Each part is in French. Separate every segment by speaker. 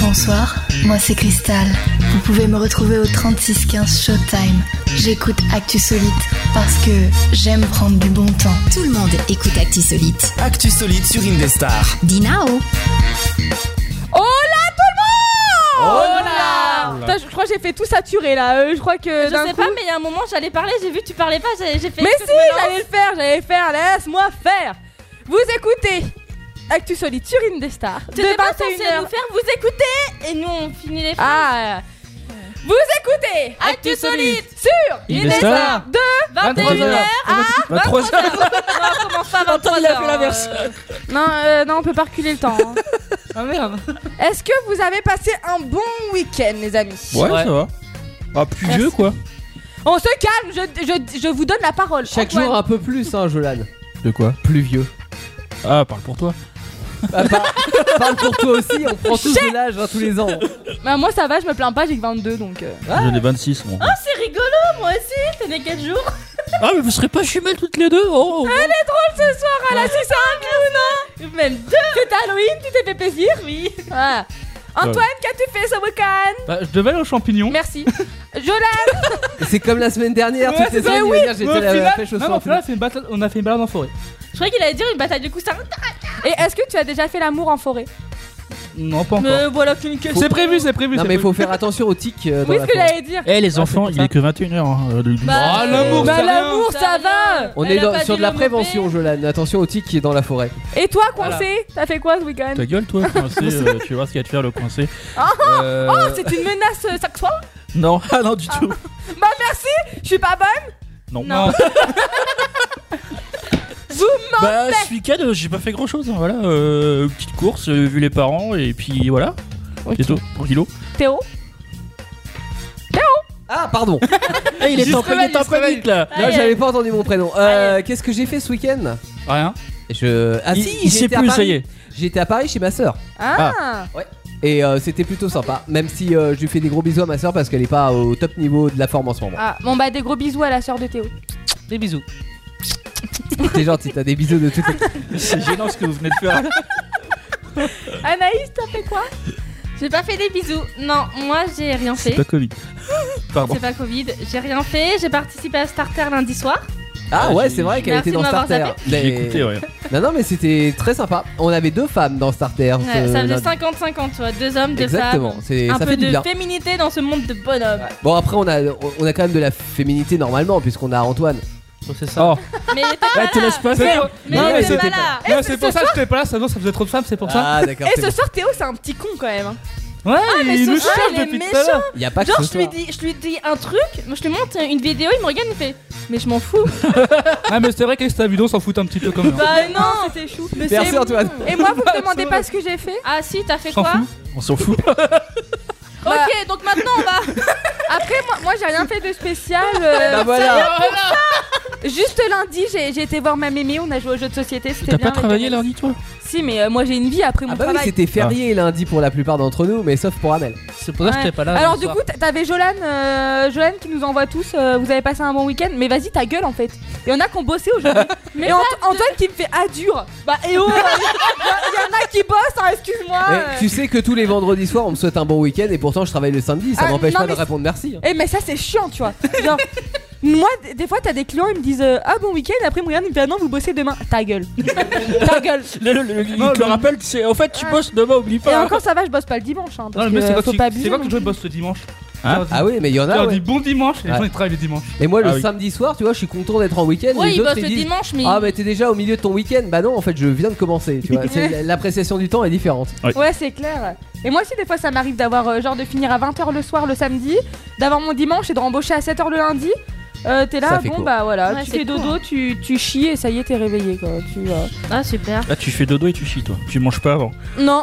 Speaker 1: bonsoir, moi c'est Cristal. Vous pouvez me retrouver au 3615 Showtime. J'écoute Actu Solite parce que j'aime prendre du bon temps.
Speaker 2: Tout le monde écoute Actu Solite.
Speaker 3: Actu Solite sur Indestar.
Speaker 2: Dinao
Speaker 4: Oh Hola Putain, je crois que j'ai fait tout saturer là. Euh, je crois que
Speaker 5: Je
Speaker 4: d'un
Speaker 5: sais
Speaker 4: coup.
Speaker 5: pas, mais il y a un moment, j'allais parler, j'ai vu que tu parlais pas, j'ai j'ai fait.
Speaker 4: mais
Speaker 5: est-ce que
Speaker 4: si,
Speaker 5: je me lance
Speaker 4: j'allais le faire, j'allais le faire. Laisse-moi faire. Vous écoutez Actu Solide sur Indestar de
Speaker 5: T'étais pas censé
Speaker 4: 21h.
Speaker 5: nous faire vous écouter Et nous, on finit les
Speaker 4: Ah. Vous écoutez
Speaker 5: Actu Solide
Speaker 4: sur
Speaker 6: Indestar.
Speaker 4: de
Speaker 5: 21h
Speaker 6: Bah, trois heures.
Speaker 5: On commence pas à 23h.
Speaker 6: il a fait l'inverse.
Speaker 4: Non, euh, non, on peut pas reculer le temps. hein.
Speaker 6: Ah merde.
Speaker 4: Est-ce que vous avez passé un bon week-end, les amis
Speaker 6: Ouais, ça va.
Speaker 7: Ah, pluvieux quoi
Speaker 4: On se calme, je, je- je vous donne la parole.
Speaker 6: Chaque
Speaker 4: Antoine.
Speaker 6: jour un peu plus, hein, Jolan.
Speaker 7: De quoi
Speaker 6: Pluvieux.
Speaker 7: Ah, parle pour toi.
Speaker 6: Ah, par- Parle pour toi aussi, on prend tous de l'âge hein, tous les ans.
Speaker 4: Bah, moi ça va, je me plains pas, j'ai que 22 donc. euh.
Speaker 7: J'en ai 26, moi.
Speaker 5: Ah, c'est rigolo, moi aussi, t'es né 4 jours.
Speaker 7: Ah, mais vous serez pas chumelles toutes les deux Oh
Speaker 4: ce soir à la 6
Speaker 5: Même deux
Speaker 4: C'était Halloween, tu t'es fait plaisir
Speaker 5: Oui
Speaker 4: Voilà. Antoine, qu'as-tu fait ce week-end
Speaker 7: Bah, Je devais aller aux champignons.
Speaker 4: Merci. Jolan,
Speaker 6: C'est comme la semaine dernière,
Speaker 7: Ouais,
Speaker 6: toutes les
Speaker 7: c'est
Speaker 6: semaines
Speaker 7: vrai,
Speaker 6: dernières, Ah, j'étais
Speaker 7: Mais
Speaker 6: à
Speaker 7: au
Speaker 6: la,
Speaker 7: final-
Speaker 6: pêche au
Speaker 7: non, mais
Speaker 6: soir.
Speaker 7: au final, c'est une balade- on a fait une balade en forêt.
Speaker 5: Je croyais qu'il allait dire une bataille du coussin.
Speaker 4: et est-ce que tu as déjà fait l'amour en forêt
Speaker 7: Non, pas encore.
Speaker 5: Mais voilà qu'une queue.
Speaker 7: C'est prévu, c'est prévu.
Speaker 6: Non
Speaker 7: c'est
Speaker 6: mais
Speaker 7: prévu.
Speaker 6: faut faire attention aux tics. euh, dans
Speaker 4: Oui,
Speaker 6: la
Speaker 4: ce que
Speaker 6: forêt.
Speaker 4: j'allais dire.
Speaker 7: Eh, les enfants,
Speaker 6: c'est
Speaker 7: il est que 21h.
Speaker 5: Bah,
Speaker 7: Ah,
Speaker 5: l'amour,
Speaker 4: Bah
Speaker 7: ça va.
Speaker 4: l'amour, ça va
Speaker 6: On
Speaker 5: Elle
Speaker 6: est
Speaker 5: a
Speaker 6: dans-
Speaker 5: pas
Speaker 6: sur
Speaker 5: dit
Speaker 6: de la
Speaker 5: le mot
Speaker 6: prévention, Jolan. Attention aux tics qui est dans la forêt.
Speaker 4: Et toi, coincé, t'as fait quoi ce week-end
Speaker 7: Ta gueule, toi, coincé, euh, tu vois ce qu'il y a de faire, le coincé. Euh,
Speaker 4: Oh, c'est une menace euh, sexuelle
Speaker 7: Non, ah, non, du tout.
Speaker 4: Bah merci, je suis pas
Speaker 7: Non.
Speaker 4: bonne
Speaker 5: Non.
Speaker 4: Vous
Speaker 7: Bah, ce week-end, euh, j'ai pas fait grand chose. Voilà, euh, petite course, euh, vu les parents, et puis voilà. C'est tout, tranquillo.
Speaker 4: Théo
Speaker 6: Ah pardon.
Speaker 7: Eh, il est
Speaker 6: Il
Speaker 7: en
Speaker 6: se réveille,
Speaker 7: panique, en
Speaker 6: il se réveille.
Speaker 7: panique là.
Speaker 6: Non,
Speaker 5: Allez.
Speaker 6: j'avais pas entendu mon
Speaker 7: Ah,
Speaker 6: prénom. Euh, Qu'est-ce que j'ai fait ce week-end
Speaker 7: Rien.
Speaker 6: Je. Ah
Speaker 7: Il-
Speaker 6: si,
Speaker 7: il sait
Speaker 6: j'étais à
Speaker 7: plus, ça
Speaker 6: Paris.
Speaker 7: y est.
Speaker 6: J'étais à Paris chez ma sœur.
Speaker 4: Ah,
Speaker 6: Et euh, c'était plutôt sympa, même si euh, je lui fais des gros bisous à ma soeur parce qu'elle est pas au top niveau de la forme en ce moment.
Speaker 4: Ah, Bon bah des gros bisous à la sœur de Théo.
Speaker 6: Des bisous. T'es gentil, t'as des bisous de tout.
Speaker 7: C'est gênant ce que vous venez de faire.
Speaker 4: Anaïs, t'as fait quoi
Speaker 5: J'ai pas fait des bisous. Non, moi, j'ai rien fait.
Speaker 7: Pas Covid. Pardon.
Speaker 5: C'est pas Covid, j'ai rien fait, j'ai participé à Starter lundi soir.
Speaker 6: Ah ouais,
Speaker 7: j'ai-
Speaker 6: c'est vrai qu'elle
Speaker 5: Merci
Speaker 6: était dans
Speaker 5: de m'avoir
Speaker 6: Starter.
Speaker 7: J'ai
Speaker 6: Mais-
Speaker 7: écouté, ouais.
Speaker 6: Non, non, mais c'était très sympa. On avait deux femmes dans Starter.
Speaker 5: Ouais,
Speaker 6: ce
Speaker 5: ça faisait
Speaker 6: lundi.
Speaker 5: 50-50, tu vois, deux hommes, deux
Speaker 6: Exactement,
Speaker 5: femmes.
Speaker 6: c'est-
Speaker 5: Un
Speaker 6: ça
Speaker 5: peu
Speaker 6: fait du
Speaker 5: de
Speaker 6: bien.
Speaker 5: féminité dans ce monde de bonhommes.
Speaker 6: Bon, après, on a, on a quand même de la féminité normalement, puisqu'on a Antoine.
Speaker 7: C'est ça.
Speaker 5: Mais t'es pas
Speaker 7: Ah, te
Speaker 5: là.
Speaker 7: laisse pas
Speaker 5: Mais
Speaker 7: faire.
Speaker 5: Mais
Speaker 7: Non, mais
Speaker 5: t'es pas
Speaker 7: c'était
Speaker 5: là.
Speaker 7: Non, c'est pour ça que j'étais pas là, ça, non, ça faisait trop de femmes, c'est pour ça.
Speaker 6: Ah, d'accord.
Speaker 4: Et
Speaker 6: c'est
Speaker 4: ce
Speaker 6: bon.
Speaker 4: soir Théo c'est un petit con quand même. hein.
Speaker 7: Ouais,
Speaker 5: mais
Speaker 7: il
Speaker 5: ce
Speaker 7: nous
Speaker 5: soir,
Speaker 7: cherche
Speaker 5: il est
Speaker 7: depuis tout à l'heure.
Speaker 6: Y a pas que
Speaker 5: Genre,
Speaker 6: ce
Speaker 5: je lui,
Speaker 6: soir.
Speaker 5: dis, je lui dis un truc, moi, je lui montre une vidéo, il me regarde, il fait Mais je m'en fous.
Speaker 7: Ah, mais c'est vrai qu'Estavido s'en fout un petit peu quand même.
Speaker 5: bah non, c'était chou. Mais c'est Euh,
Speaker 6: Merci,
Speaker 5: mignon.
Speaker 6: Antoine.
Speaker 4: Et moi vous me demandez pas ce que j'ai fait
Speaker 5: Ah si, t'as fait
Speaker 7: S'en
Speaker 5: quoi
Speaker 7: fout. On s'en fout.
Speaker 5: Ok, donc maintenant on va.
Speaker 4: Après moi, moi j'ai rien fait de spécial. euh,
Speaker 6: Bah voilà.
Speaker 4: Juste lundi, j'ai j'ai été voir ma mémé, on a joué au jeu de société, c'était
Speaker 7: T'as
Speaker 4: bien
Speaker 7: pas
Speaker 4: avec
Speaker 7: travaillé
Speaker 4: Anaïs.
Speaker 7: lundi, toi
Speaker 4: Si, mais euh, moi j'ai une vie après mon
Speaker 6: Ah bah oui,
Speaker 4: travail.
Speaker 6: c'était férié lundi pour la plupart d'entre nous, mais sauf pour Amel.
Speaker 8: C'est pour ça que
Speaker 4: Ouais.
Speaker 8: j'étais pas là.
Speaker 4: Alors
Speaker 8: ce
Speaker 4: du
Speaker 8: soir.
Speaker 4: coup, t- t'avais Jolan, euh, Jolan qui nous envoie tous. euh, vous avez passé un bon week-end, mais vas-y ta gueule en fait. Il y en a qui ont bossé aujourd'hui. mais Et Ant- Antoine qui me fait ah dur. Bah et oh, il y en a qui bossent, hein, excuse-moi.
Speaker 5: Ah
Speaker 6: Eh,
Speaker 4: euh.
Speaker 6: tu sais que tous les vendredis soirs, on me souhaite un bon week-end et pourtant je travaille le samedi, ça
Speaker 4: Ah,
Speaker 6: m'empêche
Speaker 4: non,
Speaker 6: pas de
Speaker 4: mais-
Speaker 6: répondre merci. hein.
Speaker 4: Eh mais ça c'est chiant, tu vois. Genre, moi d- des fois t'as des clients ils me disent euh, ah bon week-end, après mon gars il me fait ah non vous bossez demain. Ta gueule, ta gueule.
Speaker 7: Le, le, le, il te rappelle, c'est en fait, tu bosses demain, oublie
Speaker 4: Et
Speaker 7: pas.
Speaker 4: encore ça va, je bosse pas le dimanche. Hein,
Speaker 7: Non,
Speaker 4: parce
Speaker 7: mais
Speaker 4: que
Speaker 7: c'est quoi,
Speaker 4: faut
Speaker 7: que-
Speaker 4: pas
Speaker 7: c'est
Speaker 4: abuser.
Speaker 7: quoi que je bosse le dimanche
Speaker 6: Hein
Speaker 7: Genre,
Speaker 6: Ah oui, mais il y en a.
Speaker 7: on
Speaker 6: ouais.
Speaker 7: dit bon dimanche, et les
Speaker 6: Ouais.
Speaker 7: gens ils travaillent le dimanche.
Speaker 6: Et moi, le
Speaker 7: Ah oui.
Speaker 6: samedi soir, tu vois, je suis content d'être en week-end.
Speaker 5: Ouais,
Speaker 6: les
Speaker 5: il
Speaker 6: autres,
Speaker 5: bosse
Speaker 6: ils
Speaker 5: le
Speaker 6: disent,
Speaker 5: bah, dimanche, mais.
Speaker 6: Ah, mais t'es déjà au milieu de ton week-end. Bah non, en fait, je viens de commencer. Tu vois, C'est- l'appréciation du temps est différente.
Speaker 4: Ouais, c'est clair. Et moi aussi, des fois, ça m'arrive d'avoir euh, genre de finir à 20h le soir le samedi, d'avoir mon dimanche et de rembaucher à 7h le lundi. Euh, t'es
Speaker 6: Ça
Speaker 4: là,
Speaker 6: fait
Speaker 4: bon
Speaker 6: court.
Speaker 4: bah voilà,
Speaker 5: Ouais,
Speaker 4: tu
Speaker 5: c'est
Speaker 4: fais dodo, tu, tu chies et ça y est, t'es réveillé quoi. Tu, euh,
Speaker 5: Ah super.
Speaker 7: Là, tu fais dodo et tu chies, toi. Tu manges pas avant.
Speaker 4: Non.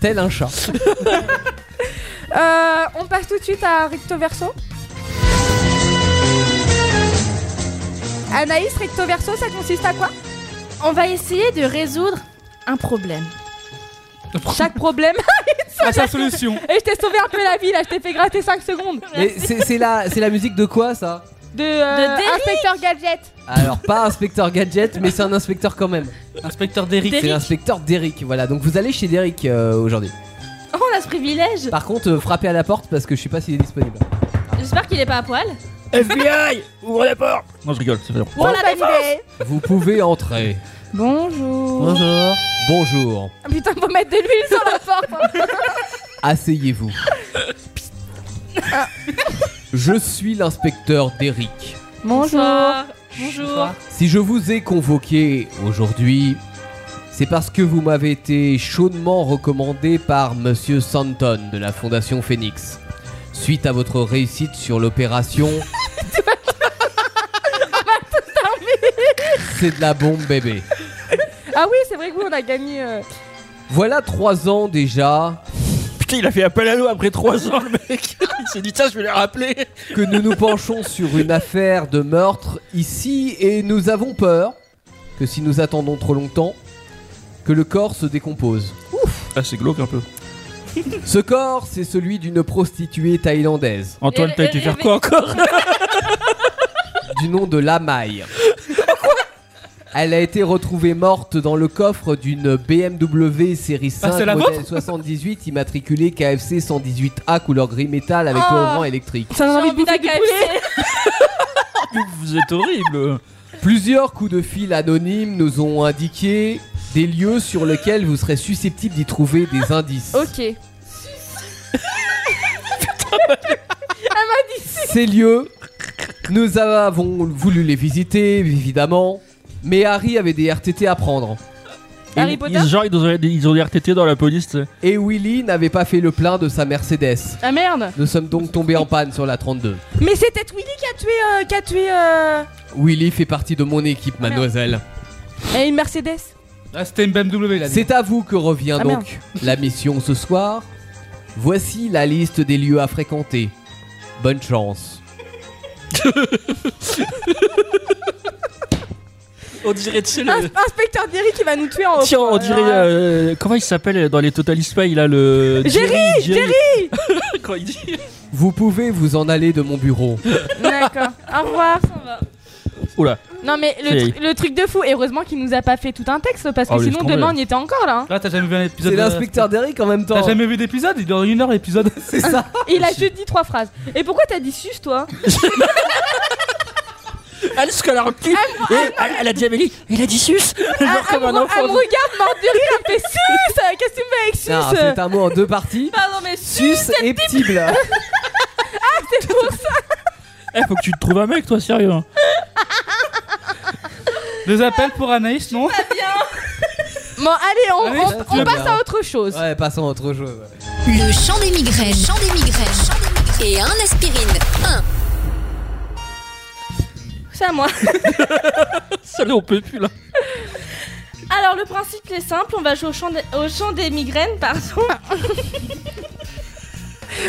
Speaker 6: Tel un chat.
Speaker 4: Euh, on passe tout de suite à Recto Verso. Anaïs, Recto Verso, ça consiste à quoi
Speaker 5: On va essayer de résoudre un problème.
Speaker 4: Chaque problème.
Speaker 7: Ah, sa solution.
Speaker 4: Et je t'ai sauvé un peu la vie là, je t'ai fait gratter 5 secondes.
Speaker 6: Mais c'est c'est la, c'est la musique de quoi ça
Speaker 4: De, euh,
Speaker 5: De Derrick.
Speaker 4: Inspecteur Gadget.
Speaker 6: Alors, pas inspecteur gadget, mais c'est un inspecteur quand même.
Speaker 8: Inspecteur Derrick.
Speaker 6: C'est l'inspecteur Derrick. Voilà, donc vous allez chez Derrick euh, aujourd'hui.
Speaker 5: Oh, on a ce privilège.
Speaker 6: Par contre, euh, frappez à la porte parce que je sais pas s'il est disponible.
Speaker 5: J'espère qu'il est pas à poil.
Speaker 7: FBI Ouvre la porte Non, je rigole, c'est vrai.
Speaker 4: Bon, la défense
Speaker 6: Vous pouvez entrer.
Speaker 4: Bonjour.
Speaker 7: Bonjour
Speaker 6: Bonjour.
Speaker 4: Ah, Putain, faut mettre de l'huile sur la porte.
Speaker 6: Asseyez-vous. Je suis l'inspecteur d'Eric.
Speaker 5: Bonsoir. Bonjour.
Speaker 6: Si je vous ai convoqué aujourd'hui, c'est parce que vous m'avez été chaudement recommandé par Monsieur Santon de la Fondation Phoenix. Suite à votre réussite sur l'opération. C'est de la bombe bébé.
Speaker 4: Ah oui, c'est vrai que oui, on a gagné. euh,
Speaker 6: Voilà trois ans déjà
Speaker 7: Putain, il a fait appel à nous après 3 ans, le mec Il s'est dit, tiens, je vais les rappeler
Speaker 6: que nous nous penchons sur une affaire de meurtre ici et nous avons peur que si nous attendons trop longtemps, que le corps se décompose.
Speaker 7: Ah, c'est glauque un peu.
Speaker 6: Ce corps, c'est celui d'une prostituée thaïlandaise
Speaker 7: Antoine,
Speaker 5: Et-
Speaker 7: t'as été
Speaker 5: et-
Speaker 7: faire
Speaker 5: et-
Speaker 7: quoi encore
Speaker 6: du nom de Lamaille. Elle a été retrouvée morte dans le coffre d'une BMW série 5
Speaker 7: Ah, c'est la
Speaker 6: modèle 78 immatriculée KFC 118A couleur gris métal avec
Speaker 5: Ah.
Speaker 6: aurant électrique.
Speaker 4: Ça donne
Speaker 5: J'ai
Speaker 4: envie de
Speaker 5: envie d'un
Speaker 4: bouffer du poulet.
Speaker 5: KFC.
Speaker 7: Vous êtes horrible
Speaker 6: Plusieurs coups de fil anonymes nous ont indiqué des lieux sur lesquels vous serez susceptible d'y trouver des indices.
Speaker 4: Ok.
Speaker 6: Ces lieux, nous avons voulu les visiter, évidemment, mais Harry avait des RTT à prendre.
Speaker 4: Harry
Speaker 7: Ils-
Speaker 4: Potter
Speaker 7: ils- Genre, ils ont, ils ont des RTT dans la police, tu sais.
Speaker 6: Et Willy n'avait pas fait le plein de sa Mercedes.
Speaker 5: Ah merde.
Speaker 6: Nous sommes donc tombés en panne sur la 32.
Speaker 4: Mais c'est peut-être Willy qui a tué. euh, qui a tué euh,
Speaker 6: Willy fait partie de mon équipe, mademoiselle.
Speaker 4: eh, une Mercedes.
Speaker 8: Ah, c'était une BMW là.
Speaker 6: C'est à vous que revient
Speaker 4: Ah,
Speaker 6: donc la mission ce soir. Voici la liste des lieux à fréquenter. Bonne chance.
Speaker 7: On dirait, tu sais,
Speaker 4: Ins- Inspecteur Derry qui va nous tuer en.
Speaker 7: Tiens, on dirait. euh, comment il s'appelle dans les Total Spy là le.
Speaker 4: Jerry,
Speaker 7: Quand il dit.
Speaker 6: Vous pouvez vous en aller de mon bureau.
Speaker 4: D'accord. Au revoir.
Speaker 5: Ça va.
Speaker 7: Oula.
Speaker 4: Non mais le,
Speaker 7: C'est-
Speaker 4: tru- le truc de fou. Et heureusement qu'il nous a pas fait tout un texte parce que
Speaker 7: Ah oui, laisse
Speaker 4: sinon
Speaker 7: tomber.
Speaker 4: demain on y était encore là. hein.
Speaker 8: Là, t'as jamais vu un épisode.
Speaker 6: C'est
Speaker 8: de-
Speaker 6: l'inspecteur Derrick en même temps.
Speaker 8: T'as jamais vu d'épisode Il dure une heure l'épisode.
Speaker 6: C'est ça.
Speaker 7: Ah,
Speaker 4: Et il a juste dit trois phrases. Et pourquoi t'as dit sus toi
Speaker 7: Elle se colle en cul Et elle- Elle a dit Amélie, il a dit sus Genre comme un
Speaker 4: Elle me
Speaker 7: enfant.
Speaker 4: regarde mort de rire. Elle me fait sus. euh, Qu'est-ce que tu me fais
Speaker 6: Non,
Speaker 4: avec sus euh
Speaker 6: Ah, c'est un mot en deux parties.
Speaker 5: Pardon Ah, mais sus.
Speaker 6: Sus et petit blanc.
Speaker 7: Eh, faut que tu te trouves un mec, toi, sérieux. hein.
Speaker 8: Deux appels pour Anaïs, non
Speaker 4: Bon allez, on,
Speaker 8: Ah oui,
Speaker 4: on-
Speaker 6: ça,
Speaker 4: on
Speaker 6: très
Speaker 4: passe
Speaker 6: bien.
Speaker 4: à autre chose.
Speaker 6: Ouais, passons à autre chose.
Speaker 2: Le chant des migraines. Chant des migraines. Et un aspirine. Un.
Speaker 5: C'est à moi.
Speaker 7: Salut, on peut plus là.
Speaker 5: Alors le principe est simple. On va jouer au chant des, au chant des migraines. Pardon.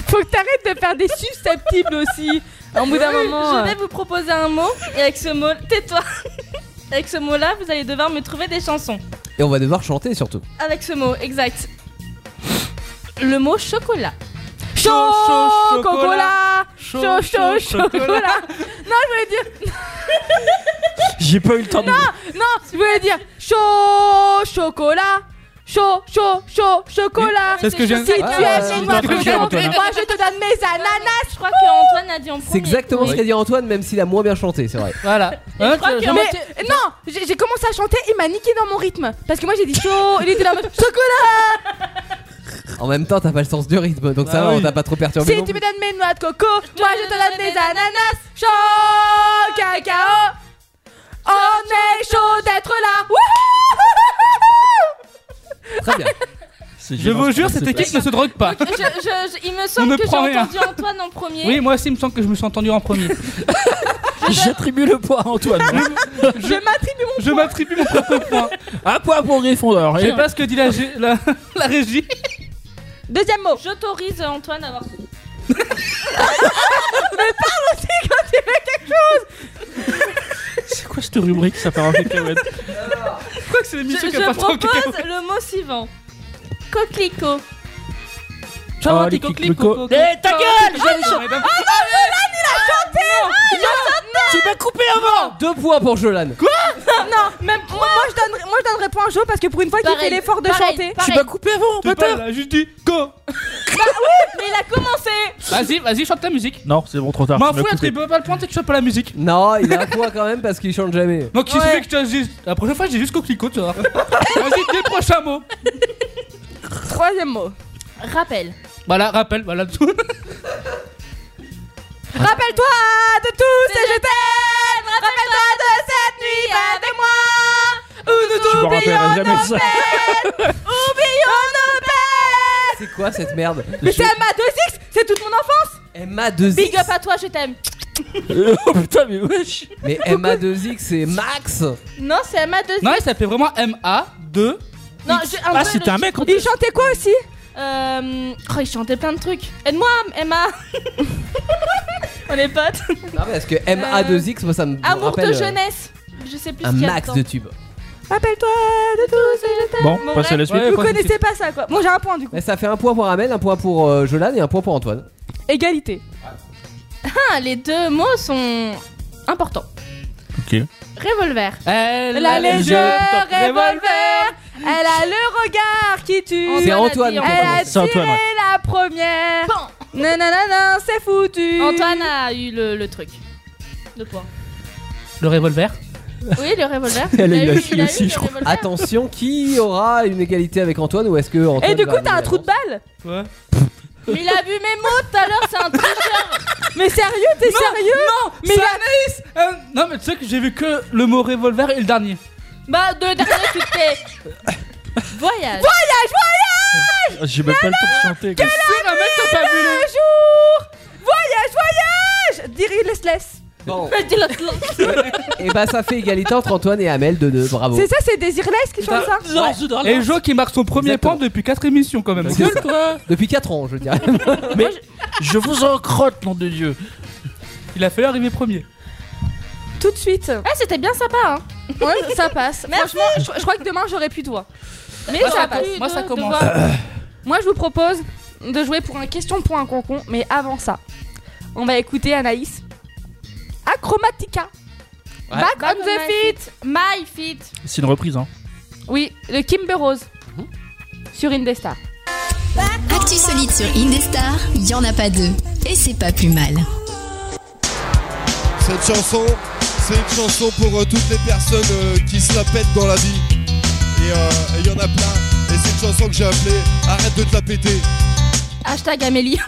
Speaker 4: Faut que t'arrêtes de faire des susceptibles aussi. Au bout d'un moment.
Speaker 5: Je
Speaker 4: euh,
Speaker 5: vais vous proposer un mot et avec ce mot, tais-toi. Avec ce mot-là, vous allez devoir me trouver des chansons.
Speaker 6: Et on va devoir chanter surtout.
Speaker 5: Avec ce mot, exact. Le mot chocolat.
Speaker 4: Chaud,
Speaker 8: Chaud, chaud,
Speaker 4: chocolat, chaud, chaud, chocolat. Non, je voulais dire,
Speaker 7: J'ai pas eu le temps de.
Speaker 4: non, je voulais dire chaud, chocolat, chaud, chaud, chaud, chocolat.
Speaker 8: C'est ce que j'ai.
Speaker 4: Si tu
Speaker 6: Ouais,
Speaker 4: es
Speaker 6: ouais,
Speaker 4: chez moi,
Speaker 7: ouais, ouais,
Speaker 4: cochon,
Speaker 7: ouais,
Speaker 4: moi je te donne mes ananas.
Speaker 5: Je crois que Antoine a dit en premier.
Speaker 6: C'est exactement ce qu'a dit Antoine, même s'il a moins bien chanté, c'est vrai.
Speaker 8: Voilà. Hein,
Speaker 5: Et je crois que-
Speaker 4: Mais non, j'ai j'ai commencé à chanter, il m'a niqué dans mon rythme. Parce que moi j'ai dit chaud, il était là en mode chocolat.
Speaker 6: En même temps, t'as pas le sens du rythme, donc ça
Speaker 8: Ah
Speaker 6: va, on
Speaker 8: oui.
Speaker 6: t'a pas trop perturbé.
Speaker 4: Bah Si
Speaker 6: non
Speaker 4: tu me
Speaker 6: plus.
Speaker 4: donnes mes noix de coco, moi je te donne mes ananas. Chaud, cacao, on est chaud d'être là.
Speaker 6: Très bien.
Speaker 7: C'est
Speaker 8: Je
Speaker 7: gênant,
Speaker 8: vous
Speaker 7: ce
Speaker 8: jure,
Speaker 7: qui
Speaker 8: cette
Speaker 7: se
Speaker 8: équipe
Speaker 7: passe.
Speaker 8: ne se drogue pas.
Speaker 5: Je- je- je- il me semble
Speaker 8: ne
Speaker 5: que j'ai
Speaker 8: prend rien.
Speaker 5: entendu Antoine en premier.
Speaker 8: Oui, moi aussi, il me semble que je me suis entendu en premier.
Speaker 7: J'attribue le poids à Antoine.
Speaker 4: Je m'attribue mon
Speaker 8: Je m'attribue mon propre point.
Speaker 7: un poids pour Gryffondor.
Speaker 8: Je sais pas ce que dit la, gé- la, la régie.
Speaker 4: deuxième mot.
Speaker 5: J'autorise Antoine à avoir. Mais
Speaker 7: C'est quoi cette rubrique Ça part en cacahuète.
Speaker 8: Je crois que c'est
Speaker 5: Je,
Speaker 8: l'émission qui
Speaker 5: je
Speaker 8: a pas trop
Speaker 5: propose le mot suivant. Coquelicot.
Speaker 7: Oh, les coquelicots. Eh, ta gueule Tu m'as coupé
Speaker 4: Oh
Speaker 7: avant
Speaker 6: Deux points pour Jolan.
Speaker 4: Non, même moi, moi, je donnerais, moi je donnerais point à Jo parce que pour une fois qu'il
Speaker 5: Pareil,
Speaker 4: fait l'effort de
Speaker 5: pareil,
Speaker 4: chanter.
Speaker 5: pareil.
Speaker 7: Tu m'as coupé avant,
Speaker 8: T'es pas
Speaker 7: bâtard
Speaker 8: là, juste dit go
Speaker 5: Mais il a commencé
Speaker 8: Vas-y, vas-y, chante ta musique.
Speaker 7: Non, c'est bon, trop tard.
Speaker 8: M'en
Speaker 7: Ah, tu m'as
Speaker 8: fous,
Speaker 7: coupé.
Speaker 8: tu peux pas le point, c'est que tu chantes pas la musique.
Speaker 6: Non, il a un point quand même parce qu'il chante jamais.
Speaker 8: Donc, il
Speaker 4: Ouais.
Speaker 8: suffit que tu La prochaine fois, j'ai jusqu'au clico, tu vois. Vas-y, dès le prochain mot.
Speaker 4: Troisième mot.
Speaker 5: Rappel.
Speaker 8: Voilà, rappel, voilà tout.
Speaker 4: Rappelle-toi de tous et je t'aime Rappelle-toi de cette nuit avec moi Où nous
Speaker 7: Tu me
Speaker 4: oublions
Speaker 7: rappelleras jamais ça.
Speaker 4: Oublions nos peines
Speaker 6: C'est quoi cette merde
Speaker 4: Mais c'est MA2X C'est toute mon enfance
Speaker 6: MA2X.
Speaker 5: Big up à toi, je t'aime.
Speaker 7: oh putain, mais wesh.
Speaker 6: Mais MA2X, c'est Max.
Speaker 5: Non, c'est ma deuxième.
Speaker 8: Non, il s'appelait vraiment MA2.
Speaker 5: Non, je- un
Speaker 7: Ah,
Speaker 5: peu,
Speaker 7: c'était
Speaker 5: je-
Speaker 7: un mec, en
Speaker 4: Il chantait quoi aussi
Speaker 5: Euh. Oh, il chantait plein de trucs. Aide-moi, Emma On est potes.
Speaker 6: Non, mais parce que
Speaker 4: Euh,
Speaker 6: MA2X, moi ça me
Speaker 5: Amour
Speaker 6: rappelle
Speaker 5: de
Speaker 6: euh,
Speaker 5: jeunesse. Je sais plus
Speaker 6: un
Speaker 5: ce qu'il y a
Speaker 6: max
Speaker 5: dedans.
Speaker 6: de tube.
Speaker 4: Rappelle-toi de tous et je t'aime
Speaker 7: Bon,
Speaker 5: Bon,
Speaker 7: passe à la
Speaker 5: bref.
Speaker 7: suite.
Speaker 8: Ouais.
Speaker 4: Vous
Speaker 8: pas de
Speaker 4: connaissez pas ça quoi Bon j'ai un point du coup.
Speaker 6: Mais ça fait un point pour Amel, un point pour euh, Jolan et un point pour Antoine.
Speaker 4: Égalité.
Speaker 5: Ah, les deux mots sont importants.
Speaker 7: Ok.
Speaker 5: Revolver.
Speaker 8: Elle
Speaker 4: Elle a les yeux revolver Elle a le regard qui tue
Speaker 6: C'est
Speaker 5: a
Speaker 6: Antoine
Speaker 5: dit,
Speaker 6: qui
Speaker 5: on-
Speaker 4: Elle a
Speaker 7: C'est Antoine,
Speaker 4: tiré
Speaker 7: ouais.
Speaker 4: la première
Speaker 5: Pan.
Speaker 4: Non non non non c'est foutu
Speaker 5: Antoine a eu le, le truc. Le point.
Speaker 8: Le revolver.
Speaker 5: Oui, le revolver.
Speaker 7: Elle a eu la
Speaker 5: eu-
Speaker 7: fille
Speaker 5: a
Speaker 7: aussi,
Speaker 5: eu le
Speaker 7: je crois.
Speaker 5: revolver.
Speaker 6: Attention, qui aura une égalité avec Antoine ou est-ce que Antoine
Speaker 4: Et du
Speaker 6: va
Speaker 4: coup t'as un
Speaker 6: arriver
Speaker 4: trou de balle
Speaker 8: Ouais.
Speaker 5: Mais il a vu mes mots tout à l'heure, c'est un truc.
Speaker 4: Mais sérieux t'es
Speaker 8: Non,
Speaker 4: sérieux Non Mais
Speaker 8: c'est
Speaker 4: il a-
Speaker 8: Anaïs Euh, Non, mais tu sais que j'ai vu que le mot revolver et le dernier.
Speaker 5: Bah, de dernier, tu fais. Voyage.
Speaker 7: J'ai même pas le temps de chanter. quoi.
Speaker 8: C'est un mec, t'as pas vu le-
Speaker 4: un jour Voyage, voyage Diri Lessless.
Speaker 6: Bon,
Speaker 5: Je dis l'autre, l'autre.
Speaker 6: et bah ça fait égalité entre Antoine et Amel de 2,
Speaker 7: Oh.
Speaker 6: bravo.
Speaker 4: C'est ça, c'est Désirless qui chante ça Ouais.
Speaker 8: Et Jo qui marque son premier
Speaker 6: Exactement.
Speaker 8: point depuis 4 émissions quand même.
Speaker 6: C'est
Speaker 8: Gueule,
Speaker 6: ça.
Speaker 8: quoi.
Speaker 6: Depuis 4 ans, je dirais.
Speaker 7: Je vous en crotte, nom de Dieu.
Speaker 8: Il a fait arriver premier.
Speaker 4: Tout de suite.
Speaker 5: Ah, c'était bien sympa, hein.
Speaker 4: Ouais, ça passe. Franchement, je, je crois que demain j'aurai plus de voix. Mais
Speaker 8: Moi,
Speaker 4: ça
Speaker 8: ça
Speaker 4: passe.
Speaker 8: commence. Moi, ça
Speaker 5: de
Speaker 8: commence.
Speaker 5: voir.
Speaker 4: Moi, je vous propose de jouer pour un question pour un concon. Mais avant ça, on va écouter Anaïs. Achromatica.
Speaker 6: Ouais.
Speaker 4: Back,
Speaker 5: Back
Speaker 4: on
Speaker 5: on
Speaker 4: the
Speaker 5: my
Speaker 4: feet.
Speaker 5: My fit.
Speaker 7: C'est une reprise, hein.
Speaker 4: Oui, le Kimber Rose.
Speaker 6: Mhm.
Speaker 4: Sur Indestar.
Speaker 2: Actu solide sur Indestar, il y en a pas deux. Et c'est pas plus mal.
Speaker 9: Cette chanson, c'est une chanson pour euh, toutes les personnes euh, qui se la pètent dans la vie. Et euh, et il y en a plein. Et c'est une chanson que j'ai appelée Arrête de te la péter.
Speaker 5: Hashtag Amélie.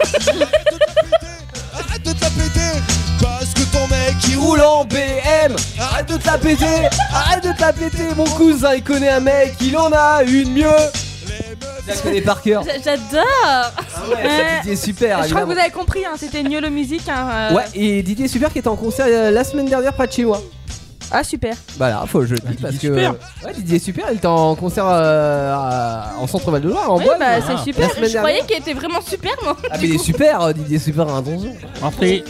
Speaker 9: Arrête de te la péter Parce que ton mec il
Speaker 6: Roule
Speaker 9: roule.
Speaker 6: en BM Arrête de te la péter Arrête de te la péter Mon cousin, il connaît un mec, il en a une mieux
Speaker 9: Les meufs,
Speaker 6: Je la connais par cœur
Speaker 5: J'a- J'adore.
Speaker 4: Ouais.
Speaker 6: Didier Super,
Speaker 4: Euh, Je crois que
Speaker 6: Ah, évidemment.
Speaker 4: vous avez compris, hein, c'était mieux le musique. hein, euh.
Speaker 6: Ouais, et Didier Super qui était en concert euh, la semaine dernière près de chez moi.
Speaker 4: Ah, super.
Speaker 6: Voilà, faut que je le dis
Speaker 7: Ah, Didier
Speaker 6: parce que.
Speaker 7: Super.
Speaker 6: Ouais, Didier Super, il était en concert euh, à- en centre Val de Loire, en
Speaker 4: Oui,
Speaker 6: bois.
Speaker 4: bah,
Speaker 7: ah.
Speaker 4: c'est
Speaker 6: hein, La
Speaker 4: super.
Speaker 6: semaine
Speaker 5: Je
Speaker 6: dernière.
Speaker 5: croyais qu'elle était vraiment super, moi.
Speaker 6: Ah, mais il est super, euh, Didier Super, un donjon.
Speaker 7: Entrez.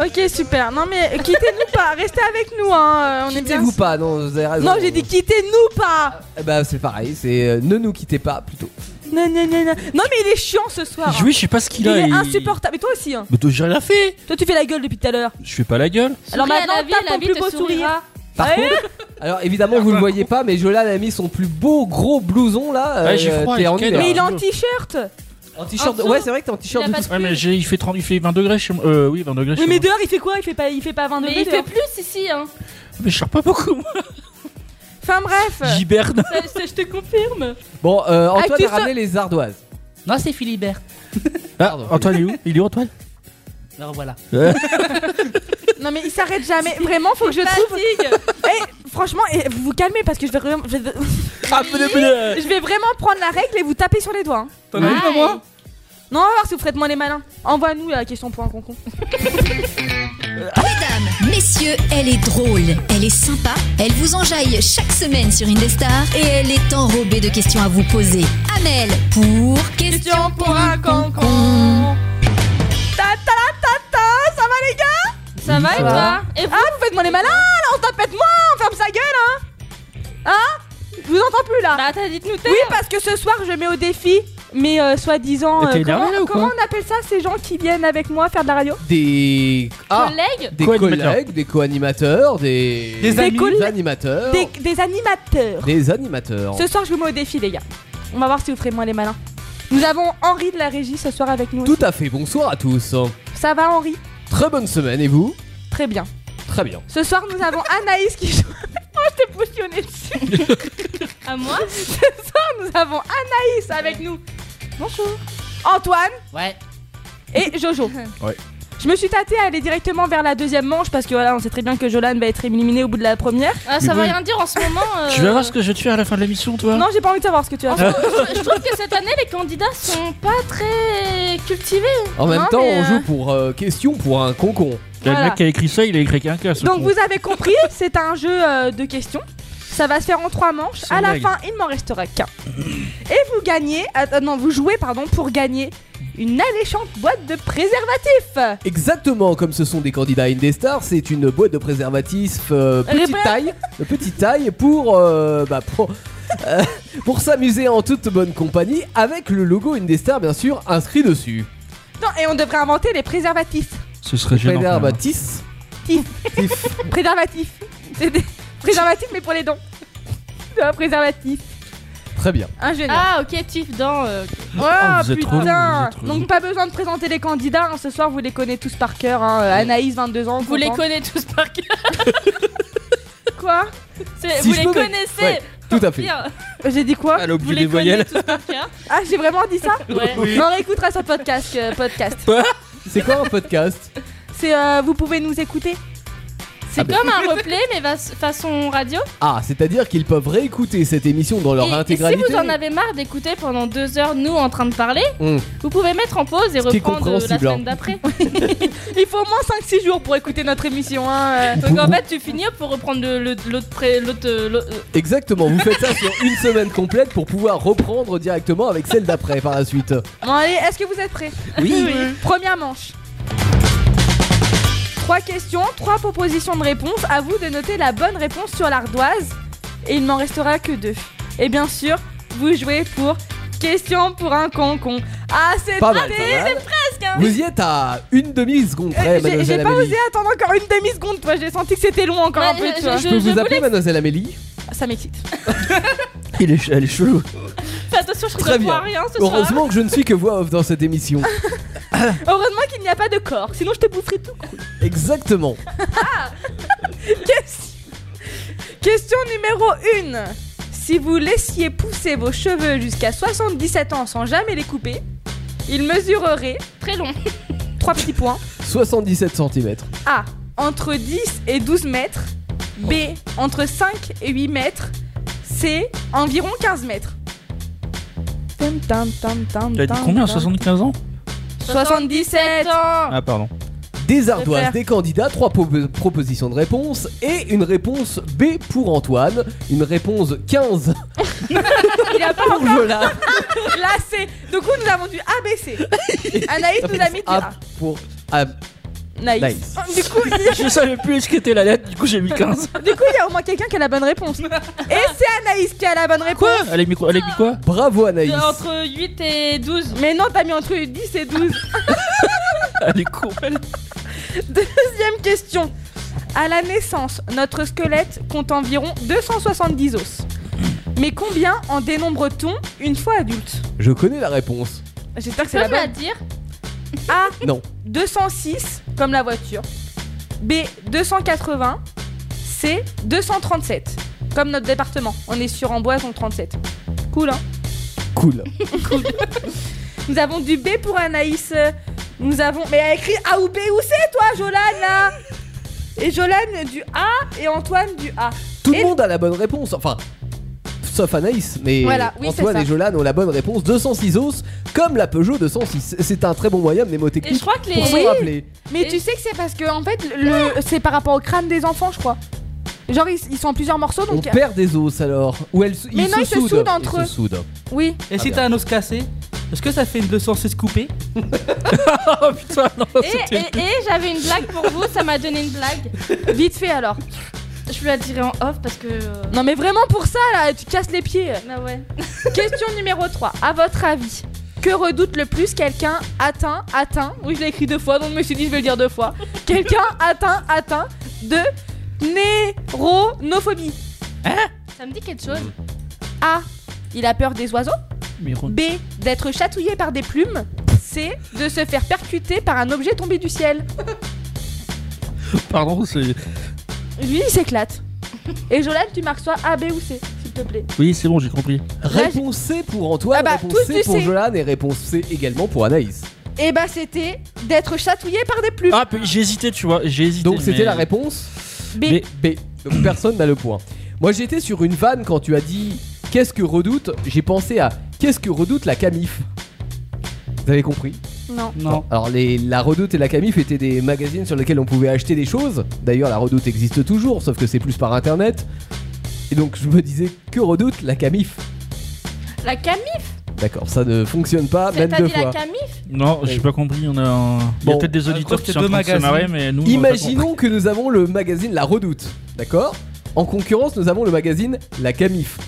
Speaker 4: Ok, super. Non, mais quittez-nous pas. Restez avec nous. Hein. euh, On est bien.
Speaker 6: Quittez-vous pas, non, vous avez raison.
Speaker 4: Non, j'ai dit quittez-nous pas.
Speaker 6: Eh Bah, c'est pareil, c'est euh, ne nous quittez pas plutôt.
Speaker 4: Non, non, non, non. Non, mais il est chiant ce soir. hein.
Speaker 7: Oui, je sais pas ce qu'il
Speaker 4: Il
Speaker 7: a.
Speaker 4: est
Speaker 7: il-
Speaker 4: insupportable. Mais toi aussi, hein.
Speaker 7: Mais toi, j'ai rien fait.
Speaker 4: Toi, tu fais la gueule depuis tout à l'heure.
Speaker 7: Je fais pas la gueule.
Speaker 4: Alors
Speaker 5: Souris à
Speaker 4: maintenant,
Speaker 5: la vie,
Speaker 4: tape
Speaker 5: la
Speaker 4: ton
Speaker 5: vie
Speaker 4: plus
Speaker 5: te
Speaker 4: beau
Speaker 5: sourira.
Speaker 4: sourire.
Speaker 6: Par
Speaker 4: Ouais.
Speaker 6: contre, alors évidemment, vous le voyez pas, mais Jolan a mis son plus beau gros blouson là.
Speaker 7: Ouais, j'ai froid,
Speaker 6: t'es
Speaker 7: il
Speaker 6: en
Speaker 7: se cale.
Speaker 6: hiver.
Speaker 4: Mais il est en t-shirt.
Speaker 6: En t-shirt.
Speaker 5: En
Speaker 6: ouais,
Speaker 5: dessous.
Speaker 6: c'est vrai que t'es en t-shirt.
Speaker 5: Il a
Speaker 6: de-
Speaker 5: pas de
Speaker 7: Ouais, mais j'ai- il fait 30, il fait 20 degrés chez moi. Euh, oui, 20 degrés
Speaker 4: Oui,
Speaker 7: chez
Speaker 4: mais
Speaker 7: moi.
Speaker 4: dehors, il fait quoi Il fait pas, il fait pas 20
Speaker 5: Mais
Speaker 4: degrés.
Speaker 5: il fait
Speaker 4: dehors.
Speaker 5: plus ici, hein.
Speaker 7: Mais je sors pas beaucoup, moi.
Speaker 4: Enfin bref.
Speaker 7: J'hiberne.
Speaker 5: Ça- ça, je te confirme.
Speaker 6: Bon, euh, Antoine
Speaker 4: Actu
Speaker 6: a ramené les ardoises.
Speaker 8: Non, c'est Philibert.
Speaker 7: Ah, Antoine, il est où Il est où, Antoine
Speaker 4: Euh.
Speaker 8: Alors voilà.
Speaker 4: Non mais il s'arrête jamais. Vraiment, faut que je trouve.
Speaker 5: Fatigue.
Speaker 4: Eh, franchement, eh, vous vous calmez parce que je vais, vraiment- je vais-
Speaker 7: Ah, venez, venez.
Speaker 4: je vais vraiment prendre la règle et vous taper sur les doigts. hein.
Speaker 8: T'en as vu comme moi
Speaker 4: Non, on va voir si vous faites moins les malins. Envoie-nous la question pour un concon.
Speaker 2: Mesdames, messieurs, elle est drôle, elle est sympa, elle vous enjaille chaque semaine sur Indestar et elle est enrobée de questions à vous poser. Amel pour question pour un concon.
Speaker 4: Ta ta la ta ta, ça va les gars
Speaker 5: Ça va et
Speaker 6: Ça va.
Speaker 5: toi Et vous
Speaker 4: Ah, vous faites moins les malins là, on tapette moins, on ferme sa gueule hein Hein Je vous entends plus là.
Speaker 5: Bah, attends, dites-nous t'es.
Speaker 4: Oui, parce que ce soir, je mets au défi mes euh, soi-disant.
Speaker 7: Mais t'es
Speaker 4: euh, comment
Speaker 7: énervé, là, ou quoi
Speaker 4: comment on appelle ça ces gens qui viennent avec moi faire de la radio
Speaker 6: Des. Ah
Speaker 5: Collègue
Speaker 6: Des
Speaker 7: Co-animateurs.
Speaker 6: collègues, des co-animateurs, des.
Speaker 8: Des amis.
Speaker 4: coll-
Speaker 6: animateurs.
Speaker 4: des, des animateurs.
Speaker 6: Des animateurs.
Speaker 4: Ce soir, je vous mets au défi, les gars. On va voir si vous ferez moins les malins. Nous avons Henri de la régie ce soir avec nous.
Speaker 6: Tout à fait, bonsoir à tous.
Speaker 4: Ça va Henri
Speaker 6: Très bonne semaine et vous
Speaker 4: Très bien.
Speaker 6: Très bien.
Speaker 4: Ce soir, nous avons Anaïs qui joue. oh, je t'ai positionné dessus.
Speaker 5: À moi
Speaker 4: Ce soir, nous avons Anaïs avec nous. Bonjour. Antoine
Speaker 10: Ouais.
Speaker 4: et Jojo.
Speaker 9: Ouais.
Speaker 4: Je me suis tâtée à aller directement vers la deuxième manche parce que voilà, on sait très bien que Jolan va être éliminé au bout de la première.
Speaker 5: Ah, ça
Speaker 7: Mais
Speaker 5: veut
Speaker 7: oui.
Speaker 5: rien dire en ce moment. euh,
Speaker 7: Tu vas voir ce que je vais te faire à la fin de l'émission, toi
Speaker 4: Non, j'ai pas envie de savoir ce que tu as
Speaker 7: Ah,
Speaker 4: fait.
Speaker 5: je, je trouve que cette année, les candidats sont pas très cultivés.
Speaker 6: En même
Speaker 4: Non,
Speaker 6: temps,
Speaker 4: mais,
Speaker 6: on
Speaker 4: euh,
Speaker 6: joue pour euh, question pour un concon.
Speaker 7: Le
Speaker 4: voilà.
Speaker 7: mec qui a écrit ça, il a écrit qu'un cas. ce
Speaker 4: Donc
Speaker 7: con.
Speaker 4: vous avez compris, c'est un jeu euh, de questions. Ça va se faire en trois manches.
Speaker 7: Sans
Speaker 4: À la
Speaker 7: blague.
Speaker 4: fin, il m'en restera qu'un. Et vous gagnez, ah, non, vous jouez pardon pour gagner une alléchante boîte de préservatifs.
Speaker 6: Exactement comme ce sont des candidats à Indestar, c'est une boîte de préservatifs euh, petite
Speaker 4: Répète.
Speaker 6: taille, euh, petite taille pour euh, bah, pour, euh, pour s'amuser en toute bonne compagnie avec le logo Indestar bien sûr inscrit dessus.
Speaker 4: Non, et on devrait inventer les préservatifs.
Speaker 7: Ce serait gênant. quand même.
Speaker 6: Préservatifs.
Speaker 4: Tif.
Speaker 6: Tif.
Speaker 4: Préservatifs. C'est des préservatifs mais pour les dons. Un préservatif.
Speaker 6: Très bien.
Speaker 4: Un génie.
Speaker 5: Ah, ok, Tiff, dans. euh,
Speaker 4: Oh,
Speaker 7: Ah, vous êtes relous,
Speaker 4: putain
Speaker 7: vous êtes relous.
Speaker 4: Donc pas besoin de présenter les candidats, hein, ce soir vous les connaissez tous par cœur. hein. Anaïs, 22 ans.
Speaker 5: vous les
Speaker 4: contente.
Speaker 5: connaissez tous par cœur.
Speaker 4: Quoi
Speaker 5: C'est-
Speaker 6: Si
Speaker 5: vous
Speaker 6: je
Speaker 5: les
Speaker 6: peux, mais-
Speaker 5: connaissez
Speaker 6: ouais, tout à fait.
Speaker 5: Pire,
Speaker 4: J'ai dit quoi
Speaker 7: Elle a
Speaker 5: Vous
Speaker 7: oublié
Speaker 5: les
Speaker 7: les voyelles.
Speaker 5: connaissez tous par cœur.
Speaker 4: Ah, j'ai vraiment dit ça
Speaker 5: Ouais.
Speaker 7: Oui.
Speaker 4: On réécoutera sur podcast. euh, podcast.
Speaker 6: C'est quoi un podcast
Speaker 4: C'est euh, vous pouvez nous écouter.
Speaker 5: C'est
Speaker 6: Ah ben.
Speaker 5: comme un replay, mais vas- façon radio.
Speaker 6: Ah, c'est-à-dire qu'ils peuvent réécouter cette émission dans leur
Speaker 5: Et- et, si
Speaker 6: intégralité.
Speaker 5: vous en avez marre d'écouter pendant deux heures nous en train de parler,
Speaker 6: Hmm.
Speaker 5: vous pouvez mettre en pause et
Speaker 6: qui est
Speaker 5: reprendre euh, la
Speaker 6: compréhensible, hein.
Speaker 5: semaine d'après.
Speaker 4: Il faut au moins 5-6 jours pour écouter notre émission. Hein. euh.
Speaker 5: Donc en fait, tu finis pour reprendre le- le- l'autre pré- l'autre euh, l'autre, euh,
Speaker 6: Exactement, vous faites ça sur une semaine complète pour pouvoir reprendre directement avec celle d'après par la suite.
Speaker 4: Bon, allez, est-ce que vous êtes prêts
Speaker 6: Oui.
Speaker 4: Première manche. Trois questions, trois propositions de réponse. À vous de noter la bonne réponse sur l'ardoise. Et il n'en restera que deux. Et bien sûr, vous jouez pour question pour un concon. Ah, c'est
Speaker 6: Pas mal, pas mal.
Speaker 4: hein. Euh,
Speaker 6: Vous y êtes à une demi-seconde près,
Speaker 4: Eh, J'ai- J'ai
Speaker 6: mademoiselle
Speaker 4: pas
Speaker 6: Amélie.
Speaker 4: osé attendre encore une demi-seconde, toi. J'ai senti que c'était long encore un
Speaker 5: Ouais,
Speaker 4: peu,
Speaker 5: je-
Speaker 4: tu vois.
Speaker 6: Je peux
Speaker 5: je
Speaker 6: vous
Speaker 5: voulais
Speaker 6: appeler mademoiselle Amélie
Speaker 4: Ça m'excite.
Speaker 6: Il est, Elle est chelou.
Speaker 5: Fais attention, je
Speaker 6: Très
Speaker 5: ne vois
Speaker 6: bien.
Speaker 5: rien ce soir.
Speaker 6: Heureusement que je ne suis que voix off dans cette émission.
Speaker 4: Heureusement qu'il n'y a pas de corps, sinon je te boufferais tout. cru.
Speaker 6: Exactement.
Speaker 4: Question numéro 1. Si vous laissiez pousser vos cheveux jusqu'à 77 ans sans jamais les couper, ils mesureraient
Speaker 5: Très long.
Speaker 4: trois petits points.
Speaker 6: 77 cm.
Speaker 4: A. Entre 10 et 12 mètres. B. Entre 5 et 8 mètres. C. Environ 15 mètres. Tam, tam, tam, tam,
Speaker 7: Tu as dit
Speaker 4: tam,
Speaker 7: combien
Speaker 4: tam.
Speaker 7: 75 ans
Speaker 4: 77
Speaker 5: Attends.
Speaker 7: Ah, pardon.
Speaker 6: Des
Speaker 4: Préfère.
Speaker 6: ardoises, des candidats, trois propo- propositions de réponse et une réponse B pour Antoine, une réponse 15
Speaker 4: Il a pas
Speaker 6: pour Jolan.
Speaker 4: Là, c'est. Du coup, nous avons du ABC. Anaïs nous a mis du A.
Speaker 6: A pour ah, A.
Speaker 4: Naïs.
Speaker 6: Nice.
Speaker 4: Du coup, il
Speaker 7: Je savais plus esquêter la lettre, du coup j'ai mis 15.
Speaker 4: Du coup, il y a au moins quelqu'un qui a la bonne réponse. Et c'est Anaïs qui a la bonne réponse.
Speaker 7: Elle a mis quoi Elle a mis quoi
Speaker 6: Bravo Anaïs.
Speaker 5: De- Entre 8 et 12.
Speaker 4: Mais non, t'as mis entre 10 et 12.
Speaker 7: Elle est con, elle.
Speaker 4: Deuxième question. À la naissance, notre squelette compte environ 270 os. Mais combien en dénombre-t-on une fois adulte
Speaker 6: Je connais la réponse.
Speaker 4: J'espère que c'est
Speaker 5: Tu
Speaker 4: la
Speaker 5: peux me la
Speaker 4: bonne.
Speaker 5: dire
Speaker 4: A.
Speaker 6: Non.
Speaker 4: 206, comme la voiture. B. 280. C. 237. Comme notre département. On est sur Amboise, on 37. Cool, hein
Speaker 6: Cool.
Speaker 4: Nous avons du B pour Anaïs. euh, Nous avons. Mais elle a écrit A ou B ou C, toi, Jolan, là Et Jolan du A et Antoine du A.
Speaker 6: Tout
Speaker 4: Et-
Speaker 6: le monde a la bonne réponse. Enfin. Sauf Anaïs, mais
Speaker 4: Voilà, oui,
Speaker 6: Antoine
Speaker 4: c'est ça.
Speaker 6: et Jolan ont la bonne réponse. 206 os, comme la Peugeot 206. C'est un très bon moyen
Speaker 5: Et je
Speaker 6: mnémotechnique
Speaker 5: crois que
Speaker 6: pour
Speaker 5: les.
Speaker 6: s'en rappeler.
Speaker 4: Mais
Speaker 5: Et-
Speaker 4: tu sais que c'est parce que, en fait, le... c'est par rapport au crâne des enfants, je crois. Genre, ils, ils sont en plusieurs morceaux,
Speaker 6: On
Speaker 4: donc. euh,
Speaker 6: perd des os alors. Ou elles,
Speaker 4: Mais non, ils se soudent entre
Speaker 6: Ils
Speaker 4: eux.
Speaker 6: se soudent.
Speaker 4: Oui.
Speaker 8: Et si
Speaker 6: bien.
Speaker 8: t'as un os cassé, est-ce que ça fait une 206 coupée
Speaker 7: Oh putain, non,
Speaker 5: Et, et- et j'avais une blague pour vous, ça m'a donné une blague.
Speaker 4: Vite fait alors.
Speaker 5: Je vous la dirai en off parce que. euh,
Speaker 4: Non, mais vraiment pour ça, là, tu casses les pieds.
Speaker 5: Bah ouais.
Speaker 4: Question numéro 3. À votre avis, que redoute le plus quelqu'un atteint, atteint Oui, je l'ai écrit deux fois, donc je me suis dit, je vais le dire deux fois. Quelqu'un atteint, atteint de néronophobie.
Speaker 8: Mm.
Speaker 5: Ça me dit quelque chose.
Speaker 4: A. Il a peur des oiseaux.
Speaker 7: Miron.
Speaker 4: B. D'être chatouillé par des plumes. C. De se faire percuter par un objet tombé du ciel.
Speaker 7: Pardon, c'est.
Speaker 4: Lui, il s'éclate. Et Jolane, tu marques soit A, B ou C, s'il te plaît.
Speaker 7: Oui, c'est bon, j'ai compris.
Speaker 6: Réponse C pour Antoine,
Speaker 4: Ah bah,
Speaker 6: réponse
Speaker 4: tous
Speaker 6: C
Speaker 4: du
Speaker 6: pour
Speaker 4: C.
Speaker 6: Jolan et réponse C également pour Anaïs.
Speaker 4: Et bah, c'était d'être chatouillé par des plumes.
Speaker 7: Ah, puis j'ai hésité, tu vois, j'ai hésité.
Speaker 6: Donc c'était
Speaker 7: mais-
Speaker 6: la réponse
Speaker 4: B.
Speaker 7: mais-
Speaker 6: B. Donc personne n'a le point. Moi j'étais sur une vanne quand tu as dit qu'est-ce que redoute J'ai pensé à qu'est-ce que redoute la camif Vous avez compris
Speaker 4: Non.
Speaker 7: Non.
Speaker 6: Alors les, la Redoute et la Camif étaient des magazines sur lesquels on pouvait acheter des choses. D'ailleurs la Redoute existe toujours, sauf que c'est plus par internet. Et donc je me disais que Redoute la Camif.
Speaker 5: La camif,
Speaker 6: D'accord, ça ne fonctionne pas même deux
Speaker 5: c'est-à-dire
Speaker 6: fois.
Speaker 5: la camif
Speaker 7: Non, j'ai pas compris. On a un... Il y
Speaker 6: Bon.
Speaker 7: a peut-être des
Speaker 8: Alors,
Speaker 7: auditeurs
Speaker 8: que
Speaker 7: qui
Speaker 8: c'est
Speaker 7: sont en
Speaker 8: deux
Speaker 7: train de se
Speaker 8: magazines.
Speaker 7: marrer, mais nous. on a pas
Speaker 6: Imaginons que nous avons le magazine La Redoute, d'accord En concurrence, nous avons le magazine La Camif.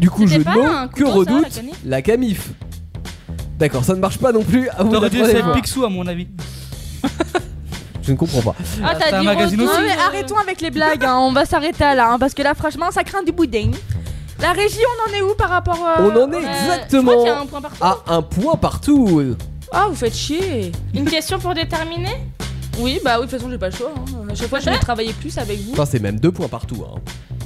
Speaker 6: Du coup, je
Speaker 5: C'était
Speaker 6: ne
Speaker 5: pas un
Speaker 6: que
Speaker 5: couteau, ça,
Speaker 6: Redoute
Speaker 5: la Camif
Speaker 6: la Camif. D'accord, ça ne marche pas non plus. à vous
Speaker 8: T'aurais dû
Speaker 6: d'apprenez
Speaker 8: essayer
Speaker 6: pas.
Speaker 8: Picsou, à mon avis.
Speaker 6: Je ne comprends pas.
Speaker 5: Ah,
Speaker 8: c'est
Speaker 5: t'as
Speaker 8: un
Speaker 5: dit
Speaker 8: magazine
Speaker 5: Redoute,
Speaker 4: Non, mais
Speaker 5: euh,
Speaker 4: arrêtons avec les blagues, hein, on va s'arrêter là, hein, parce que là, franchement, ça craint du boudin. La régie, on en est où par rapport à.
Speaker 6: On en est
Speaker 5: euh, Je crois
Speaker 6: exactement
Speaker 5: qu'il y a un point partout.
Speaker 6: à un point partout.
Speaker 4: Ah, vous faites chier.
Speaker 5: Une question pour déterminer
Speaker 4: Oui, bah oui, de toute façon, j'ai pas le choix. hein. À chaque fois, je vais travailler plus avec vous.
Speaker 6: Enfin, c'est même deux points partout. Hein.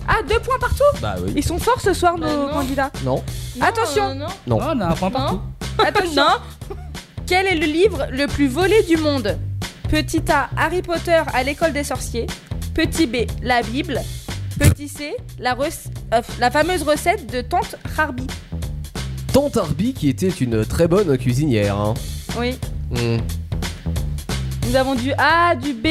Speaker 4: Ah, deux points partout
Speaker 6: Bah oui.
Speaker 4: Ils sont forts ce soir, nos
Speaker 5: Bah, non.
Speaker 4: candidats.
Speaker 6: Non.
Speaker 5: Non,
Speaker 4: Attention.
Speaker 5: euh, non.
Speaker 6: Non.
Speaker 8: Oh, on a un point partout.
Speaker 4: Attention. Quel est le livre le plus volé du monde Petit A, Harry Potter à l'école des sorciers. Petit B, la Bible. Petit C, la, rec- euh, la fameuse recette de tante Harby.
Speaker 6: Tante Arby qui était une très bonne cuisinière. hein.
Speaker 4: Oui.
Speaker 6: Hmm.
Speaker 4: Nous avons du A, du B.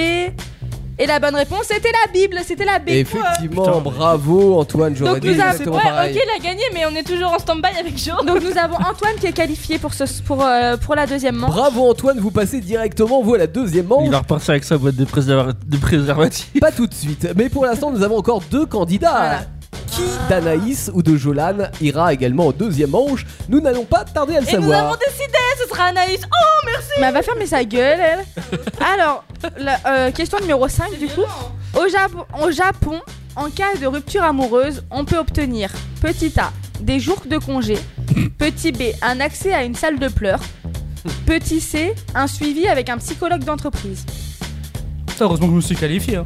Speaker 4: Et la bonne réponse, c'était la Bible, c'était la B.
Speaker 6: Effectivement,
Speaker 7: Putain.
Speaker 6: bravo Antoine, j'aurais
Speaker 4: Donc,
Speaker 6: dit
Speaker 4: nous avons-
Speaker 6: exactement
Speaker 5: Ouais,
Speaker 6: pareil.
Speaker 5: ok, il a gagné, mais on est toujours en stand-by avec Jo.
Speaker 4: Donc nous avons Antoine qui est qualifié pour, ce, pour, euh, pour la deuxième manche.
Speaker 6: Bravo Antoine, vous passez directement, vous à la deuxième manche.
Speaker 7: Il va repartir avec sa boîte de, préserva- de préservatifs.
Speaker 6: Pas tout de suite, mais pour l'instant nous avons encore deux candidats.
Speaker 4: Voilà.
Speaker 6: Qui d'Anaïs ou de Jolan ira également au deuxième manche Nous n'allons pas tarder à le
Speaker 5: Et nous
Speaker 6: savoir.
Speaker 5: avons décidé, ce sera Anaïs. Oh,
Speaker 4: Mais elle Bah, va fermer sa gueule, elle. Alors, la, euh, question numéro 5 du coup. Au, Japon, au Japon, en cas de rupture amoureuse, on peut obtenir petit A, des jours de congé, petit B, un accès à une salle de pleurs, petit C, un suivi avec un psychologue d'entreprise.
Speaker 8: Putain, heureusement que je me suis qualifié. hein.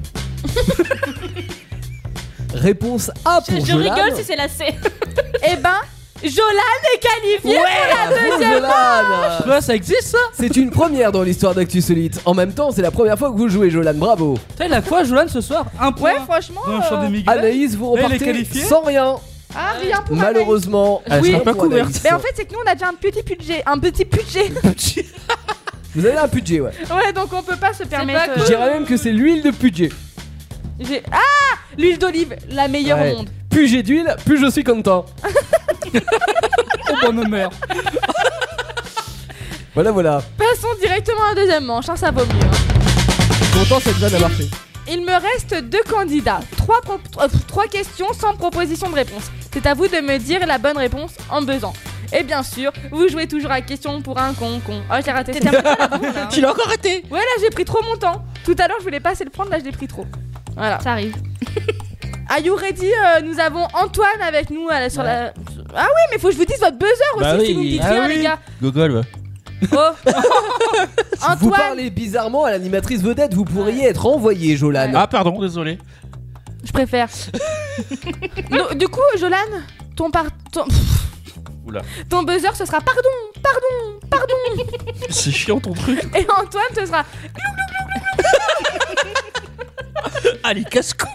Speaker 6: Réponse A
Speaker 5: je,
Speaker 6: pour
Speaker 5: je
Speaker 6: Jolan.
Speaker 5: rigole si c'est la C.
Speaker 4: Eh ben, Jolan est qualifiée
Speaker 6: Bravo, Ah, Jolan
Speaker 8: Ouais, ça existe ça
Speaker 6: C'est une première dans l'histoire d'Actu Solite. En même temps, c'est la première fois que vous jouez, Jolan, bravo.
Speaker 8: Putain, la quoi, Jolan, ce soir Un point.
Speaker 4: Ouais, franchement.
Speaker 7: Ah.
Speaker 8: Dans le champ
Speaker 4: euh,
Speaker 8: des Miguel.
Speaker 6: Anaïs, vous
Speaker 8: Elle est
Speaker 6: repartez
Speaker 8: qualifiée
Speaker 6: sans rien,
Speaker 4: Ah, rien pour Anaïs.
Speaker 6: malheureusement. Ah,
Speaker 7: Elle
Speaker 6: Oui.
Speaker 7: sera pas
Speaker 6: Pour
Speaker 7: couverte.
Speaker 6: Anaïs.
Speaker 4: Mais Ben, en fait, c'est que nous, on a déjà un petit budget. Un petit budget.
Speaker 6: Vous avez un budget, ouais.
Speaker 4: ouais, donc on peut pas se permettre.
Speaker 5: pas
Speaker 6: Je
Speaker 4: euh,
Speaker 6: dirais même que c'est l'huile de budget.
Speaker 4: j'ai- Ah L'huile d'olive, la meilleure
Speaker 6: Ouais.
Speaker 4: au monde.
Speaker 6: Plus j'ai d'huile, plus je suis content.
Speaker 8: Oh, bonheur.
Speaker 6: Voilà, voilà.
Speaker 4: Passons directement à la deuxième manche, hein, ça vaut mieux.
Speaker 6: Content cette vanne a marché.
Speaker 4: Il me reste deux candidats, trois, pro- euh, trois questions sans proposition de réponse. C'est à vous de me dire la bonne réponse en buzzant. Et bien sûr, vous jouez toujours à question pour un con con. Oh, j'ai raté. cette fois.
Speaker 8: Tu l'as encore raté
Speaker 4: Ouais, là, j'ai pris trop mon temps. Tout à l'heure, je voulais passer le prendre, là, je l'ai pris trop. Voilà.
Speaker 5: Ça arrive.
Speaker 4: Are you ready Euh, Nous avons Antoine avec nous à la- sur la. Ah oui, mais faut que je vous dise votre buzzer
Speaker 7: Bah
Speaker 4: aussi
Speaker 7: oui.
Speaker 4: si vous me dites
Speaker 7: Ah
Speaker 4: rien,
Speaker 7: oui.
Speaker 4: les gars.
Speaker 7: Gogol, ouais.
Speaker 4: Oh.
Speaker 6: Vous
Speaker 4: Antoine,
Speaker 6: parlez bizarrement à l'animatrice vedette, vous pourriez être envoyé, Jolan.
Speaker 7: Ah, pardon, désolé.
Speaker 4: je préfère. No- du coup, Jolan, ton par- ton-
Speaker 7: Oula.
Speaker 4: ton buzzer, ce sera pardon, pardon.
Speaker 7: C'est chiant ton truc.
Speaker 4: Et Antoine, ce sera.
Speaker 7: Allez, casse-cou.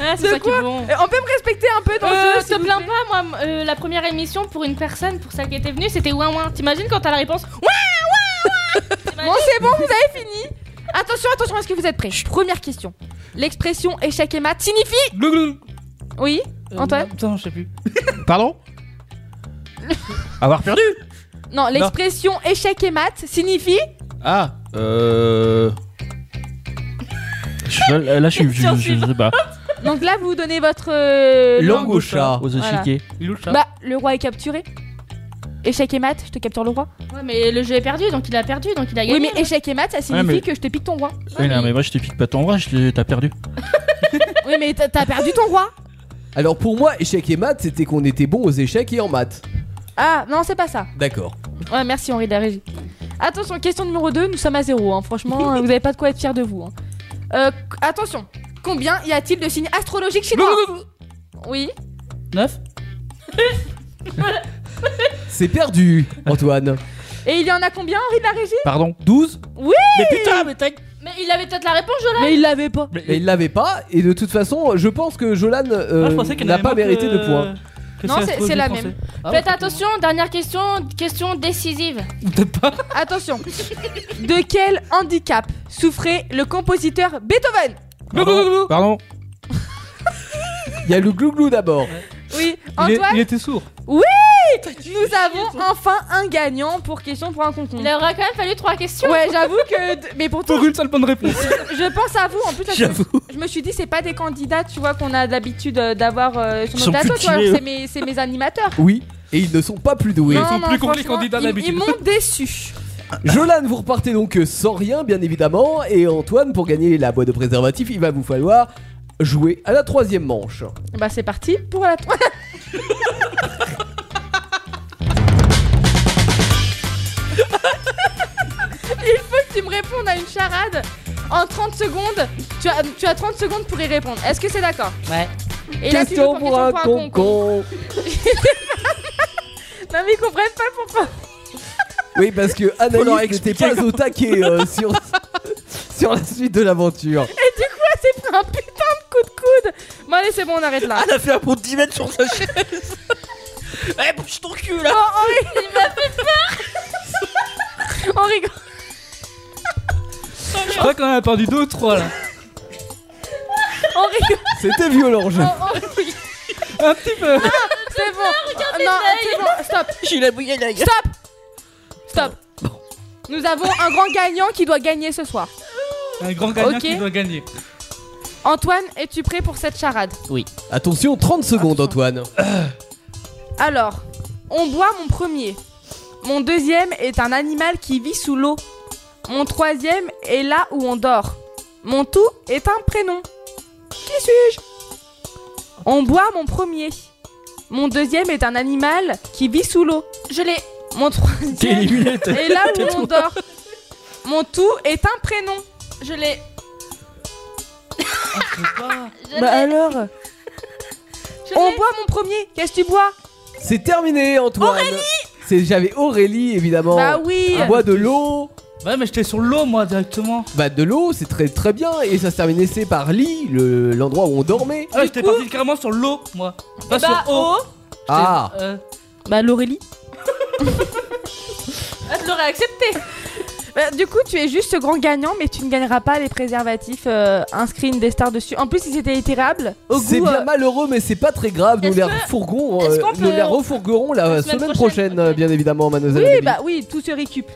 Speaker 5: Ah,
Speaker 4: De
Speaker 5: c'est ça qui
Speaker 4: quoi
Speaker 5: est bon.
Speaker 4: On peut me respecter un peu dans
Speaker 5: Euh,
Speaker 4: le
Speaker 5: je te plains pas, moi, euh, la première émission pour une personne, pour celle qui était venue, c'était ouin ouin. T'imagines quand t'as la réponse ouin
Speaker 4: Bon, c'est bon, vous avez fini. Attention, attention, est-ce que vous êtes prêts Première question. L'expression échec et mat signifie.
Speaker 8: Glou, glou.
Speaker 4: Oui,
Speaker 8: Euh,
Speaker 4: Antoine
Speaker 8: Putain, je sais plus.
Speaker 7: Pardon Avoir perdu
Speaker 4: Non, l'expression échec et mat signifie.
Speaker 7: Ah, euh. Je suis pas- là, je suis. Je, je- je sais pas.
Speaker 4: Donc là, vous donnez votre. euh,
Speaker 6: Langue au
Speaker 8: Ah, hein.
Speaker 6: chat.
Speaker 7: Aux échiquiers.
Speaker 8: Il est où le chat
Speaker 4: Bah, le roi est capturé. Échec et mat, je te capture le roi.
Speaker 5: Ouais, mais le jeu est perdu, donc il a perdu, donc il a
Speaker 4: Oui,
Speaker 5: gagné.
Speaker 4: mais échec et mat, ça signifie
Speaker 7: mais-
Speaker 4: que je te pique ton roi.
Speaker 7: Oui, non, mais moi, je te pique pas ton bras, je te- t'as perdu.
Speaker 4: oui, mais t'as- t'as perdu ton roi.
Speaker 6: Alors pour moi, échec et maths, c'était qu'on était bon aux échecs et en maths.
Speaker 4: Ah, non, c'est pas ça.
Speaker 6: D'accord.
Speaker 4: Ouais, merci Henri de la régie. Attention, question numéro 2, nous sommes à zéro. hein. Franchement, euh, vous avez pas de quoi être fiers de vous. hein. Euh, c- attention, combien y a-t-il de signes astrologiques chinois Oui.
Speaker 8: 9
Speaker 6: C'est perdu, Antoine.
Speaker 4: Et il y en a combien, Henri de la régie
Speaker 7: Pardon
Speaker 6: 12
Speaker 4: Oui
Speaker 7: Mais putain, mais t'as.
Speaker 5: Mais il avait peut-être la réponse, Jolan
Speaker 4: Mais il l'avait pas.
Speaker 6: Mais il l'avait pas, et de toute façon, je pense que Jolan euh,
Speaker 8: Ah, je pensais qu'elle
Speaker 6: n'a
Speaker 8: avait
Speaker 6: pas
Speaker 8: moins que-
Speaker 6: mérité de points.
Speaker 8: que
Speaker 4: Non, c'est-
Speaker 8: astrologie
Speaker 4: c'est la
Speaker 8: français.
Speaker 4: même.
Speaker 8: Ah ouais,
Speaker 5: Faites attention, dernière question, question décisive.
Speaker 8: Peut-être pas.
Speaker 4: Attention. de quel handicap souffrait le compositeur Beethoven
Speaker 7: Pardon, Pardon.
Speaker 6: Il y a le glouglou d'abord.
Speaker 4: Oui,
Speaker 8: Il, est-
Speaker 4: Antoine,
Speaker 8: il était sourd.
Speaker 4: nous avons enfin un gagnant pour question pour un concours.
Speaker 5: Il aurait quand même fallu trois questions.
Speaker 4: Ouais, j'avoue que. d- Mais pour tout,
Speaker 8: Pour une seule bonne réponse.
Speaker 4: je pense à vous. En plus, parce que je me suis dit, c'est pas des candidats, tu vois, qu'on a d'habitude euh, d'avoir euh, sur
Speaker 7: Ils sont
Speaker 4: nos plateaux. tu vois,
Speaker 7: cultivés,
Speaker 4: C'est mes, c'est mes animateurs.
Speaker 6: Oui, et ils ne sont pas plus doués.
Speaker 4: Non,
Speaker 8: sont
Speaker 4: non,
Speaker 8: plus cons que les
Speaker 4: franchement,
Speaker 8: candidats
Speaker 4: ils-
Speaker 8: d'habitude.
Speaker 4: Ils m'ont déçu.
Speaker 6: Jolan, vous repartez donc sans rien, bien évidemment. Et Antoine, pour gagner la boîte de préservatif, il va vous falloir jouer à la troisième manche.
Speaker 4: Bah, c'est parti pour la. Il faut que tu me répondes à une charade en 30 secondes. Tu as, tu as 30 secondes pour y répondre. Est-ce que c'est d'accord
Speaker 8: Ouais.
Speaker 4: Et là, tu joues pour question pour un con-con.
Speaker 6: concon.
Speaker 4: Non, mais ils comprennent pas pourquoi.
Speaker 6: Oui, parce que
Speaker 7: leur
Speaker 6: Anaïs n'était pas au taquet euh, sur, sur la suite de l'aventure.
Speaker 4: C'est pris un putain de coup de coude. Bon, allez, c'est bon, on arrête là.
Speaker 7: Elle a fait un bon 10 mètres sur sa chaise. Eh, bouge ton cul là
Speaker 4: On rigole.
Speaker 8: Je crois qu'on en a perdu deux ou trois là.
Speaker 4: On rigole.
Speaker 6: C'était violent, je.
Speaker 4: On rigole.
Speaker 8: Un petit peu.
Speaker 4: C'est bon. Ah, non, c'est bon. Stop.
Speaker 7: J'ai la bouillée la gueule.
Speaker 4: Stop. Stop. Nous avons un grand gagnant qui doit gagner ce soir.
Speaker 8: Un grand gagnant
Speaker 4: Ok.
Speaker 8: qui doit gagner.
Speaker 4: Antoine, es-tu prêt pour cette charade
Speaker 6: Attention, 30 secondes,
Speaker 4: Attention.
Speaker 6: Antoine.
Speaker 4: Alors, on boit mon premier. Mon deuxième est un animal qui vit sous l'eau. Mon troisième est là où on dort. Mon tout est un prénom. Qui suis-je On boit mon premier. Mon deuxième est un animal qui vit sous l'eau.
Speaker 5: Je l'ai.
Speaker 4: Mon troisième
Speaker 7: lunettes.
Speaker 4: est là où on dort. Mon tout est un prénom.
Speaker 5: Je l'ai. Je
Speaker 4: Bah
Speaker 5: l'ai.
Speaker 4: alors
Speaker 5: Je
Speaker 4: On
Speaker 5: l'ai.
Speaker 4: boit mon premier. Qu'est-ce que tu bois
Speaker 6: C'est terminé, Antoine. C'est- J'avais Aurélie, évidemment.
Speaker 4: Bah oui.
Speaker 6: On boit de l'eau.
Speaker 8: Ouais, mais j'étais sur l'eau moi directement.
Speaker 6: Bah, de l'eau, c'est très très bien. Et ça se terminait c'est par lit, le- l'endroit où on dormait.
Speaker 8: Ah, j'étais parti carrément sur l'eau moi. Pas
Speaker 4: Bah,
Speaker 8: sur eau.
Speaker 6: Ah,
Speaker 8: Euh,
Speaker 4: Bah l'Aurélie.
Speaker 5: Je l'aurais accepté.
Speaker 4: Bah, du coup, tu es juste ce grand gagnant, mais tu ne gagneras pas les préservatifs euh, inscrits des stars dessus. En plus, ils étaient itérables. Au
Speaker 6: c'est
Speaker 4: goût,
Speaker 6: bien
Speaker 4: euh,
Speaker 6: malheureux, mais c'est pas très grave. Nous
Speaker 5: Est-ce
Speaker 6: les
Speaker 5: que-
Speaker 6: refourgons,
Speaker 5: est-ce
Speaker 6: euh,
Speaker 5: qu'on
Speaker 6: nous
Speaker 5: peut-
Speaker 6: les refourguerons la semaine, prochaine, euh,
Speaker 5: ok.
Speaker 6: bien évidemment, mademoiselle.
Speaker 4: Oui,
Speaker 6: Amélie.
Speaker 4: bah oui, tout se récup.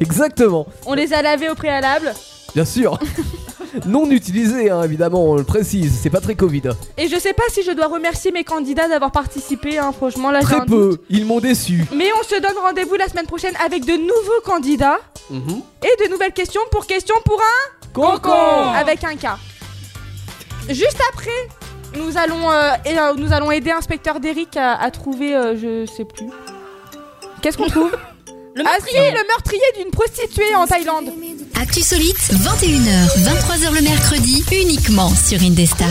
Speaker 6: Exactement,
Speaker 4: On les a lavés au préalable.
Speaker 6: bien sûr. non utilisé, hein, évidemment, on le précise. C'est pas très Covid.
Speaker 4: Et je sais pas si je dois remercier mes candidats d'avoir participé, hein, franchement, là j'ai un
Speaker 6: Très
Speaker 4: doute.
Speaker 6: peu. Ils m'ont déçu.
Speaker 4: Mais on se donne rendez-vous la semaine prochaine avec de nouveaux candidats
Speaker 6: Mhm.
Speaker 4: et de nouvelles questions pour questions pour un avec un K. Juste après, nous allons, euh, et, euh, nous allons aider inspecteur Derrick à, à trouver, euh, je sais plus. Qu'est-ce qu'on trouve Le meurtrier, le meurtrier d'une prostituée en Thaïlande.
Speaker 2: Actu Solite, 21h, 23h le mercredi, uniquement sur Indestar.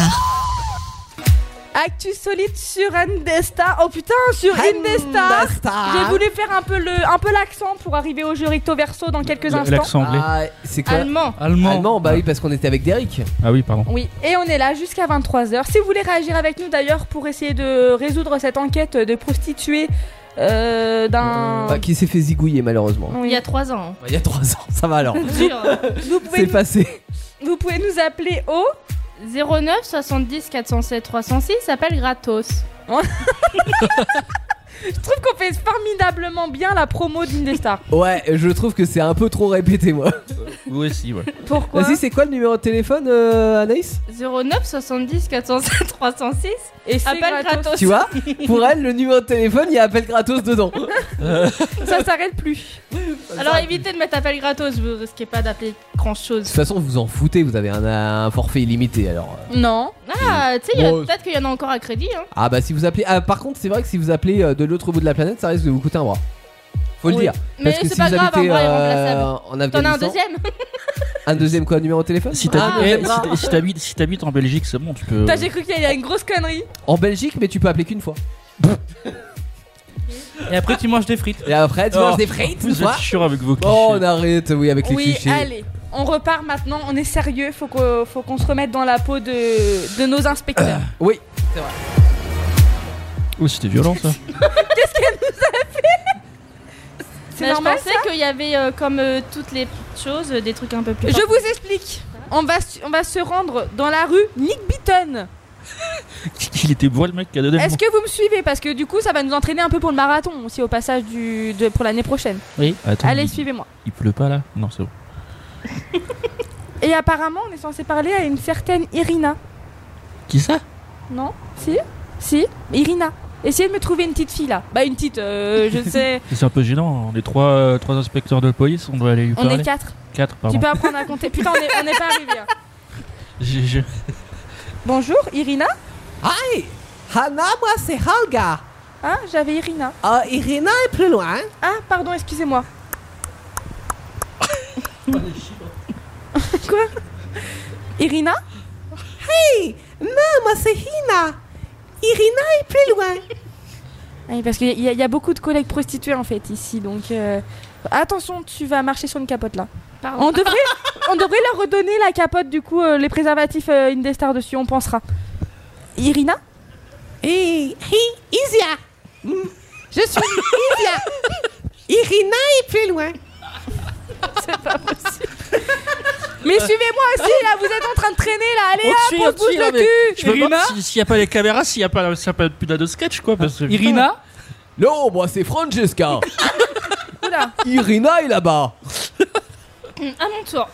Speaker 4: Actu solide sur Indesta. Oh putain, sur Indesta. J'ai voulu faire un peu le, un peu l'accent pour arriver au jeu recto verso dans quelques instants.
Speaker 7: L'accent anglais.
Speaker 6: Ah, c'est quoi
Speaker 5: Allemand.
Speaker 8: Allemand.
Speaker 6: Allemand, bah oui, parce qu'on était avec Derek.
Speaker 7: Ah oui, pardon.
Speaker 4: Oui, et on est là jusqu'à 23h. Si vous voulez réagir avec nous d'ailleurs pour essayer de résoudre cette enquête de prostituée euh, d'un.
Speaker 6: Bah, qui s'est fait zigouiller, malheureusement.
Speaker 5: Il y a trois ans. hein.
Speaker 6: Bah, Il y a 3 ans, ça va alors.
Speaker 5: Dur.
Speaker 4: Vous pouvez,
Speaker 6: c'est
Speaker 4: nous,
Speaker 6: passé.
Speaker 4: vous pouvez nous appeler au.
Speaker 5: 09 70 407 306 s'appelle gratos.
Speaker 4: Je trouve qu'on fait formidablement bien la promo d'Indestar.
Speaker 6: Ouais, je trouve que c'est un peu trop répété, moi.
Speaker 7: Vous aussi, ouais.
Speaker 4: Pourquoi
Speaker 6: Vas-y, c'est quoi le numéro de téléphone, euh, Anaïs
Speaker 5: 09 70 407 306
Speaker 4: Et c'est
Speaker 5: appelle
Speaker 4: gratos.
Speaker 5: gratos.
Speaker 6: Tu vois Pour elle, le numéro de téléphone, il y a appel gratos dedans.
Speaker 4: Ça s'arrête plus.
Speaker 5: Alors évitez de mettre appel gratos, vous risquez pas d'appeler grand
Speaker 6: De
Speaker 5: chose.
Speaker 6: toute façon, vous en foutez, vous avez un, un forfait illimité alors.
Speaker 4: Non.
Speaker 5: Ouais, Ah, tu sais, il y a-
Speaker 6: Bon,
Speaker 5: peut-être qu'il y en a encore à crédit. Hein.
Speaker 6: Ah bah si vous appelez. Ah, par contre, c'est vrai que si vous appelez euh, de l'autre bout de la planète, ça risque de vous coûter un bras. Faut le
Speaker 5: Oui.
Speaker 6: dire.
Speaker 5: Mais
Speaker 6: Parce que
Speaker 5: c'est
Speaker 6: si
Speaker 5: pas
Speaker 6: vous
Speaker 5: grave,
Speaker 6: habitez
Speaker 5: un bras est
Speaker 6: euh,
Speaker 5: remplaçable.
Speaker 6: en
Speaker 5: T'en as
Speaker 6: Afghanistan,
Speaker 5: un deuxième
Speaker 6: un deuxième quoi, numéro de téléphone
Speaker 7: Si t'habites eh,
Speaker 6: Ah, deuxième
Speaker 7: si
Speaker 6: bras.
Speaker 7: t'ha- si t'habites- si t'habites en Belgique, c'est bon, tu peux.
Speaker 5: Euh.
Speaker 4: Putain, j'ai cru qu'il y a une grosse connerie.
Speaker 6: En Belgique, mais tu peux appeler qu'une fois.
Speaker 8: Et après, tu manges des frites.
Speaker 6: Et après, tu
Speaker 7: Oh,
Speaker 6: manges des frites,
Speaker 7: Vous
Speaker 6: toi
Speaker 7: êtes chiant avec vos clichés.
Speaker 6: Oh, on arrête, oui, avec les
Speaker 4: Oui,
Speaker 6: clichés.
Speaker 4: allez, on repart maintenant, on est sérieux, faut qu'on faut qu'on se remette dans la peau de, de nos inspecteurs.
Speaker 5: Euh.
Speaker 6: Oui.
Speaker 7: Oh, c'était violent ça.
Speaker 4: C'est
Speaker 5: Mais
Speaker 4: normal
Speaker 5: Je pensais qu'il y avait, euh, comme euh, toutes les petites choses, euh, des trucs un peu plus.
Speaker 4: Je vous explique. On va, su- on va se rendre dans la rue Nick Beaton.
Speaker 7: Il était beau le mec qui a donné le
Speaker 4: Est-ce que vous me suivez Parce que du coup, ça va nous entraîner un peu pour le marathon aussi au passage du, de- pour l'année prochaine.
Speaker 7: Oui. Attends,
Speaker 4: Allez,
Speaker 7: il-
Speaker 4: suivez-moi.
Speaker 7: il pleut pas là Non, c'est bon.
Speaker 4: Et apparemment, on est censé parler à une certaine Irina.
Speaker 7: Qui ça
Speaker 4: Non Si Si Irina. Essayez de me trouver une petite fille là. Bah, une petite, euh, je sais.
Speaker 7: C'est un peu gênant, on est trois, euh, trois inspecteurs de police, on doit aller lui
Speaker 4: On
Speaker 7: parler.
Speaker 4: est quatre.
Speaker 7: Quatre, pardon.
Speaker 4: Tu peux apprendre à compter. Putain, on est- on n'est pas arrivé. hein.
Speaker 7: J'ai- j'ai-
Speaker 4: Bonjour, Irina.
Speaker 10: Hi Hannah, moi c'est Holga.
Speaker 4: Ah, j'avais Irina.
Speaker 10: Euh, Irina est plus loin.
Speaker 4: Ah, pardon, excusez-moi. Quoi Irina
Speaker 10: Hey Non, moi c'est Hina. Irina est plus loin.
Speaker 4: Oui, parce qu'il y, a- il y a beaucoup de collègues prostituées en fait ici, donc euh, attention, tu vas marcher sur une capote là.
Speaker 5: Pardon.
Speaker 4: On devrait, on devrait leur redonner la capote du coup, euh, les préservatifs euh, Indestar dessus, on pensera. Irina
Speaker 10: Hey, hey, Isia. Hmm, Je suis Isia. Irina est plus loin.
Speaker 4: Mais suivez-moi aussi là, vous êtes en train de traîner là, allez
Speaker 7: Au-dessus,
Speaker 4: hop, on se bouge
Speaker 7: au-dessus, là,
Speaker 4: le
Speaker 7: mais
Speaker 4: cul
Speaker 7: Je me demande
Speaker 8: Irina
Speaker 7: si- s'il n'y a pas les caméras, s'il n'y a pas, s'il y a pas plus d'un de sketch quoi. Parce que,
Speaker 8: Irina
Speaker 6: Yo, moi c'est Francesca.
Speaker 4: Oula.
Speaker 6: Irina est là-bas.
Speaker 5: À mon tour.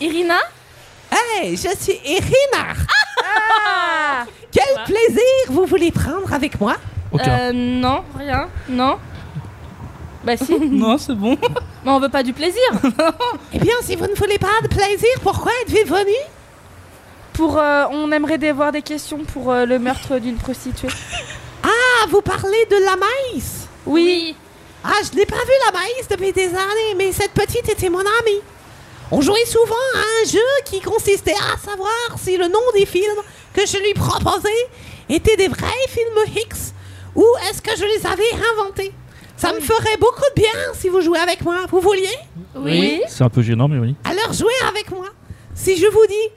Speaker 5: Irina
Speaker 10: Hey, je suis Irina.
Speaker 4: Ah.
Speaker 10: Quel plaisir vous voulez prendre avec moi
Speaker 7: Aucun.
Speaker 5: Euh, non, rien. Non.
Speaker 4: Bah si,
Speaker 8: Non, c'est bon.
Speaker 5: Mais on veut pas du plaisir.
Speaker 10: Eh bien, si vous ne voulez pas de plaisir, pourquoi êtes-vous venu
Speaker 4: pour, euh, on aimerait des- voir des questions pour euh, le meurtre d'une prostituée.
Speaker 10: Ah, vous parlez de la maïs.
Speaker 5: Oui.
Speaker 10: Ah, je n'ai pas vu la maïs depuis des années, mais cette petite était mon amie. On jouait souvent à un jeu qui consistait à savoir si le nom des films que je lui proposais étaient des vrais films Hicks ou est-ce que je les avais inventés. Ça me ferait beaucoup de bien si vous jouez avec moi. Vous vouliez
Speaker 5: Oui.
Speaker 7: C'est un peu gênant, mais oui.
Speaker 10: Alors jouez avec moi. Si je vous dis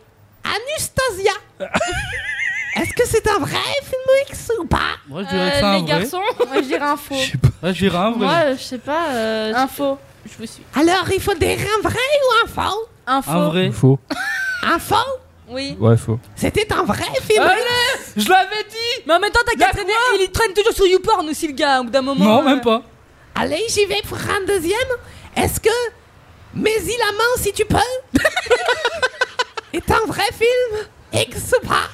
Speaker 10: Anastasia, est-ce que c'est un vrai film Hicks ou pas
Speaker 8: Moi, je dirais que c'est
Speaker 5: Euh,
Speaker 8: un
Speaker 5: les
Speaker 8: vrai.
Speaker 5: garçons
Speaker 4: Moi je dirais un faux.
Speaker 7: Je sais pas.
Speaker 8: Moi, je dirais un
Speaker 5: Moi,
Speaker 8: vrai.
Speaker 5: euh, je sais pas. euh,
Speaker 4: Un
Speaker 5: je-
Speaker 4: faux.
Speaker 5: Je vous suis.
Speaker 10: Alors il faut dire un vrai ou un faux
Speaker 4: Un faux.
Speaker 8: Un vrai.
Speaker 7: Faux.
Speaker 10: Un faux
Speaker 4: Oui.
Speaker 7: Ouais, faux.
Speaker 10: C'était un vrai film
Speaker 4: Allez
Speaker 10: Hicks.
Speaker 8: Je l'avais dit
Speaker 4: Mais en même temps, t'as qu'à traîner. Il traîne toujours sur YouPorn aussi, le gars, au bout d'un moment.
Speaker 8: Non,
Speaker 4: euh,
Speaker 8: même pas.
Speaker 10: Allez, j'y vais pour un deuxième. Est-ce que Mais il la main si tu peux est un vrai film X ou pas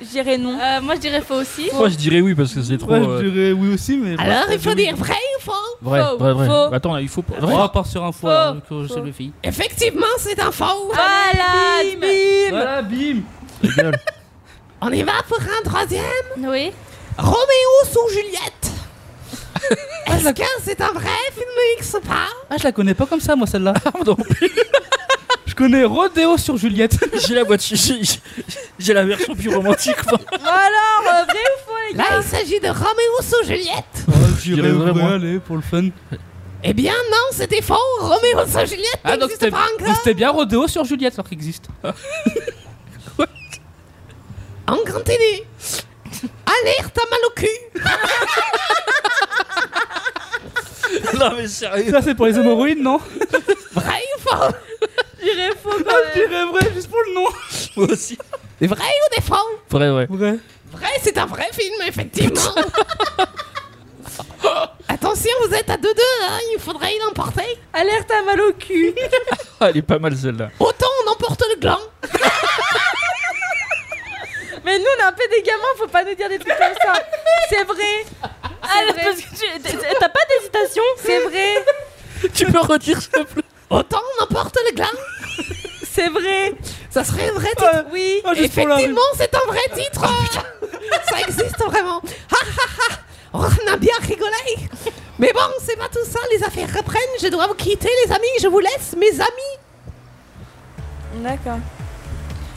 Speaker 4: Je dirais non.
Speaker 5: Euh, moi, je dirais faux aussi.
Speaker 7: Moi je dirais oui parce que c'est trop.
Speaker 8: Moi,
Speaker 7: euh,
Speaker 8: je dirais oui aussi, mais.
Speaker 10: Alors il faut dire vrai ou faux
Speaker 7: Vrai,
Speaker 4: Faux,
Speaker 7: vrai, vrai.
Speaker 4: faux.
Speaker 7: Attends, là, il faut. pas- Oh.
Speaker 8: On
Speaker 7: Vrai.
Speaker 8: va part sur un
Speaker 4: Faux.
Speaker 8: fois, hein, que je
Speaker 4: Faux.
Speaker 8: sais les filles.
Speaker 10: Effectivement, c'est un faux.
Speaker 4: Voilà, bim.
Speaker 8: Voilà, bim
Speaker 7: ta gueule.
Speaker 10: On y va pour un troisième.
Speaker 5: Oui.
Speaker 10: Roméo sous Juliette. Est-ce que c'est un vrai film X ou pas
Speaker 8: Ah, je la connais pas comme ça, moi, celle-là.
Speaker 7: Ah,
Speaker 8: Je connais Rodéo sur Juliette.
Speaker 7: J'ai la voiture. j'ai- j'ai- J'ai la version plus romantique. moi.
Speaker 4: Alors, euh, vrai ou faux, les
Speaker 10: Là,
Speaker 4: gars
Speaker 10: Ah, il s'agit de Roméo sous Juliette.
Speaker 8: je dirais
Speaker 7: vrai, moi.
Speaker 8: allez, pour le fun.
Speaker 10: Eh bien non, c'était faux. Roméo sous Juliette
Speaker 8: Ah, donc
Speaker 10: n'existe
Speaker 8: c'était
Speaker 10: pas
Speaker 8: donc
Speaker 10: encore.
Speaker 8: c'était bien Rodéo sur Juliette, alors qu'il existe.
Speaker 10: On continue. Alerte à mal au cul.
Speaker 7: non mais sérieux.
Speaker 8: Ça, c'est pour les hémorroïdes, non
Speaker 10: Vrai ou faux
Speaker 4: Je dirais faux quand
Speaker 8: Ah,
Speaker 4: même.
Speaker 8: je dirais vrai, juste pour le nom.
Speaker 7: Moi aussi.
Speaker 10: Des vrais ou des faux
Speaker 7: Vrai, vrai.
Speaker 8: Vrai.
Speaker 10: Vrai, c'est un vrai film, effectivement. Attention, vous êtes à 2-2, hein, il faudrait l'emporter.
Speaker 4: Alerte à mal au cul.
Speaker 7: Ah, elle est pas mal celle-là.
Speaker 10: Autant on emporte le gland.
Speaker 4: Mais nous, on est un peu des gamins, faut pas nous dire des trucs comme ça. C'est vrai. C'est vrai.
Speaker 5: Ah, parce que tu- t- t- t'as pas d'hésitation.
Speaker 4: C'est vrai.
Speaker 7: tu peux redire ça
Speaker 10: Autant on emporte le gland.
Speaker 4: C'est vrai. Euh,
Speaker 10: Ça serait un vrai titre.
Speaker 5: Oui,
Speaker 8: ah, juste pour la
Speaker 10: effectivement, c'est un vrai titre. ça existe vraiment. Ha, ha, ha. On a bien rigolé. Mais bon, c'est pas tout ça. Les affaires reprennent. Je dois vous quitter, les amis. Je vous laisse, mes amis.
Speaker 4: D'accord.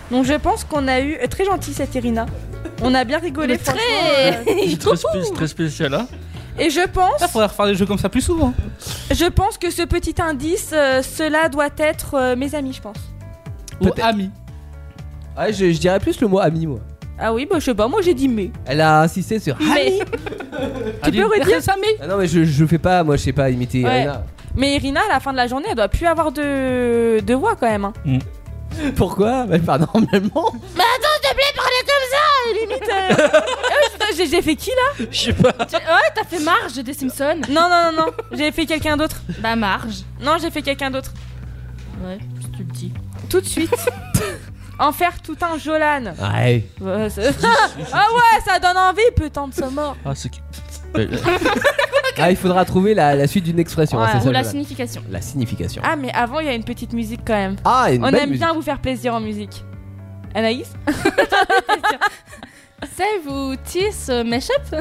Speaker 4: Donc je pense qu'on a eu euh, très gentil cette Irina. On a bien rigolé
Speaker 5: Mais très-
Speaker 4: franchement, euh,
Speaker 7: C'est très, spé- très spécial, hein.
Speaker 4: Et je pense,
Speaker 8: Il faudrait refaire des jeux comme ça plus souvent.
Speaker 4: je pense que ce petit indice, euh, cela doit être euh, mes amis, je pense.
Speaker 8: Ou ami.
Speaker 6: Ouais, je, je dirais plus le mot ami, moi.
Speaker 4: Ah oui, bah je sais pas, moi j'ai dit mais.
Speaker 6: Elle a insisté sur.
Speaker 4: Mais,
Speaker 8: Tu
Speaker 4: peux redire ça mais
Speaker 6: Ah non, mais je, je fais pas, moi, je sais pas imiter
Speaker 4: Ouais.
Speaker 6: Irina.
Speaker 4: Mais Irina, à la fin de la journée, elle doit plus avoir de, de voix quand même. hein.
Speaker 6: Pourquoi Bah, Elle parle normalement.
Speaker 5: Mais attends, s'il te plaît, parlez comme
Speaker 4: Limite,
Speaker 5: ça
Speaker 4: euh, euh, putain, j'ai- j'ai fait qui là
Speaker 7: Je sais pas.
Speaker 5: Tu- Ouais, t'as fait Marge des Simpsons
Speaker 4: Non, non, non, non, j'ai fait quelqu'un d'autre.
Speaker 5: Bah, Marge.
Speaker 4: Non, j'ai fait quelqu'un d'autre.
Speaker 5: Ouais, tu le dis.
Speaker 4: Tout de suite. en faire tout un Jolan.
Speaker 6: Ouais.
Speaker 4: Ouais, c'est- ah ouais, ça donne envie, putain de sa mort.
Speaker 7: Ah, c'est qui
Speaker 6: Ah, il faudra trouver la, la suite d'une expression. hein,
Speaker 4: Ouais,
Speaker 6: c'est ça,
Speaker 5: Ou la
Speaker 6: voilà.
Speaker 5: signification.
Speaker 6: La signification.
Speaker 4: Ah, mais avant, il y a une petite musique quand même.
Speaker 6: Ah, une
Speaker 4: On
Speaker 6: belle
Speaker 4: aime
Speaker 6: musique.
Speaker 4: bien vous faire plaisir en musique. Anaïs
Speaker 5: Save ce Mashup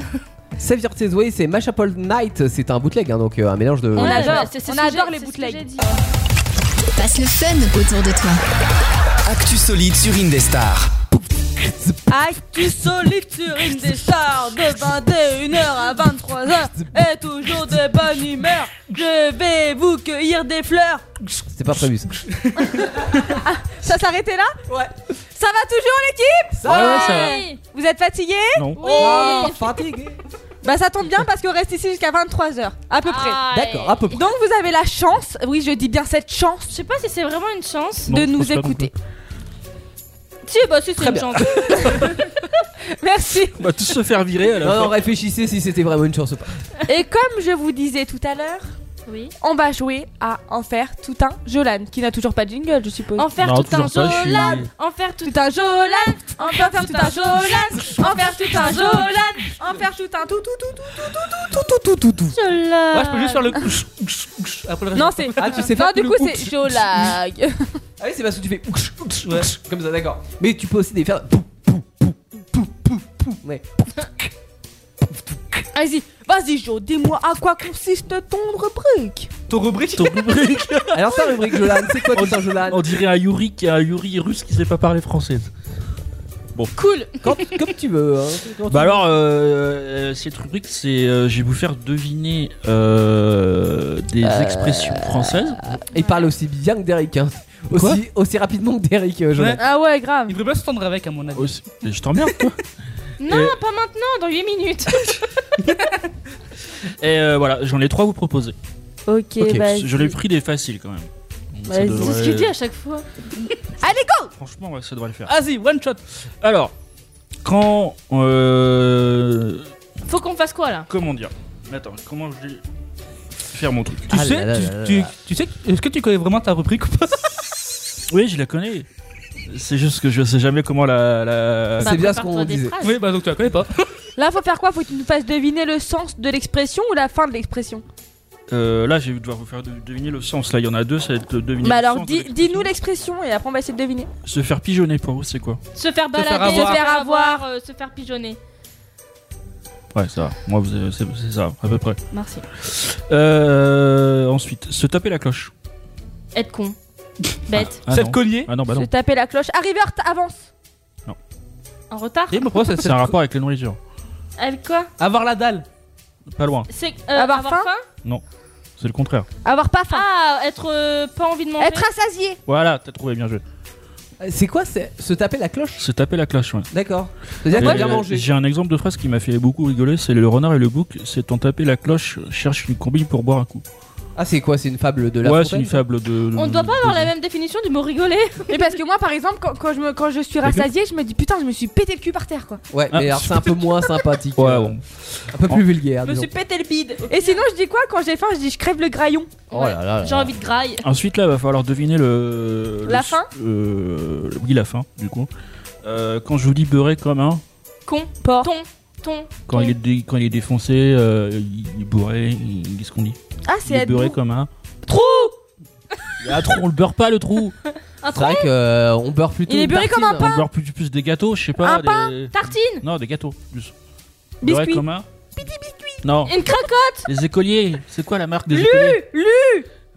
Speaker 6: Save Your Tears Away, c'est Mashup All Night. C'est un bootleg, hein, donc euh, un mélange de.
Speaker 4: On
Speaker 5: Ouais,
Speaker 4: adore,
Speaker 5: c'est- c'est
Speaker 4: on
Speaker 5: ce que
Speaker 4: adore
Speaker 5: j'ai-
Speaker 4: les
Speaker 5: c'est ce que
Speaker 4: bootlegs.
Speaker 5: j'ai dit.
Speaker 2: Passe le fun autour de toi.
Speaker 3: Actu solide sur Indestar.
Speaker 4: Actu solide sur une décharge de 21h à 23h et toujours de bonne humeur. Je vais vous cueillir des fleurs.
Speaker 6: C'est pas prévu ça.
Speaker 4: Ça s'arrêtait là
Speaker 6: Ouais.
Speaker 4: Ça va toujours l'équipe
Speaker 6: Ça va,
Speaker 7: ça va.
Speaker 5: Oui,
Speaker 4: Vous êtes fatigués
Speaker 7: Non.
Speaker 6: Oh, fatigué.
Speaker 4: Bah ça tombe bien parce qu'on reste ici jusqu'à 23h à peu près.
Speaker 5: Ah,
Speaker 6: D'accord,
Speaker 5: et-
Speaker 6: à peu près.
Speaker 4: Donc vous avez la chance, oui je dis bien cette chance
Speaker 5: Je sais pas si c'est vraiment une chance.
Speaker 7: Non,
Speaker 4: de
Speaker 7: je pense
Speaker 4: nous
Speaker 7: pas non
Speaker 4: écouter.
Speaker 5: Si, bah si, c'est une chance.
Speaker 4: Merci.
Speaker 7: On va tous se faire virer à la
Speaker 6: Non, non,
Speaker 7: fin.
Speaker 6: réfléchissez si c'était vraiment une chance ou pas.
Speaker 4: Et comme je vous disais tout à l'heure,
Speaker 5: Oui.
Speaker 4: on va jouer à en faire tout un Jolan, qui n'a toujours pas de jingle, je suppose.
Speaker 5: En faire
Speaker 7: Non,
Speaker 5: tout un
Speaker 7: toujours pas, je suis-
Speaker 5: Jolan, en faire tout
Speaker 4: tout un Jolan, en faire tout un Jolan, en faire tout un Jolan, en faire tout un tout tout tout tout.
Speaker 5: un Jolan.
Speaker 8: Ouais, je peux juste faire le. ouch, ouch, ouch, Après le reste.
Speaker 4: Non, c'est.
Speaker 6: Ah, tu sais
Speaker 4: Non,
Speaker 6: faire
Speaker 4: du
Speaker 6: le
Speaker 4: coup,
Speaker 6: oups.
Speaker 4: c'est Jolag.
Speaker 6: Ah oui, c'est parce que tu fais ouch, ouch, ouch, comme ça, d'accord. Mais tu peux aussi des faire pou, pou, pou, pou, pou, pou. Ouais.
Speaker 4: Vas-y, vas-y, Jo, dis-moi à quoi consiste ton rubrique.
Speaker 8: Ton rubrique
Speaker 7: Ton rubrique.
Speaker 6: Alors ta rubrique Jolan, c'est quoi tout un Jolan
Speaker 7: On dirait un Yuri, qui- un Yuri russe qui sait pas parler français.
Speaker 5: Cool.
Speaker 6: Quand- Comme tu veux. hein. Quand tu
Speaker 7: Bah alors, euh, euh, cette rubrique, c'est euh, je vais vous faire deviner euh, des expressions françaises.
Speaker 6: veux. Et parle aussi bien que Derek. hein.
Speaker 7: Quoi
Speaker 6: Aussi, aussi rapidement que Derek, euh, Jolan.
Speaker 8: Ouais.
Speaker 4: Ah ouais, grave.
Speaker 8: Il devrait pas s'entendre avec, à mon avis.
Speaker 7: Aussi- Je t'emmerde, quoi.
Speaker 5: Non, pas maintenant, dans 8 minutes.
Speaker 7: Et euh, voilà, j'en ai trois à vous proposer.
Speaker 4: Ok,
Speaker 6: Ok,
Speaker 4: vas-y.
Speaker 7: Je l'ai pris des faciles quand même. Donc, ça
Speaker 4: Vas-y.
Speaker 7: devrait-
Speaker 5: C'est ce qu'il dit à chaque fois.
Speaker 7: Franchement, ouais, ça devrait le faire.
Speaker 8: Vas-y, one shot.
Speaker 7: Alors, quand. euh,
Speaker 5: Faut qu'on fasse quoi là
Speaker 7: comment dire Attends, comment je vais faire mon truc
Speaker 8: Tu
Speaker 6: Ah
Speaker 8: sais,
Speaker 6: là là
Speaker 8: tu,
Speaker 6: là là
Speaker 8: tu-
Speaker 6: là.
Speaker 8: tu sais, est-ce que tu connais vraiment ta rubrique ou pas
Speaker 7: Oui, je la connais. C'est juste que je sais jamais comment la. la-
Speaker 6: C'est bien ce
Speaker 5: prépare-toi
Speaker 6: qu'on
Speaker 5: des
Speaker 6: disait.
Speaker 5: phrases.
Speaker 8: Oui, bah donc tu la connais pas.
Speaker 4: Là, faut faire quoi Faut que tu nous fasses deviner le sens de l'expression ou la fin de l'expression
Speaker 7: Euh, là, je vais devoir vous faire de- deviner le sens. Là, il y en a deux, ça va être de deviner.
Speaker 4: Bah
Speaker 7: le
Speaker 4: alors,
Speaker 7: sens de
Speaker 4: dis-
Speaker 7: l'expression.
Speaker 4: dis-nous l'expression et après on va essayer de deviner.
Speaker 7: Se faire pigeonner pour vous, c'est quoi
Speaker 5: Se faire balader,
Speaker 8: faire avoir.
Speaker 5: avoir, euh, se faire pigeonner.
Speaker 7: Ouais, ça. va. Moi, vous avez- c'est c'est ça, à peu près.
Speaker 5: Merci.
Speaker 7: Euh, ensuite, se taper la cloche.
Speaker 5: Être con. Bête.
Speaker 7: Ah,
Speaker 8: c'est
Speaker 7: non.
Speaker 8: le collier.
Speaker 7: Ah non, bah
Speaker 4: Je
Speaker 7: non.
Speaker 4: vais taper la cloche. Arriver, t- avance.
Speaker 5: En retard
Speaker 8: Et pourquoi ça, c'est
Speaker 7: C'est un rapport avec les nourritures.
Speaker 5: Avec quoi
Speaker 8: avoir la dalle.
Speaker 7: Pas loin.
Speaker 5: C'est euh,
Speaker 4: Avoir faim
Speaker 7: C'est le contraire.
Speaker 4: Avoir pas faim.
Speaker 5: Ah, être euh, pas envie de manger.
Speaker 4: Être rassasié.
Speaker 7: Voilà, t'as trouvé, bien joué.
Speaker 6: C'est quoi c'est- se taper la cloche
Speaker 7: Se taper la cloche, ouais.
Speaker 6: D'accord. C'est-à-dire
Speaker 7: Et,
Speaker 6: bien
Speaker 7: euh,
Speaker 6: manger.
Speaker 7: J'ai un exemple de phrase qui m'a fait beaucoup rigoler c'est le renard et le bouc, c'est en taper la cloche, cherche une combine pour boire un coup.
Speaker 6: Ah, c'est quoi C'est une fable de la
Speaker 7: ouais, c'est
Speaker 6: Fontaine
Speaker 7: une fable de.
Speaker 5: On ne doit pas
Speaker 7: de-
Speaker 5: avoir la même définition du mot rigoler.
Speaker 4: Mais parce que moi, par exemple, quand, quand je, me, quand je suis rassasié, je me dis putain, je me suis pété le cul par terre quoi.
Speaker 6: Ouais, mais
Speaker 7: Ah.
Speaker 6: alors c'est un peu moins sympathique.
Speaker 7: Ouais,
Speaker 6: euh,
Speaker 7: bon.
Speaker 6: Un peu plus vulgaire.
Speaker 4: Je me
Speaker 6: disons.
Speaker 4: suis pété le bide. Et sinon, je dis quoi Quand j'ai faim, je dis je crève le graillon.
Speaker 6: Oh là là là là.
Speaker 5: J'ai envie de graille.
Speaker 7: Ensuite, là, va falloir deviner le.
Speaker 4: La
Speaker 7: le-
Speaker 4: fin
Speaker 7: euh, Oui, la fin, du coup. Euh, quand je vous dis beurré comme un,
Speaker 5: Con.
Speaker 4: Porc.
Speaker 5: Ton. Ton.
Speaker 7: quand,
Speaker 5: ton.
Speaker 7: il, est dé- quand il est défoncé, euh, il est bourré, il- qu'est-ce qu'on dit
Speaker 4: Ah,
Speaker 7: Il
Speaker 4: c'est
Speaker 7: est
Speaker 4: être
Speaker 7: beurré
Speaker 4: bon.
Speaker 7: comme un.
Speaker 4: Trou
Speaker 7: Ah, trou, on le beurre pas le trou
Speaker 5: Un
Speaker 6: C'est vrai
Speaker 5: tronc
Speaker 6: qu'on beurre plutôt.
Speaker 5: Il est
Speaker 6: une
Speaker 5: beurré comme un
Speaker 6: tartine.
Speaker 5: pain. On beurre
Speaker 7: Plus, plus des gâteaux, je sais pas.
Speaker 5: Un pain
Speaker 7: des-
Speaker 5: Tartine
Speaker 7: Non, des gâteaux. Plus. Beurré
Speaker 5: Biscuits.
Speaker 7: comme un- Non.
Speaker 5: Une cracotte
Speaker 7: Les écoliers. C'est quoi la marque des
Speaker 5: Lu
Speaker 7: écoliers
Speaker 5: Lu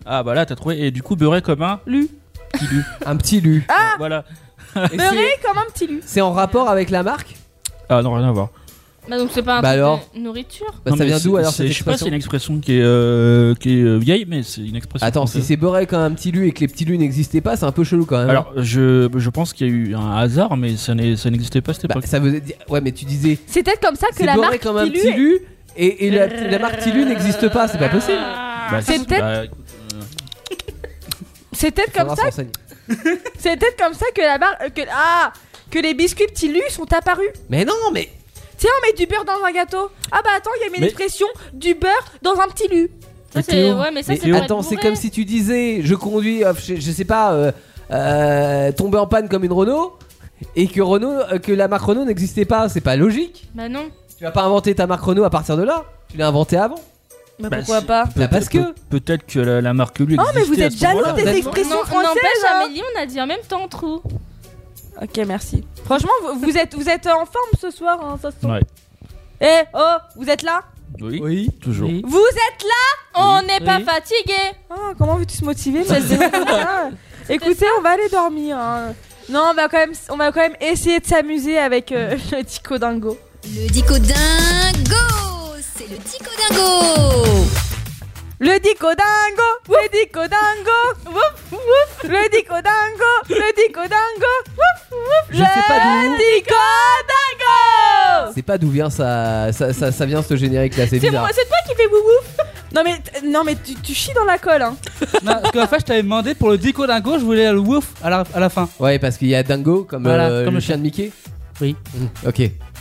Speaker 7: Ah bah là, t'as trouvé. Et du coup, beurré comme un.
Speaker 4: Lu.
Speaker 7: Petit lu.
Speaker 6: un petit lu.
Speaker 4: Ah
Speaker 7: Voilà.
Speaker 4: Beurré comme un petit lu.
Speaker 6: C'est en rapport avec la marque
Speaker 7: Ah non, rien à voir.
Speaker 5: Bah donc c'est pas un
Speaker 7: Bah
Speaker 5: truc de
Speaker 7: alors
Speaker 5: nourriture
Speaker 6: Bah, ça
Speaker 7: mais
Speaker 6: vient d'où,
Speaker 7: c'est-
Speaker 6: alors,
Speaker 7: c'est-
Speaker 6: cette
Speaker 7: Je sais pas,
Speaker 6: expression
Speaker 7: c'est une expression qui est, euh, qui est euh, vieille, mais c'est une expression.
Speaker 6: Attends, si
Speaker 7: française.
Speaker 6: c'est beurré comme un petit lu et que les petits lus n'existaient pas, c'est un peu chelou quand
Speaker 4: Euh.
Speaker 6: même. hein.
Speaker 7: Alors, je, je pense qu'il y a eu un hasard, mais ça n'est- ça n'existait pas à cette
Speaker 6: Bah,
Speaker 7: époque.
Speaker 6: ça veut dire. Ouais, mais tu disais.
Speaker 4: C'est peut-être comme ça que
Speaker 6: C'est
Speaker 4: la
Speaker 6: beurré
Speaker 4: marque
Speaker 6: comme un
Speaker 4: Tilu
Speaker 6: petit
Speaker 4: est-
Speaker 6: lu et, et la, la marque Tilu n'existe pas, c'est pas possible.
Speaker 4: C'est
Speaker 7: si,
Speaker 4: peut-être-
Speaker 7: écoute,
Speaker 4: C'est peut-être
Speaker 6: Faudra
Speaker 4: comme ça.
Speaker 6: s'enseigner.
Speaker 4: C'est peut-être comme ça que la barre euh, que ah que les biscuits petits lus sont apparus.
Speaker 6: Mais non, mais.
Speaker 4: Tiens, on met du beurre dans un gâteau. Ah bah attends, il y a une
Speaker 6: Mais-
Speaker 4: expression du beurre dans un petit lu.
Speaker 5: Ça, c'est- ouais, mais ça, c'est pour être
Speaker 6: attends, c'est
Speaker 5: bourré.
Speaker 6: comme si tu disais je conduis, euh, je, je sais pas, euh, euh, tomber en panne comme une Renault et que Renault, euh, que la marque Renault n'existait pas, c'est pas logique.
Speaker 5: Bah non.
Speaker 6: Tu vas pas inventer ta marque Renault à partir de là. Tu l'as inventée avant.
Speaker 4: Bah,
Speaker 7: Bah,
Speaker 4: pourquoi
Speaker 7: si.
Speaker 4: pas
Speaker 7: peut-
Speaker 6: parce que-
Speaker 7: peut- Peut-être que la, la marque lui
Speaker 4: Oh, mais vous
Speaker 7: existait à
Speaker 4: êtes
Speaker 7: ce
Speaker 4: jaloux
Speaker 7: moment-là.
Speaker 4: des expressions
Speaker 5: Non,
Speaker 4: françaises.
Speaker 5: N'empêche,
Speaker 4: hein.
Speaker 5: Amélie, on a dit en même temps trou.
Speaker 4: Ok, merci. Franchement, vous, vous êtes vous êtes en forme ce soir, hein, ça se sent.
Speaker 7: Ouais.
Speaker 4: Eh oh, vous êtes là
Speaker 7: Oui.
Speaker 6: Oui.
Speaker 7: Toujours.
Speaker 4: Vous êtes là
Speaker 5: On n'est pas
Speaker 4: Oui.
Speaker 5: fatigué.
Speaker 4: Ah, comment veux-tu se motiver moi, c'est comme ça. Écoutez, on va aller dormir. hein. Non, on va quand même on va quand même essayer de s'amuser avec euh, le Tico Dingo.
Speaker 2: Le Dico Dingo C'est le Dico Dingo
Speaker 4: Le dico dingo, le dico dingo, wouf wouf, le dico dingo, le dico dingo, wouf wouf,
Speaker 6: Je sais pas d'où.
Speaker 4: le dico dingo.
Speaker 6: C'est pas d'où vient ça, ça, ça, ça vient ce générique là,
Speaker 4: C'est
Speaker 6: c'est bizarre.
Speaker 4: moi, c'est toi qui fais wouf Non mais t- non mais tu, tu chies dans la colle hein.
Speaker 8: Non, parce que la fois, je t'avais demandé pour le dico dingo, je voulais le wouf à la, à la fin.
Speaker 6: Ouais, parce qu'il y a Dingo comme,
Speaker 8: Voilà,
Speaker 6: euh,
Speaker 8: comme
Speaker 6: le
Speaker 8: le
Speaker 6: chien de Mickey.
Speaker 8: Oui.
Speaker 6: Mmh, ok.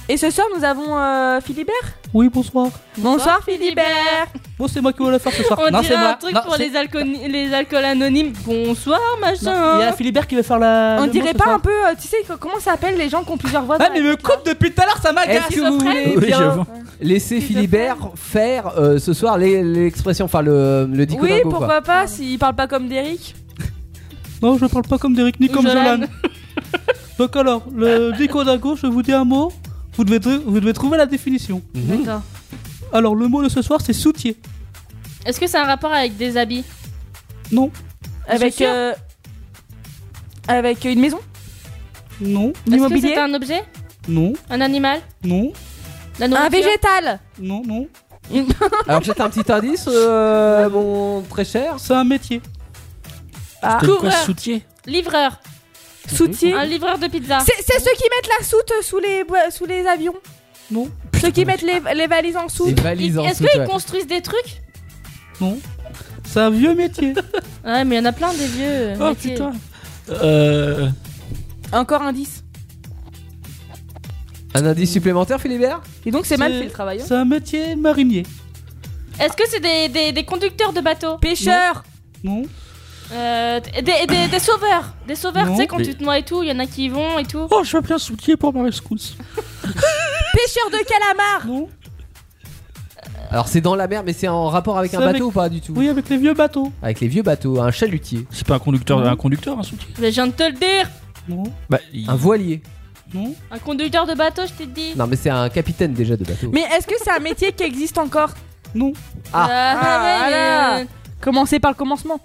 Speaker 4: Et ce soir nous avons euh, Philibert.
Speaker 8: Oui, bonsoir.
Speaker 4: Bonsoir Philibert.
Speaker 8: Bon, c'est moi qui voulais le faire ce soir.
Speaker 5: On
Speaker 8: non,
Speaker 5: dirait
Speaker 8: c'est
Speaker 5: un
Speaker 8: moi.
Speaker 5: truc
Speaker 8: Non,
Speaker 5: pour
Speaker 8: c'est-
Speaker 5: les, alco- les alcools anonymes. Bonsoir,
Speaker 8: Non,
Speaker 5: machin.
Speaker 8: Il y a Philibert qui veut faire
Speaker 6: Ah,
Speaker 8: la.
Speaker 4: On
Speaker 8: le mot
Speaker 4: dirait
Speaker 8: ce
Speaker 4: pas
Speaker 8: soir.
Speaker 4: un peu euh, tu sais co- comment ça s'appelle les gens qui ont plusieurs voix
Speaker 8: Ah,
Speaker 4: dans
Speaker 8: mais
Speaker 4: la-
Speaker 8: me coupe depuis tout à l'heure, ça m'agace.
Speaker 6: Est-ce que vous voulez
Speaker 7: Oui,
Speaker 6: bien
Speaker 7: j'avoue.
Speaker 6: laisser Philibert faire euh, ce soir les- l'expression, enfin le, le dico
Speaker 4: Oui,
Speaker 6: dingo quoi.
Speaker 4: pourquoi pas s'il parle pas comme Derrick.
Speaker 8: Non, je parle pas comme Derek ni
Speaker 5: Ou
Speaker 8: comme
Speaker 5: Jolan.
Speaker 8: Jolan. Donc alors, le dico dingo, je vous dis un mot. Vous devez, tr- vous devez trouver la définition.
Speaker 6: Mhm.
Speaker 5: D'accord.
Speaker 8: Alors, le mot de ce soir, c'est soutier.
Speaker 5: Est-ce que c'est un rapport avec des habits
Speaker 8: Non.
Speaker 4: Avec
Speaker 5: Chaussures
Speaker 4: euh, avec une maison,
Speaker 8: Non.
Speaker 5: Est-ce que
Speaker 4: l'immobilier,
Speaker 5: c'est un objet
Speaker 8: Non.
Speaker 5: Un animal
Speaker 8: Non.
Speaker 5: La
Speaker 4: un
Speaker 5: nourriture
Speaker 4: végétal.
Speaker 8: Non, non.
Speaker 6: Alors peut-être un petit indice, euh, mon très cher.
Speaker 8: C'est un métier.
Speaker 4: Ah.
Speaker 7: T'as dit quoi,
Speaker 5: Coureur.
Speaker 7: soutier
Speaker 5: Livreur.
Speaker 4: Soutier.
Speaker 5: Un livreur de pizza.
Speaker 4: C'est c'est ceux qui mettent la soute sous les, bo- sous les avions.
Speaker 8: Non.
Speaker 4: Ceux qui mettent les, les valises en
Speaker 6: Les
Speaker 4: soute.
Speaker 6: valises en
Speaker 5: Est-ce
Speaker 6: soute,
Speaker 5: qu'ils
Speaker 6: ouais.
Speaker 5: construisent des trucs
Speaker 8: Non. C'est un vieux métier.
Speaker 5: Ouais, mais il y en a plein des vieux. euh,
Speaker 8: oh
Speaker 5: métiers.
Speaker 8: putain.
Speaker 7: Euh.
Speaker 4: Encore indice.
Speaker 6: Un indice supplémentaire, Philibert
Speaker 4: Et donc c'est mal
Speaker 8: C'est-
Speaker 4: fait le travail. hein.
Speaker 8: C'est un métier marinier.
Speaker 5: Est-ce que c'est des, des- des conducteurs de bateaux
Speaker 4: Pêcheur.
Speaker 8: Non.
Speaker 5: Euh, des, des- des sauveurs. Des sauveurs,
Speaker 8: Non.
Speaker 5: tu sais, quand
Speaker 7: Mais-
Speaker 5: tu te noies et tout, il y en a qui y vont et tout.
Speaker 7: Oh, je veux bien soutier pour ma rescousse.
Speaker 4: Pêcheur de calamar.
Speaker 8: Non.
Speaker 6: Alors c'est dans la mer, mais c'est en rapport avec un
Speaker 8: C'est
Speaker 6: bateau
Speaker 8: avec-
Speaker 6: ou pas du tout
Speaker 8: Oui, avec les vieux bateaux.
Speaker 6: Avec les vieux bateaux, un chalutier,
Speaker 7: C'est pas un conducteur, un conducteur, un soutier
Speaker 5: Mais je viens de te le dire.
Speaker 8: Non.
Speaker 7: Bah, il-
Speaker 6: un voilier.
Speaker 8: Non.
Speaker 5: Un conducteur de bateau, je t'ai dit.
Speaker 6: Non mais c'est un capitaine déjà de bateau.
Speaker 4: Mais est-ce que c'est un métier qui existe encore
Speaker 8: Non.
Speaker 6: Ah.
Speaker 5: Euh,
Speaker 4: Ah,
Speaker 5: ouais,
Speaker 4: voilà.
Speaker 5: mais, euh,
Speaker 4: Commencez par le commencement.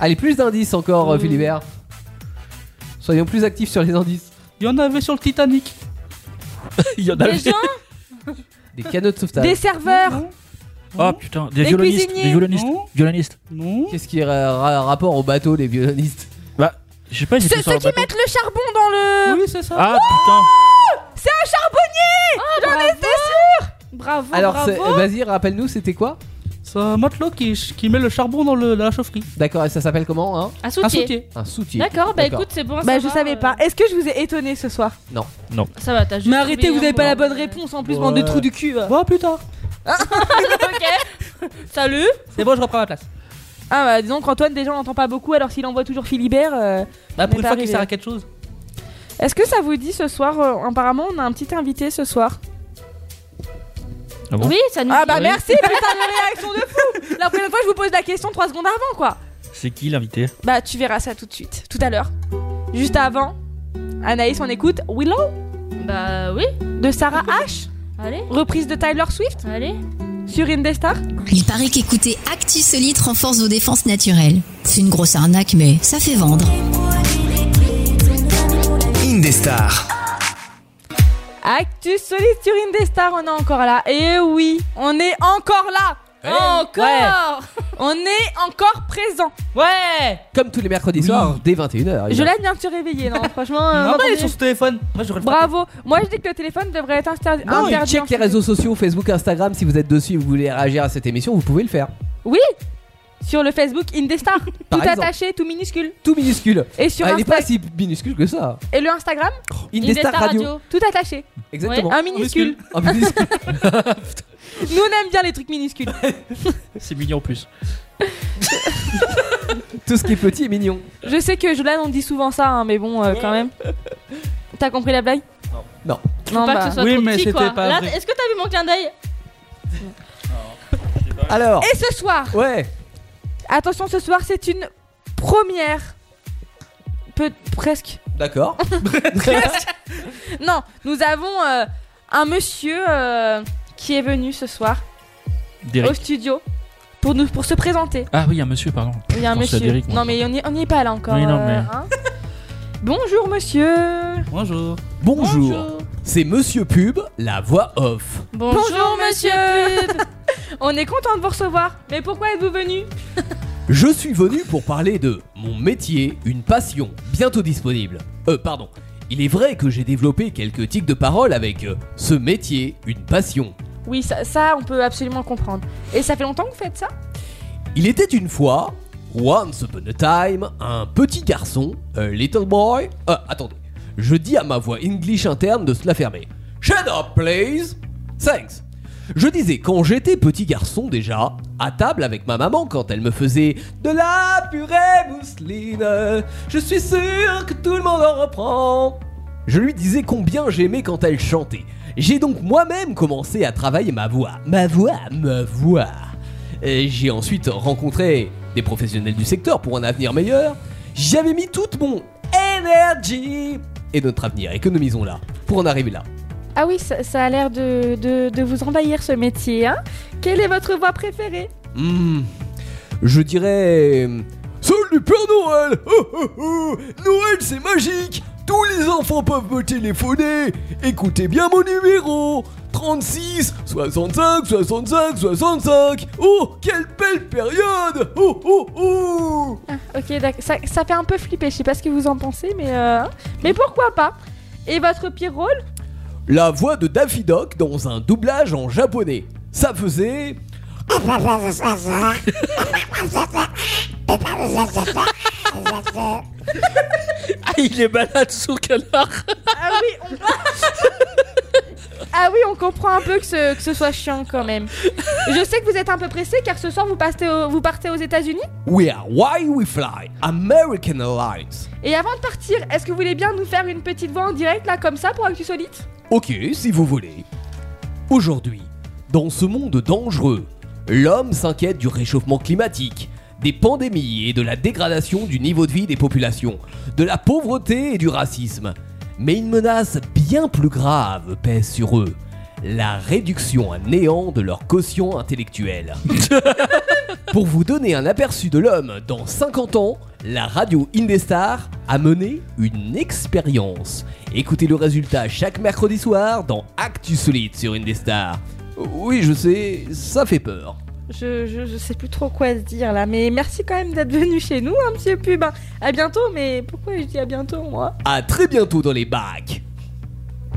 Speaker 6: Allez, plus d'indices encore, euh, Philibert. Soyons plus actifs sur les indices.
Speaker 8: Il y en avait sur le Titanic.
Speaker 7: il y en a.
Speaker 5: des gens
Speaker 6: Des canots de sauvetage.
Speaker 4: Des serveurs.
Speaker 8: Non.
Speaker 7: Oh putain, des
Speaker 4: Des
Speaker 7: violonistes.
Speaker 4: cuisiniers.
Speaker 7: Des violonistes.
Speaker 8: Non.
Speaker 7: Violonistes.
Speaker 8: Non.
Speaker 6: Qu'est-ce qui est ra- ra- rapport au bateau, les violonistes
Speaker 7: Je sais pas, ils
Speaker 4: Ceux,
Speaker 7: étaient sur
Speaker 4: ceux
Speaker 7: le
Speaker 4: qui
Speaker 7: bateau.
Speaker 4: mettent le charbon dans le.
Speaker 8: Oui, c'est ça.
Speaker 7: Ah putain
Speaker 4: C'est un charbonnier
Speaker 5: Bravo,
Speaker 6: Alors, c'est-
Speaker 5: bravo.
Speaker 6: vas-y, rappelle-nous, c'était quoi
Speaker 8: C'est un matelot qui, qui met le charbon dans le, la chaufferie.
Speaker 6: D'accord, et ça s'appelle comment hein
Speaker 5: Un
Speaker 8: Un
Speaker 5: soutier.
Speaker 8: soutier.
Speaker 6: Un soutier.
Speaker 5: D'accord, bah écoute, c'est bon. à
Speaker 4: Bah, je
Speaker 5: savoir,
Speaker 4: savais
Speaker 5: euh,
Speaker 4: pas. Est-ce que je vous ai étonné ce soir
Speaker 5: Ça va, t'as juste.
Speaker 4: Mais arrêtez,
Speaker 5: oublié
Speaker 4: vous
Speaker 5: un
Speaker 4: avez pas
Speaker 5: mot.
Speaker 4: la bonne réponse en plus,
Speaker 8: Ouais.
Speaker 4: bande de trous du cul. va.
Speaker 8: Bon, plus tard.
Speaker 5: ok. Salut.
Speaker 8: C'est bon, je reprends ma place.
Speaker 4: Ah bah disons qu'Antoine déjà on l'entend pas beaucoup alors s'il envoie toujours Philibert. euh, On
Speaker 8: Bah,
Speaker 4: est
Speaker 8: pour une
Speaker 4: pas
Speaker 8: fois qu'il
Speaker 4: arrivé.
Speaker 8: sert à quelque chose.
Speaker 4: Est-ce que ça vous dit ce soir euh, Apparemment on a un petit invité ce soir.
Speaker 7: Ah bon
Speaker 5: Oui, ça nous.
Speaker 4: Ah bah
Speaker 5: dit.
Speaker 4: merci putain de réaction de fou La prochaine fois je vous pose la question 3 secondes avant quoi
Speaker 7: C'est qui l'invité
Speaker 4: Bah, tu verras ça tout de suite, tout à l'heure. Juste avant, Anaïs, on écoute Willow
Speaker 5: Bah oui.
Speaker 4: De Sarah H.
Speaker 5: Allez.
Speaker 4: Reprise de Tyler Swift
Speaker 5: Allez.
Speaker 4: Sur Indestar
Speaker 2: Il paraît qu'écouter Actu Solite renforce vos défenses naturelles. C'est une grosse arnaque, mais ça fait vendre.
Speaker 3: Indestar.
Speaker 4: Actus solide sur Indestar, on est encore là. Et oui, on est encore là.
Speaker 6: Eh
Speaker 4: Encore
Speaker 6: ouais.
Speaker 4: On est encore présent.
Speaker 6: Ouais Comme tous les mercredis soirs, dès 21h.
Speaker 4: Je l'aime bien que tu réveillé, non Franchement. euh,
Speaker 6: Non, mais il est
Speaker 4: attendez.
Speaker 6: sur
Speaker 8: son téléphone. Moi, j'aurais
Speaker 4: Bravo. Moi, je dis que le téléphone devrait être inter-
Speaker 6: Non, il
Speaker 4: interdit.
Speaker 6: Ah
Speaker 4: hein.
Speaker 6: check les réseaux sociaux, Facebook, Instagram. Si vous êtes dessus et vous voulez réagir à cette émission, vous pouvez le faire.
Speaker 4: Oui Sur le Facebook Indestar. tout
Speaker 6: Par exemple.
Speaker 4: attaché, tout minuscule.
Speaker 6: Tout minuscule.
Speaker 4: Et sur
Speaker 6: Ah, il est
Speaker 4: Insta-
Speaker 6: pas si minuscule que ça.
Speaker 4: Et le Instagram
Speaker 6: Indestar Indestar Radio. Radio.
Speaker 4: Tout attaché.
Speaker 6: Exactement.
Speaker 4: Un minuscule.
Speaker 6: Un minuscule.
Speaker 4: Nous, on aime bien les trucs minuscules.
Speaker 7: C'est mignon en plus.
Speaker 6: Tout ce qui est petit est mignon.
Speaker 4: Je sais que Jolan, on dit souvent ça, hein, mais bon, euh, quand même. T'as compris la blague
Speaker 6: Non.
Speaker 4: Non,
Speaker 5: pas
Speaker 4: bah.
Speaker 5: que ce soit
Speaker 6: Oui,
Speaker 5: trop
Speaker 6: mais
Speaker 5: petit,
Speaker 6: c'était
Speaker 5: quoi.
Speaker 6: pas
Speaker 5: Là,
Speaker 6: vrai.
Speaker 5: Est-ce que t'as vu mon clin d'œil
Speaker 6: Alors.
Speaker 4: Et ce soir
Speaker 6: Ouais.
Speaker 4: Attention, ce soir, c'est une première. Peu, presque.
Speaker 6: D'accord.
Speaker 4: Non, nous avons euh, un monsieur euh, qui est venu ce soir
Speaker 7: Derek.
Speaker 4: au studio pour, nous, pour se présenter.
Speaker 7: Ah oui, un monsieur, pardon.
Speaker 4: Il y a un
Speaker 7: Je pensais à
Speaker 4: monsieur.
Speaker 7: Derek, moi.
Speaker 4: non, mais on n'y est pas là encore.
Speaker 7: Oui, non, mais-
Speaker 4: hein. Bonjour, monsieur.
Speaker 6: Bonjour.
Speaker 4: Ah,
Speaker 6: Bonjour. C'est Monsieur Pub, la voix off.
Speaker 4: Bonjour, monsieur. on est content de vous recevoir. Mais pourquoi êtes-vous venu
Speaker 6: Je suis venu pour parler de mon métier, une passion, bientôt disponible. Euh, pardon. Il est vrai que j'ai développé quelques tics de parole avec euh, ce métier, une passion.
Speaker 4: Oui, ça, ça, on peut absolument comprendre. Et ça fait longtemps que vous faites ça
Speaker 6: Il était une fois, once upon a time, un petit garçon, a little boy. Euh, attendez, je dis à ma voix English interne de se la fermer. Shut up, please. Thanks. Je disais, quand j'étais petit garçon déjà, à table avec ma maman quand elle me faisait de la purée mousseline, je suis sûr que tout le monde en reprend. Je lui disais combien j'aimais quand elle chantait. J'ai donc moi-même commencé à travailler ma voix. Ma voix, ma voix. Et J'ai ensuite rencontré des professionnels du secteur pour un avenir meilleur. J'avais mis toute mon energy et notre avenir, économisons-la, pour en arriver là.
Speaker 4: Ah oui, ça, ça a l'air de, de- de vous envahir ce métier. Hein Quelle est votre voix préférée
Speaker 6: Hmm, je dirais... Salut Père Noël Oh, oh, oh Noël c'est magique Tous les enfants peuvent me téléphoner Écoutez bien mon numéro 36 65 65 65 Oh, quelle belle période Oh, oh, oh
Speaker 4: Ah, Ok, d'accord. Ça, ça fait un peu flipper. Je sais pas ce que vous en pensez, mais euh, mais pourquoi pas Et votre pire rôle
Speaker 6: la voix de Daffy Dock dans un doublage en japonais. Ça faisait.
Speaker 7: Ah, il est malade, son canard.
Speaker 4: Ah oui, on... ah oui, on comprend un peu que ce, que ce soit chiant quand même. Je sais que vous êtes un peu pressé car ce soir vous partez au- vous partez aux États-Unis.
Speaker 6: We are why we fly, American Airlines.
Speaker 4: Et avant de partir, est-ce que vous voulez bien nous faire une petite voix en direct là comme ça pour Actu Solite
Speaker 6: Ok, si vous voulez. Aujourd'hui, dans ce monde dangereux, l'homme s'inquiète du réchauffement climatique, des pandémies et de la dégradation du niveau de vie des populations, de la pauvreté et du racisme. Mais une menace bien plus grave pèse sur eux. La réduction à néant de leur quotient intellectuel. Pour vous donner un aperçu de l'homme dans 50 ans, la radio Indestar a mené une expérience. Écoutez le résultat chaque mercredi soir dans Actu Solide sur Indestar. Oui, je sais, ça fait peur.
Speaker 4: Je, je, je sais plus trop quoi se dire là, mais merci quand même d'être venu chez nous, un petit pub. hein. À bientôt, mais pourquoi je dis à bientôt moi
Speaker 6: À très bientôt dans les bacs.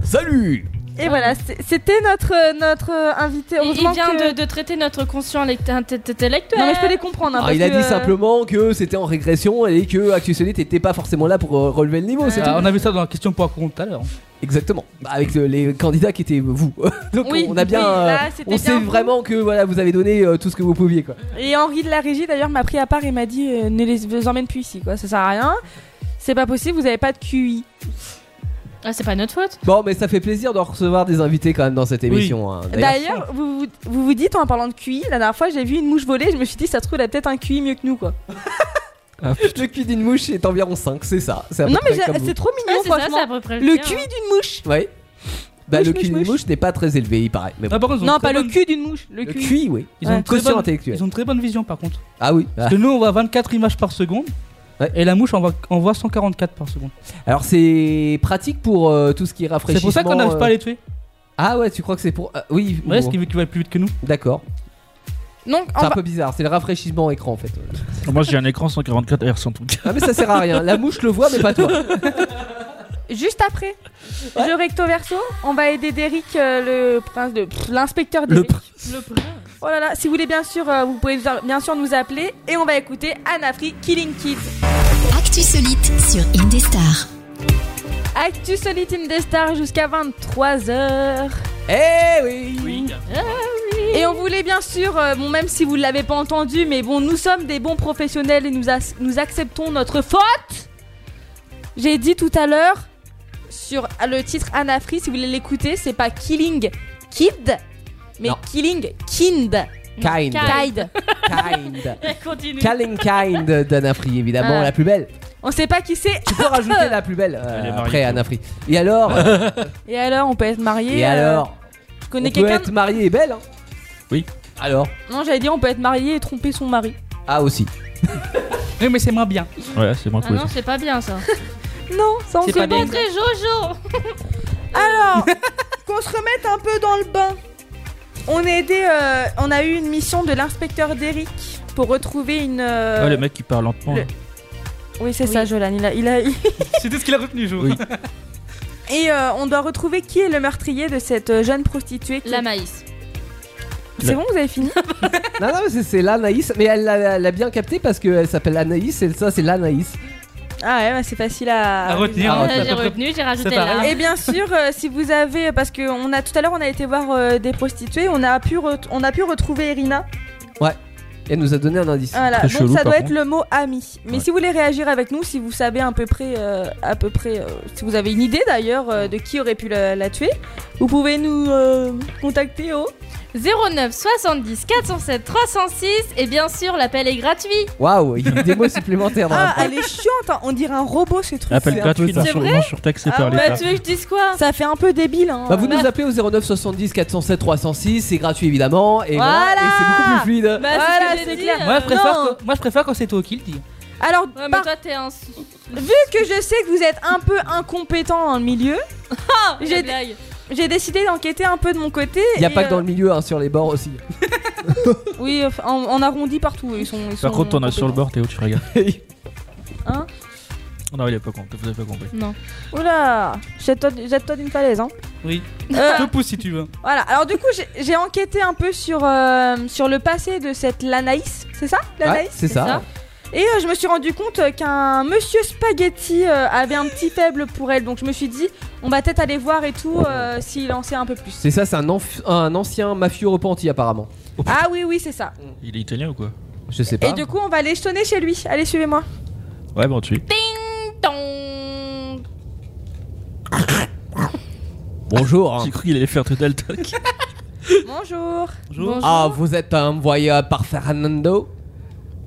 Speaker 6: Salut
Speaker 4: Et voilà, c'est- c'était notre, notre euh, invité.
Speaker 5: Il- Il
Speaker 4: Heureusement
Speaker 5: vient
Speaker 4: que-
Speaker 5: de, de traiter notre conscient lect- inte- intellectuel.
Speaker 4: Non, mais je peux les comprendre. hein,
Speaker 6: Ah,
Speaker 4: parce
Speaker 6: Il a
Speaker 4: que,
Speaker 6: dit
Speaker 4: euh,
Speaker 6: simplement que c'était en régression et que Actu Solide n'était pas forcément là pour euh, relever le niveau. c'est
Speaker 8: Ah,
Speaker 6: tout.
Speaker 8: on a vu ça dans la question pour un compte tout à l'heure.
Speaker 6: Exactement. Bah, Avec euh, les candidats qui étaient vous. Donc
Speaker 4: Oui,
Speaker 6: on a bien.
Speaker 4: oui, là,
Speaker 6: euh,
Speaker 4: c'était
Speaker 6: on sait
Speaker 4: bien vous.
Speaker 6: vraiment que voilà, vous avez donné euh, tout ce que vous pouviez. Quoi.
Speaker 4: Et Henri de la régie d'ailleurs m'a pris à part et m'a dit euh, ne les vous emmène plus ici, quoi. Ça sert à rien. C'est pas possible, vous avez pas de QI.
Speaker 5: Ah, c'est pas notre faute.
Speaker 6: Bon, mais ça fait plaisir de recevoir des invités quand même dans cette émission. hein.
Speaker 4: D'ailleurs, vous, vous vous vous dites en parlant de QI, la dernière fois j'ai vu une mouche voler, je me suis dit ça se trouve elle a peut-être un QI mieux que nous, quoi.
Speaker 6: le cul d'une mouche est environ 5, c'est ça. c'est à peu
Speaker 4: Non, mais
Speaker 6: près
Speaker 4: j'ai-
Speaker 6: comme vous.
Speaker 4: c'est trop mignon,
Speaker 5: Ouais, Ah, c'est ça,
Speaker 4: franchement.
Speaker 5: c'est à peu près le
Speaker 4: le
Speaker 5: tien,
Speaker 4: cul
Speaker 5: hein.
Speaker 4: d'une mouche.
Speaker 6: Oui. Bah,
Speaker 4: Mouche,
Speaker 6: le cul
Speaker 4: mouche,
Speaker 6: d'une
Speaker 4: mouche.
Speaker 6: mouche n'est pas très élevé, il paraît.
Speaker 7: Ah,
Speaker 6: Mais
Speaker 8: Ah,
Speaker 6: bon.
Speaker 4: non, pas le cul d'une mouche. Le
Speaker 6: Le
Speaker 4: cul.
Speaker 6: cul, oui. Ils ont
Speaker 4: Ouais.
Speaker 6: une très bonne- intellectuelle.
Speaker 8: Ils ont une très bonne vision par contre.
Speaker 6: Ah oui.
Speaker 8: Parce que nous, on voit 24 images par seconde. Et la mouche, on voit, on voit 144 par seconde.
Speaker 6: Alors c'est pratique pour euh, tout ce qui est
Speaker 8: C'est
Speaker 6: rafraîchissement.
Speaker 8: pour ça qu'on n'arrive pas à
Speaker 6: euh,
Speaker 8: les tuer.
Speaker 6: Ah ouais, tu crois que c'est pour. ah, oui.
Speaker 8: Ouais, ce qui veut
Speaker 6: va plus vite que nous. D'accord.
Speaker 4: Donc,
Speaker 6: C'est un peu bizarre, c'est le rafraîchissement écran en fait.
Speaker 7: Ah, Moi j'ai un écran 144 Hz en tout cas.
Speaker 6: Ah mais ça sert à rien, la mouche le voit mais pas toi.
Speaker 4: Juste après, je recto verso, on va aider Derrick, euh, le prince de pff, l'inspecteur
Speaker 6: Le
Speaker 4: Derrick. Oh là là, si vous voulez bien sûr, euh, vous pouvez bien sûr nous appeler et on va écouter Anafri Killing Kids.
Speaker 2: Actu Solite sur Indestar.
Speaker 4: Actu Solite in the Star jusqu'à 23h.
Speaker 6: Eh oui.
Speaker 4: Et on voulait bien sûr, euh, bon même si vous ne l'avez pas entendu, mais bon nous sommes des bons professionnels et nous, as- nous acceptons notre faute. J'ai dit tout à l'heure sur le titre Anafri, si vous voulez l'écouter, c'est pas Killing Kid, mais
Speaker 6: Non.
Speaker 4: Killing Kind.
Speaker 6: Kind.
Speaker 4: Kind.
Speaker 6: Kind.
Speaker 5: Continue.
Speaker 6: Calling Kind d'Anna Free, évidemment,
Speaker 4: Ah.
Speaker 6: la plus belle.
Speaker 4: On sait pas qui c'est.
Speaker 6: Tu peux rajouter la plus belle euh,
Speaker 7: Elle est mariée,
Speaker 6: après Anna Free. Et alors euh,
Speaker 4: Et alors, on peut être marié.
Speaker 6: Et
Speaker 4: euh,
Speaker 6: alors
Speaker 4: Je
Speaker 6: On
Speaker 4: connais
Speaker 6: peut
Speaker 4: quelqu'un.
Speaker 6: être marié et belle hein Oui. Alors
Speaker 4: Non, j'allais dire, on peut être marié et tromper son mari.
Speaker 6: Ah aussi.
Speaker 8: Oui, mais c'est moins bien.
Speaker 7: Ouais, c'est moins
Speaker 5: Ah
Speaker 7: cool.
Speaker 5: non, c'est pas bien ça.
Speaker 4: Non, ça on
Speaker 8: C'est
Speaker 4: sait
Speaker 8: pas
Speaker 4: pas.
Speaker 8: bien.
Speaker 5: Très Jojo
Speaker 4: Alors, qu'on se remette un peu dans le bain. On est aidé, euh, on a eu une mission de l'inspecteur Derrick pour retrouver une. euh,
Speaker 7: Ah, le mec qui parle lentement.
Speaker 4: le- Oui, c'est ça, Jolan. Il a, il a-
Speaker 8: C'était ce qu'il a retenu, Jo.
Speaker 7: Oui.
Speaker 4: Et euh, on doit retrouver qui est le meurtrier de cette euh, jeune prostituée. qui-
Speaker 5: La maïs.
Speaker 4: C'est bon, vous avez fini
Speaker 6: Non, non, mais c'est- c'est l'Anaïs, mais elle l'a- elle l'a bien capté parce qu'elle s'appelle Anaïs et ça, c'est l'Anaïs.
Speaker 4: Ah ouais, bah, c'est facile à.
Speaker 6: À retenir. Ah,
Speaker 5: Euh,
Speaker 6: ouais.
Speaker 5: j'ai retenu, j'ai rajouté
Speaker 6: C'est
Speaker 7: Ah
Speaker 5: la.
Speaker 4: Et bien sûr, euh, si vous avez, parce que on a tout à l'heure, on a été voir euh, des prostituées, on a pu, re- on a pu retrouver Irina.
Speaker 6: Ouais. Elle nous a donné un indice.
Speaker 4: Voilà.
Speaker 6: Très
Speaker 4: Donc
Speaker 6: chelou,
Speaker 4: ça
Speaker 6: par
Speaker 4: doit être
Speaker 6: contre.
Speaker 4: le mot ami. Mais si vous voulez réagir avec nous, si vous savez à peu près, euh, à peu près, euh, si vous avez une idée d'ailleurs euh, de qui aurait pu la, la tuer, vous pouvez nous euh, contacter au.
Speaker 5: 09 70 407 306 et bien sûr l'appel est gratuit.
Speaker 6: Waouh, il y a des mots supplémentaires dans
Speaker 4: Ah,
Speaker 6: la
Speaker 4: elle est chiante. hein. On dirait un robot ce truc.
Speaker 7: Appel
Speaker 4: c'est un
Speaker 7: gratuit,
Speaker 4: peu ça.
Speaker 7: non, sûrement surtaxé
Speaker 4: Ah,
Speaker 7: par
Speaker 4: bah,
Speaker 7: l'État.
Speaker 5: Tu veux que je dise quoi
Speaker 4: Ça fait un peu débile. Hein.
Speaker 6: Bah vous nous appelez au 09 70 407 306, c'est gratuit évidemment et, voilà,
Speaker 4: Voilà.
Speaker 6: et c'est beaucoup plus fluide.
Speaker 5: Bah, c'est ce
Speaker 4: Voilà,
Speaker 5: que j'ai
Speaker 4: c'est
Speaker 5: dit,
Speaker 4: clair.
Speaker 5: euh,
Speaker 8: Moi, je préfère,
Speaker 4: Non.
Speaker 8: que- moi, je préfère quand c'est toi qui le dis.
Speaker 4: Alors,
Speaker 5: Ouais, mais
Speaker 4: par-
Speaker 5: toi t'es un.
Speaker 4: vu que je sais que vous êtes un peu incompétent dans le milieu,
Speaker 5: Ah,
Speaker 4: J'ai-
Speaker 5: j'ai blague.
Speaker 4: j'ai décidé d'enquêter un peu de mon côté.
Speaker 6: Il y a
Speaker 4: et,
Speaker 6: pas que dans
Speaker 4: euh,
Speaker 6: le milieu, hein, sur les bords aussi.
Speaker 4: Oui, enfin, on, on arrondit partout. Ils sont. ils
Speaker 7: Par
Speaker 4: sont
Speaker 7: contre, t'en as sur le bord, Théo, tu regardes.
Speaker 4: Hein
Speaker 7: Non, il a pas compris. Vous avez pas compris.
Speaker 5: Non.
Speaker 4: Oula, jette-toi jette-toi d'une falaise, hein.
Speaker 8: Oui.
Speaker 4: Euh,
Speaker 8: Je te pousse si tu veux.
Speaker 4: Voilà, alors du coup, j'ai- j'ai enquêté un peu sur, euh, sur le passé de cette Lanaïs, c'est ça Lanaïs
Speaker 6: Ouais, c'est ça.
Speaker 4: Et euh, je me suis rendu compte euh, qu'un monsieur spaghetti euh, avait un petit faible pour elle, donc je me suis dit, on va peut-être aller voir et tout, euh, s'il en sait un peu plus.
Speaker 6: C'est ça, c'est un, enf- un ancien mafieux repenti apparemment.
Speaker 4: Ah oui, oui, c'est ça.
Speaker 7: Il est italien ou quoi
Speaker 6: Je sais
Speaker 4: Et
Speaker 6: pas.
Speaker 4: du coup, on va aller sonner chez lui. Allez, suivez-moi.
Speaker 7: Ouais, bon, tu
Speaker 5: Ton.
Speaker 6: Bonjour. hein.
Speaker 7: J'ai cru qu'il allait faire total talk.
Speaker 4: Bonjour.
Speaker 5: Bonjour.
Speaker 6: Ah, vous êtes envoyé par Fernando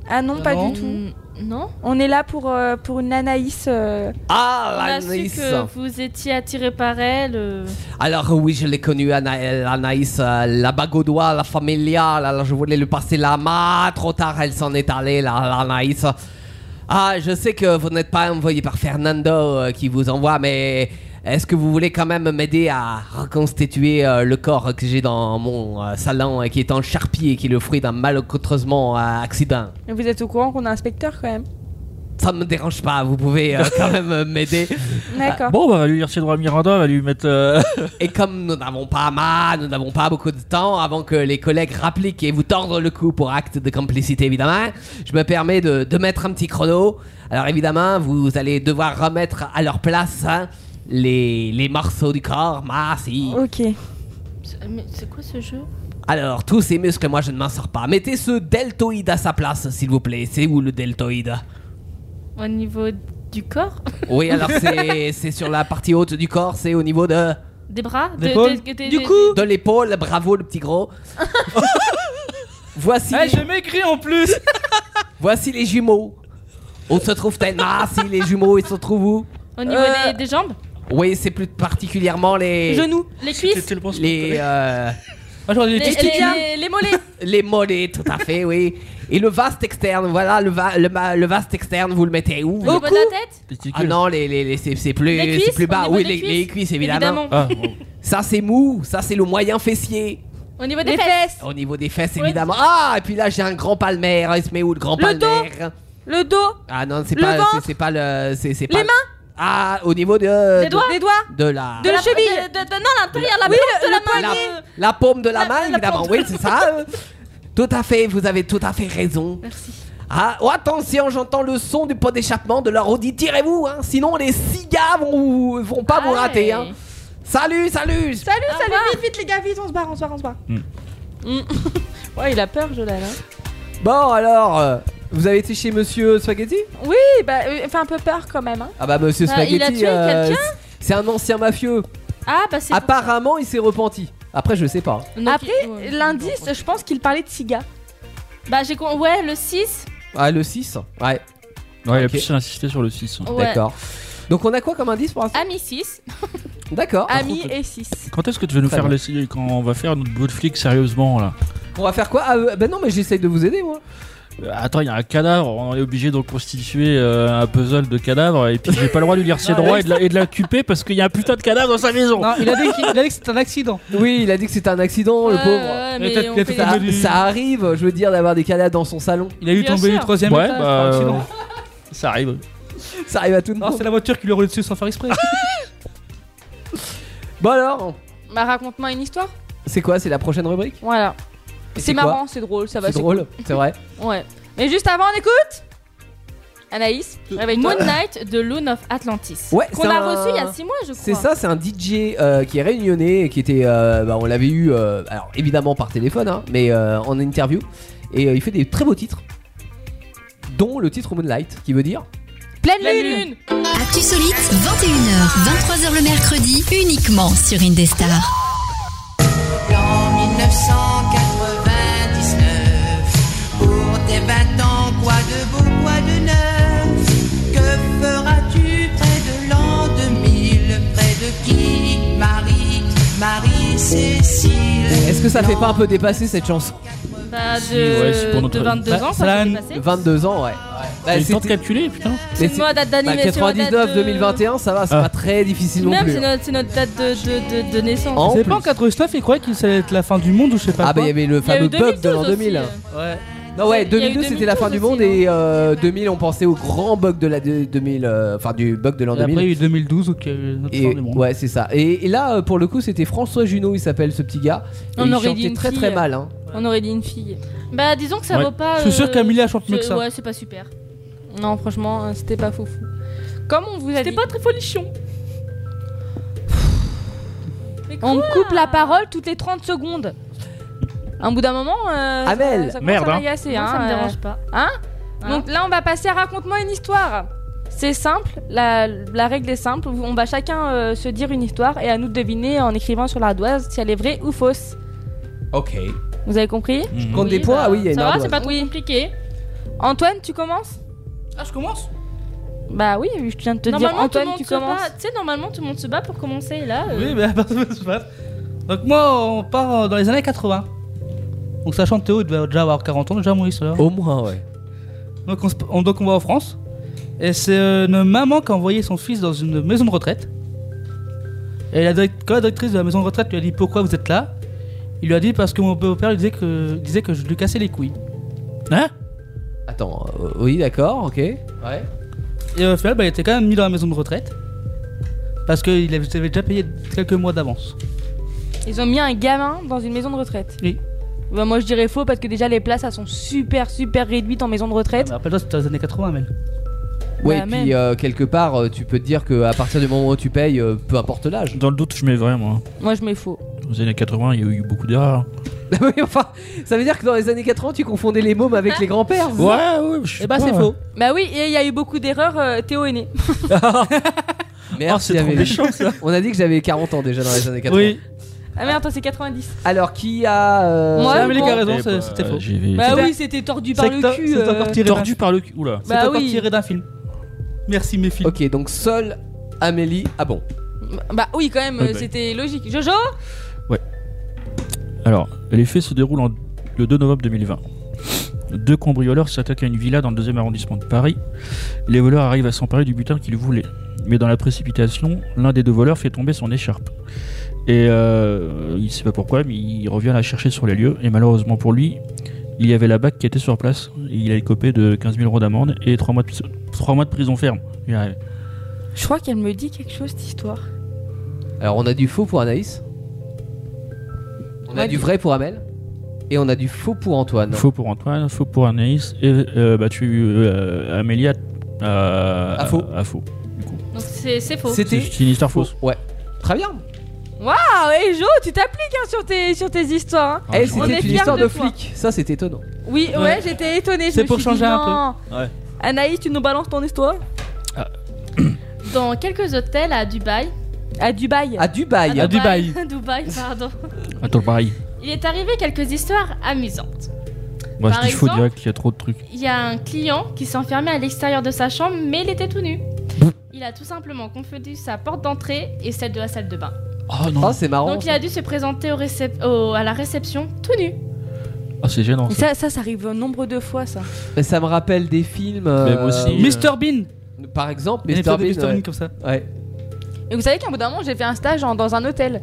Speaker 4: Ah non, pas
Speaker 8: Non.
Speaker 4: du tout.
Speaker 5: Mm, Non
Speaker 4: On est là pour, euh, pour une Lanaïs. euh,
Speaker 5: On
Speaker 6: Ah,
Speaker 5: a su
Speaker 6: l'Anaïs.
Speaker 5: bah, que vous étiez attiré par elle. euh.
Speaker 6: Alors oui, je l'ai connu, Ana- Anaïs, euh, la bagaudois, la familiale. Alors je voulais lui passer la main, trop tard, elle s'en est allée, la, Anaïs. Ah, je sais que vous n'êtes pas envoyé par Fernando euh, qui vous envoie, mais est-ce que vous voulez quand même m'aider à reconstituer euh, le corps que j'ai dans mon euh, salon et qui est en charpie et qui est le fruit d'un malheureusement euh, accident
Speaker 4: Vous êtes au courant qu'on a un inspecteur quand même
Speaker 6: Ça ne me dérange pas, vous pouvez euh, quand même euh, m'aider.
Speaker 4: D'accord.
Speaker 7: Bon, bah, va lui lire ses droits à Miranda, va lui mettre. euh,
Speaker 6: Et comme nous n'avons pas mal, nous n'avons pas beaucoup de temps avant que les collègues rappliquent et vous tordent le cou pour acte de complicité, évidemment, je me permets de, de mettre un petit chrono. Alors, évidemment, vous allez devoir remettre à leur place hein, les, les morceaux du corps. Ah, si.
Speaker 4: Ok.
Speaker 5: C'est- Mais c'est quoi ce jeu
Speaker 6: Alors, tous ces muscles, moi, je ne m'en sors pas. Mettez ce deltoïde à sa place, s'il vous plaît. C'est où le deltoïde
Speaker 5: Au niveau du corps
Speaker 6: Oui, alors, c'est c'est sur la partie haute du corps, c'est au niveau de,
Speaker 5: Des bras
Speaker 8: Des
Speaker 5: de-
Speaker 8: épaules
Speaker 5: de- de-
Speaker 4: Du
Speaker 5: de-
Speaker 4: coup,
Speaker 6: de l'épaule. Bravo, le petit gros. Voici.
Speaker 8: Eh, je m'écris en plus.
Speaker 6: Voici les jumeaux. Où se trouve Tenma Si les jumeaux, ils se trouvent où
Speaker 5: Au niveau
Speaker 6: Euh,
Speaker 5: des, des jambes
Speaker 6: Oui, c'est plus particulièrement les.
Speaker 5: Genoux. Les cuisses
Speaker 6: Les. euh,
Speaker 5: Les, les, les- les mollets
Speaker 6: Les mollets, tout à fait, oui. Et le vaste externe, voilà, le, va- le, ma- le vaste externe, vous le mettez où
Speaker 5: Au
Speaker 6: vous le-
Speaker 5: niveau de la tête
Speaker 6: Ah non, les, les, les- c'est c'est plus,
Speaker 5: Oh, Les
Speaker 6: c'est
Speaker 5: cuisses,
Speaker 6: plus bas.
Speaker 5: au niveau
Speaker 6: Oui,
Speaker 5: des
Speaker 6: les,
Speaker 5: cuisses,
Speaker 6: les cuisses, évidemment.
Speaker 5: évidemment. Ah, bon.
Speaker 6: Ça, c'est mou. Ça, c'est le moyen fessier.
Speaker 5: Au niveau des fesses
Speaker 6: Au niveau des fesses, évidemment. Ah, et puis là, j'ai un grand palmaire. Il se met où, le grand
Speaker 4: Le dos.
Speaker 6: palmaire
Speaker 4: Le dos
Speaker 6: Ah non, c'est
Speaker 4: Le
Speaker 6: pas, c'est-
Speaker 4: ventre.
Speaker 6: c'est pas le... c'est- c'est
Speaker 4: Les
Speaker 6: pas-
Speaker 4: mains
Speaker 6: Ah, au niveau de...
Speaker 4: Des doigts
Speaker 6: de-
Speaker 4: Des doigts
Speaker 6: De la...
Speaker 4: De la cheville
Speaker 5: de, de- Non, l'intérieur, la
Speaker 4: Oui,
Speaker 5: plante
Speaker 4: le-
Speaker 5: de la
Speaker 4: le
Speaker 5: main
Speaker 6: la, la paume de la, main, évidemment. Oui, c'est ça. euh. Tout à fait, vous avez tout à fait raison.
Speaker 5: Merci.
Speaker 6: Ah, oh, attention, j'entends le son du pot d'échappement de leur audit. Tirez-vous, hein, sinon les six gars vont, vous- vont pas vous
Speaker 4: Ah,
Speaker 6: rater.
Speaker 4: ouais.
Speaker 6: hein. Salut, salut
Speaker 4: Salut, salut, vite, vite les gars, vite, on se barre, on se barre, on se barre.
Speaker 6: Mm.
Speaker 4: Mm. ouais, il a peur, Jolal. hein.
Speaker 6: Bon, alors, euh, vous avez été chez Monsieur Spaghetti
Speaker 4: Oui, bah, euh, il fait un peu peur quand même. Hein.
Speaker 6: Ah bah, Monsieur
Speaker 4: Bah,
Speaker 6: Spaghetti,
Speaker 4: il a tué
Speaker 6: euh,
Speaker 4: quelqu'un
Speaker 6: c'est- c'est un ancien mafieux.
Speaker 4: Ah, bah c'est.
Speaker 6: Apparemment, il s'est repenti. Après, je sais pas. hein.
Speaker 4: Après, l'indice, je pense qu'il parlait de Siga.
Speaker 5: Bah, j'ai con... Ouais, le 6.
Speaker 6: Ah, le 6 Ouais.
Speaker 7: Ouais, il a
Speaker 6: Ok.
Speaker 7: plus insisté sur le 6. hein.
Speaker 5: Ouais. Ah,
Speaker 6: D'accord. Donc, on a quoi comme indice pour l'instant
Speaker 5: Ami 6.
Speaker 6: D'accord.
Speaker 5: Ami et 6.
Speaker 7: Quand est-ce que tu vas nous
Speaker 6: Très
Speaker 7: faire
Speaker 6: bien.
Speaker 7: l'essayer Quand on va faire notre bout de flic sérieusement là
Speaker 6: On va faire quoi Ah, euh, bah non, mais j'essaye de vous aider, moi.
Speaker 7: Euh, Attends, il y a un cadavre, on est obligé de reconstituer euh, un puzzle de cadavres et puis j'ai pas le droit de lui lire ses droits et de la- et de l'accuper parce qu'il y a un putain de cadavre dans sa maison.
Speaker 8: Non, il a dit qu'il- il a dit que c'était un accident.
Speaker 6: Oui, il a dit que c'était un accident, Oh, le
Speaker 5: Euh.
Speaker 8: Ouais,
Speaker 6: pauvre.
Speaker 8: ouais, mais Il a peut-être- on il a fait peut-être
Speaker 6: ça,
Speaker 8: des-
Speaker 6: ça arrive, je veux dire, d'avoir des cadavres dans son salon.
Speaker 8: Il a eu Bien tombé sûr. du troisième
Speaker 7: Ouais,
Speaker 8: étage,
Speaker 7: bah,
Speaker 8: par
Speaker 7: euh,
Speaker 8: accident.
Speaker 7: ça arrive.
Speaker 6: Ça arrive à tout le
Speaker 8: monde. C'est la voiture qui lui roule dessus sans faire exprès.
Speaker 6: Bon alors,
Speaker 4: Bah, raconte-moi une histoire.
Speaker 6: c'est quoi C'est la prochaine rubrique
Speaker 4: Voilà.
Speaker 6: Et
Speaker 4: C'est
Speaker 6: quoi
Speaker 4: marrant, c'est drôle,
Speaker 5: Ah,
Speaker 4: ça va.
Speaker 5: bah,
Speaker 6: C'est drôle, c'est vrai.
Speaker 4: cool. Ouais. Mais juste avant, on écoute
Speaker 5: Anaïs,
Speaker 6: Euh,
Speaker 5: réveille-toi. Moon Knight de Loon of Atlantis.
Speaker 6: Ouais,
Speaker 5: Qu'on
Speaker 6: c'est
Speaker 5: a
Speaker 6: un-
Speaker 5: reçu il y a 6 mois, je crois.
Speaker 6: C'est ça, c'est un DJ euh, qui est réunionnais, qui était, euh, bah, on l'avait eu, euh, alors évidemment par téléphone, hein, mais euh, en interview, et euh, il fait des très beaux titres, dont le titre Moonlight, qui veut dire
Speaker 4: Pleine,
Speaker 2: lune. Actu solide, 21h, 23h le mercredi, uniquement sur Indestar.
Speaker 11: En 1999, pour tes 20 ans, quoi de beau, quoi de neuf Que feras-tu près de l'an 2000 Près de qui Marie, Marie-Cécile
Speaker 6: Est-ce que ça fait pas un peu dépasser cette chanson
Speaker 5: Bah, de, de 22 ans, ça s'est
Speaker 6: Bah, ça a
Speaker 5: dépassé.
Speaker 6: 22 ans, ouais. Bah, ouais.
Speaker 7: J'ai eu le temps de
Speaker 6: calculer, putain.
Speaker 5: C'est une mode date d'animation,
Speaker 6: 99,
Speaker 5: date de-
Speaker 6: 2021, ça va, c'est pas très difficile non
Speaker 5: Même,
Speaker 6: plus. Hein.
Speaker 5: c'est notre, c'est notre date de, de, de, de naissance.
Speaker 8: C'est pas en 89, il croyait qu'il allait être la fin du monde ou je sais pas.
Speaker 6: Ah bah il y avait le
Speaker 8: y a
Speaker 6: fameux
Speaker 8: eu
Speaker 6: bug de l'an
Speaker 8: 2012
Speaker 6: 2000.
Speaker 8: aussi,
Speaker 5: euh.
Speaker 6: Ouais. Non ouais,
Speaker 8: Il y a eu
Speaker 6: 2002 c'était la fin du monde et euh, 2000 on pensait au grand bug de la de- 2000, euh, enfin du bug de l'an
Speaker 8: Et après,
Speaker 6: 2000.
Speaker 8: il y a eu 2012 ou
Speaker 6: Et- ouais, c'est ça. Et, et là, euh, pour le coup, c'était François Junot, il s'appelle ce petit gars. Et
Speaker 5: On
Speaker 6: il
Speaker 5: aurait
Speaker 6: chantait
Speaker 5: dit une
Speaker 6: très
Speaker 5: fille.
Speaker 6: très mal. Hein.
Speaker 5: On aurait dit une fille. Bah, disons que ça
Speaker 6: Ouais.
Speaker 5: vaut pas.
Speaker 6: Je suis sûr qu'Amelia chante mieux
Speaker 5: je-
Speaker 6: que ça.
Speaker 5: Ouais, c'est pas super.
Speaker 4: Non, franchement, euh, c'était pas foufou. Comme on vous a dit. C'était pas très folichon. on me coupe la parole toutes les 30 secondes. Au bout d'un moment, euh,
Speaker 6: Amel.
Speaker 4: ça, ça commence
Speaker 6: Merde,
Speaker 4: à
Speaker 6: hein.
Speaker 4: m'agacer,
Speaker 5: Moi, ça
Speaker 4: hein,
Speaker 5: me
Speaker 4: euh,
Speaker 5: dérange pas.
Speaker 4: Hein Donc là, on va passer à raconte-moi une histoire. C'est simple, la, la règle est simple. On va chacun euh, se dire une histoire et à nous de deviner en écrivant sur l'ardoise si elle est vraie ou fausse.
Speaker 6: Ok.
Speaker 4: Vous avez compris
Speaker 6: Je compte des points, ah oui, il y a une
Speaker 5: Ça va,
Speaker 6: ardoise.
Speaker 5: c'est pas trop compliqué.
Speaker 4: Antoine, tu commences
Speaker 8: Ah, je commence
Speaker 4: Bah oui, je viens de te dire
Speaker 5: Normalement, tout le
Speaker 4: Antoine,
Speaker 5: monde
Speaker 4: tu
Speaker 5: se bat.
Speaker 4: commences.
Speaker 5: Tu sais, normalement, tout le monde se bat pour commencer. et Là, euh,
Speaker 8: Oui, mais personne ne se passe. Donc moi, on part euh, dans les années 80. Donc sachant que Théo il devait déjà avoir 40 ans, déjà Maurice.
Speaker 6: Au moins, ouais.
Speaker 8: Donc on, se- on- donc on va en France. Et c'est euh, une maman qui a envoyé son fils dans une maison de retraite. Et la, direct- quand la directrice de la maison de retraite lui a dit pourquoi vous êtes là, il lui a dit parce que mon beau-père lui disait que, disait que je lui cassais les couilles. Hein
Speaker 6: Attends, euh, oui, d'accord, ok. Ouais.
Speaker 8: Et au final, bah, il était quand même mis dans la maison de retraite. Parce qu'il avait avait déjà payé quelques mois d'avance.
Speaker 4: Ils ont mis un gamin dans une maison de retraite.
Speaker 8: Oui.
Speaker 4: Bah moi je dirais faux parce que déjà les places elles sont super super réduites en maison de retraite.
Speaker 8: Rappelle-toi, c'était dans les années 80 même.
Speaker 6: Ouais,
Speaker 4: Bah,
Speaker 6: et
Speaker 4: même.
Speaker 6: puis euh, quelque part, euh, tu peux te dire que à partir du moment où tu payes, euh, peu importe l'âge.
Speaker 7: Dans le doute, je mets vrai moi.
Speaker 8: bah.
Speaker 4: Moi je mets faux.
Speaker 7: Dans les années 80, il y a eu beaucoup d'erreurs.
Speaker 6: Ça veut dire que dans les années 80, tu confondais les mômes avec les grands-pères. c'est ça
Speaker 7: ouais,
Speaker 6: Eh bah, c'est faux.
Speaker 4: Bah oui, et il y a eu beaucoup d'erreurs, euh, Théo est né.
Speaker 6: Merde,
Speaker 7: c'est
Speaker 6: j'avais-
Speaker 7: Oh, trop méchant, ça.
Speaker 6: On a dit que j'avais 40 ans déjà dans les années 80.
Speaker 8: Oui.
Speaker 4: Ah merde, toi c'est 90.
Speaker 6: Alors qui a. euh,
Speaker 4: Moi, Ah, mais les gars, raison,
Speaker 6: Eh
Speaker 4: c'est-
Speaker 6: ben,
Speaker 4: c'était
Speaker 7: faux. j'y vais.
Speaker 4: Bah
Speaker 8: C'est-
Speaker 4: oui, c'était tordu par
Speaker 8: c'est
Speaker 4: le
Speaker 8: que-
Speaker 4: cul.
Speaker 8: c'est
Speaker 4: euh.
Speaker 8: encore tiré
Speaker 7: Tordu par le cul. Oula.
Speaker 8: C'est
Speaker 4: Bah
Speaker 8: encore
Speaker 4: oui.
Speaker 8: tiré d'un film. Merci mes filles.
Speaker 6: Ok, donc seul Amélie. Ah bon.
Speaker 4: Bah oui, quand même,
Speaker 7: Ouais,
Speaker 4: euh,
Speaker 7: bah.
Speaker 4: c'était logique. Jojo
Speaker 7: Alors, les faits se déroulent en- le 2 novembre 2020. Deux cambrioleurs s'attaquent à une villa dans le deuxième arrondissement de Paris. Les voleurs arrivent à s'emparer du butin qu'ils voulaient. Mais dans la précipitation, l'un des deux voleurs fait tomber son écharpe. Et euh, il ne sait pas pourquoi, mais il revient la chercher sur les lieux. Et malheureusement pour lui, il y avait la BAC qui était sur place. Et il a écopé de 15 000 euros d'amende et 3 mois de, 3 mois de prison ferme. Il arrive.
Speaker 4: Je crois qu'elle me dit quelque chose cette histoire.
Speaker 6: Alors on a du faux pour Anaïs. On a
Speaker 4: Ouais,
Speaker 6: du
Speaker 4: du-
Speaker 6: vrai pour Amel. Et on a du faux pour Antoine.
Speaker 7: Faux pour Antoine, faux pour Anaïs. Et euh, bah, tu, euh, Amélie a- a-
Speaker 6: À faux.
Speaker 7: a faux.
Speaker 5: Donc c'est c'est faux.
Speaker 7: C'est une histoire fausse.
Speaker 6: Ouais. Très bien.
Speaker 4: Waouh, et Jo, tu t'appliques hein, sur, tes, sur tes histoires. hein.
Speaker 7: Ah,
Speaker 6: Eh,
Speaker 4: On
Speaker 6: c'était
Speaker 4: est
Speaker 6: une
Speaker 4: fiers
Speaker 6: histoire de,
Speaker 4: toi.
Speaker 6: flic. Ça, c'est étonnant.
Speaker 4: Oui, ouais,
Speaker 6: Ouais.
Speaker 4: j'étais étonnée. je
Speaker 6: C'est
Speaker 4: me
Speaker 6: pour
Speaker 4: suis dit,
Speaker 6: changer un
Speaker 4: non.
Speaker 6: peu. Ouais.
Speaker 4: Anaïs, tu nous balances ton histoire
Speaker 5: Dans quelques hôtels à Dubaï.
Speaker 4: À Dubaï.
Speaker 6: À Dubaï. À Dubaï.
Speaker 5: À Dubaï, pardon.
Speaker 7: Attends, pareil.
Speaker 5: Il est arrivé quelques histoires amusantes.
Speaker 7: Moi,
Speaker 5: Par
Speaker 7: je dis faux
Speaker 5: exemple-
Speaker 7: direct qu'il y a trop de trucs.
Speaker 5: Il y a un client qui s'enfermait à l'extérieur de sa chambre, mais il était tout nu. Il a tout simplement confondu sa porte d'entrée et celle de la salle de bain.
Speaker 7: Oh non.
Speaker 6: c'est marrant.
Speaker 5: Donc il a dû se présenter au récep- au- à la réception tout nu.
Speaker 7: Ah, c'est gênant.
Speaker 4: Mais ça, ça, ça arrive un nombre de fois, ça.
Speaker 6: Mais ça me rappelle des films.
Speaker 7: Mais moi aussi, Mr.
Speaker 6: Bean. Par exemple,
Speaker 7: Un
Speaker 6: Mr.
Speaker 7: épisode
Speaker 6: Bean.
Speaker 7: de Mr. Bean
Speaker 6: ouais.
Speaker 7: comme ça.
Speaker 6: Ouais.
Speaker 4: Et vous savez qu'à un bout d'un moment, j'ai fait un stage en- dans un hôtel.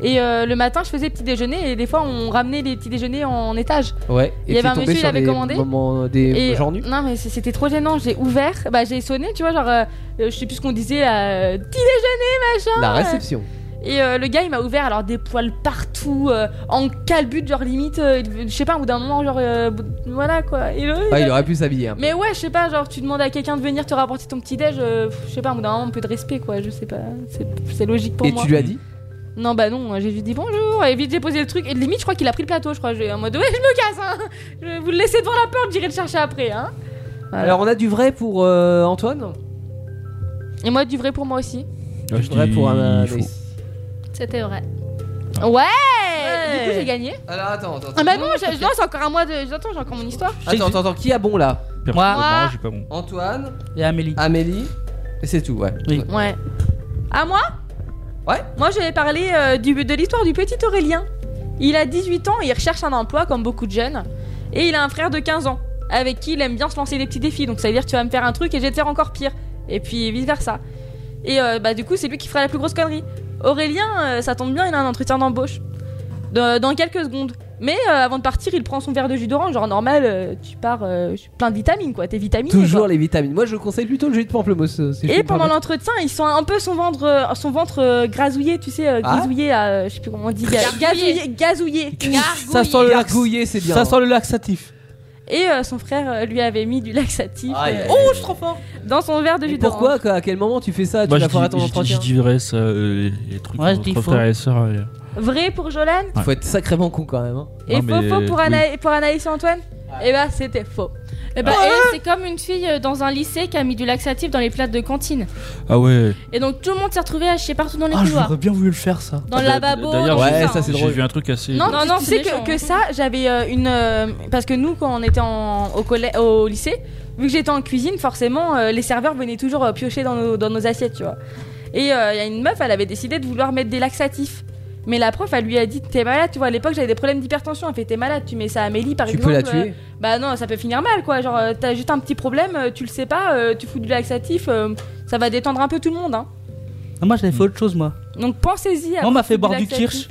Speaker 4: Et euh, le matin, je faisais petit déjeuner et des fois, on ramenait les petits déjeuners en étage.
Speaker 6: Ouais.
Speaker 4: Il y
Speaker 6: t'es
Speaker 4: avait un
Speaker 6: tombé
Speaker 4: monsieur, il
Speaker 6: sur
Speaker 4: avait
Speaker 6: des
Speaker 4: commandé.
Speaker 6: moments- des
Speaker 4: Et-
Speaker 6: gens nus.
Speaker 4: Non, mais c'est- c'était trop gênant. J'ai ouvert, bah, j'ai sonné, tu vois, genre, euh, euh, je sais plus ce qu'on disait, là, euh, petit déjeuner, machin.
Speaker 6: La
Speaker 4: euh.
Speaker 6: réception.
Speaker 4: Et euh, le gars, il m'a ouvert, alors des poils partout, euh, en calbut, genre limite, euh, il- je sais pas, au bout d'un moment, genre, euh, bout- voilà quoi. Et, euh,
Speaker 6: Ouais, Ah, il aurait pu s'habiller. hein. un peu.
Speaker 4: Mais ouais, je sais pas, genre, tu demandes à quelqu'un de venir te rapporter ton petit déj, euh, pff, je sais pas, au bout d'un moment, un peu de respect quoi, je sais pas, c'est- c'est logique pour
Speaker 6: Et
Speaker 4: moi.
Speaker 6: tu lui as dit
Speaker 4: Non, bah non, j'ai juste dit bonjour, et vite j'ai posé le truc, et limite, je crois qu'il a pris le plateau, je crois, j'ai- en mode, ouais, je me casse, hein, Je- vous le laissez devant la porte, j'irai le chercher après, hein.
Speaker 6: Alors on a du vrai pour euh, Antoine.
Speaker 4: Et moi, du vrai pour moi aussi.
Speaker 7: Ah,
Speaker 6: Du vrai pour euh, Anaïs.
Speaker 5: C'était vrai.
Speaker 4: Ouais, Du coup, j'ai gagné.
Speaker 6: Alors attends, attends.
Speaker 4: Ah bah non, j'ai- non, c'est encore un mois de. J'attends, j'ai encore mon histoire.
Speaker 6: Attends, attends, attends, qui a bon là
Speaker 4: Moi. Moi,
Speaker 7: j'ai pas bon.
Speaker 6: Antoine. Et Amélie. Amélie. Et c'est tout, ouais.
Speaker 4: Ouais. À moi
Speaker 6: Ouais.
Speaker 4: Moi, j'avais parlé euh, du, de l'histoire du petit Aurélien. Il a 18 ans et il recherche un emploi comme beaucoup de jeunes. Et il a un frère de 15 ans avec qui il aime bien se lancer des petits défis. Donc ça veut dire tu vas me faire un truc et je vais te faire encore pire. Et puis vice versa. Et euh, bah du coup, c'est lui qui fera la plus grosse connerie. Aurélien, euh, ça tombe bien, il a un entretien d'embauche. De- dans quelques secondes. Mais euh, avant de partir, il prend son verre de jus d'orange. Genre normal, euh, tu pars euh, plein de vitamines quoi. T'es vitaminé. quoi.
Speaker 6: Toujours les vitamines. Moi je conseille plutôt le jus de pamplemousse. euh, si je
Speaker 4: Et
Speaker 6: peux me
Speaker 4: pendant
Speaker 6: permettre.
Speaker 4: l'entretien, ils sont un peu son ventre, euh, son ventre euh, grasouillé, tu sais, euh,
Speaker 6: Ah.
Speaker 4: grisouillé, euh, je sais plus comment on dit, ga- gazouillé, gazouillé.
Speaker 8: Ça sent le lax.
Speaker 6: Gargouiller, c'est bien.
Speaker 8: Ça sent le laxatif.
Speaker 4: Et euh, son frère euh, lui avait mis du laxatif.
Speaker 6: Aïe,
Speaker 4: euh,
Speaker 6: aïe, aïe. Oh,
Speaker 4: je suis trop fort Dans son verre de jus d'orange.
Speaker 6: Pourquoi quoi, À quel moment tu fais ça Tu
Speaker 7: Moi, je
Speaker 6: l'as foiré à ton
Speaker 7: dis- je dis- je
Speaker 6: entretien
Speaker 7: dis vrai, ça, euh, les- les trucs
Speaker 6: Ouais, je
Speaker 7: entre
Speaker 6: dis faux.
Speaker 7: frères et sœurs. euh,
Speaker 4: Vrai pour Jolan
Speaker 6: Faut être sacrément con quand même. hein.
Speaker 4: et
Speaker 7: Non, mais-
Speaker 4: faux, faux pour,
Speaker 7: oui.
Speaker 4: Ana- pour Anaïs et Antoine Et bah c'était faux. Ah.
Speaker 5: Eh ben, eh, c'est comme une fille euh, dans un lycée qui a mis du laxatif dans les plates de cantine.
Speaker 7: Ah ouais.
Speaker 5: Et donc tout le monde s'est retrouvé haché partout dans les
Speaker 8: Ah,
Speaker 5: couloirs.
Speaker 8: j'aurais bien voulu le faire ça.
Speaker 5: Dans le lavabo.
Speaker 7: D'ailleurs,
Speaker 5: dans
Speaker 7: j'ai-
Speaker 5: tout
Speaker 7: j'ai vu un truc assez.
Speaker 4: Non,
Speaker 5: Non,
Speaker 4: tu-
Speaker 5: non,
Speaker 4: tu
Speaker 5: c'est
Speaker 4: sais que,
Speaker 5: méchant. hein.
Speaker 4: que ça, j'avais euh, une. euh, parce que nous, quand on était en- au, collè- au lycée, vu que j'étais en cuisine, forcément, euh, les serveurs venaient toujours euh, piocher dans nos, dans nos assiettes, tu vois. Et euh, il y a une meuf, elle avait décidé de vouloir mettre des laxatifs. Mais la prof, elle lui a dit T'es malade, tu vois, à l'époque, j'avais des problèmes d'hypertension. Elle fait T'es malade, tu mets ça à Amélie, par
Speaker 6: Tu
Speaker 4: exemple.
Speaker 6: peux la
Speaker 4: euh,
Speaker 6: tuer.
Speaker 4: bah non, ça peut finir mal, quoi. Genre, euh, t'as juste un petit problème, euh, tu le sais pas, euh, tu fous du laxatif, euh, ça va détendre un peu tout le monde, hein.
Speaker 8: Ah, moi j'avais fait autre chose moi.
Speaker 4: Donc pensez-y à.
Speaker 8: Moi on m'a fait
Speaker 4: foutre
Speaker 8: boire du
Speaker 4: laxatif.
Speaker 8: kirsch.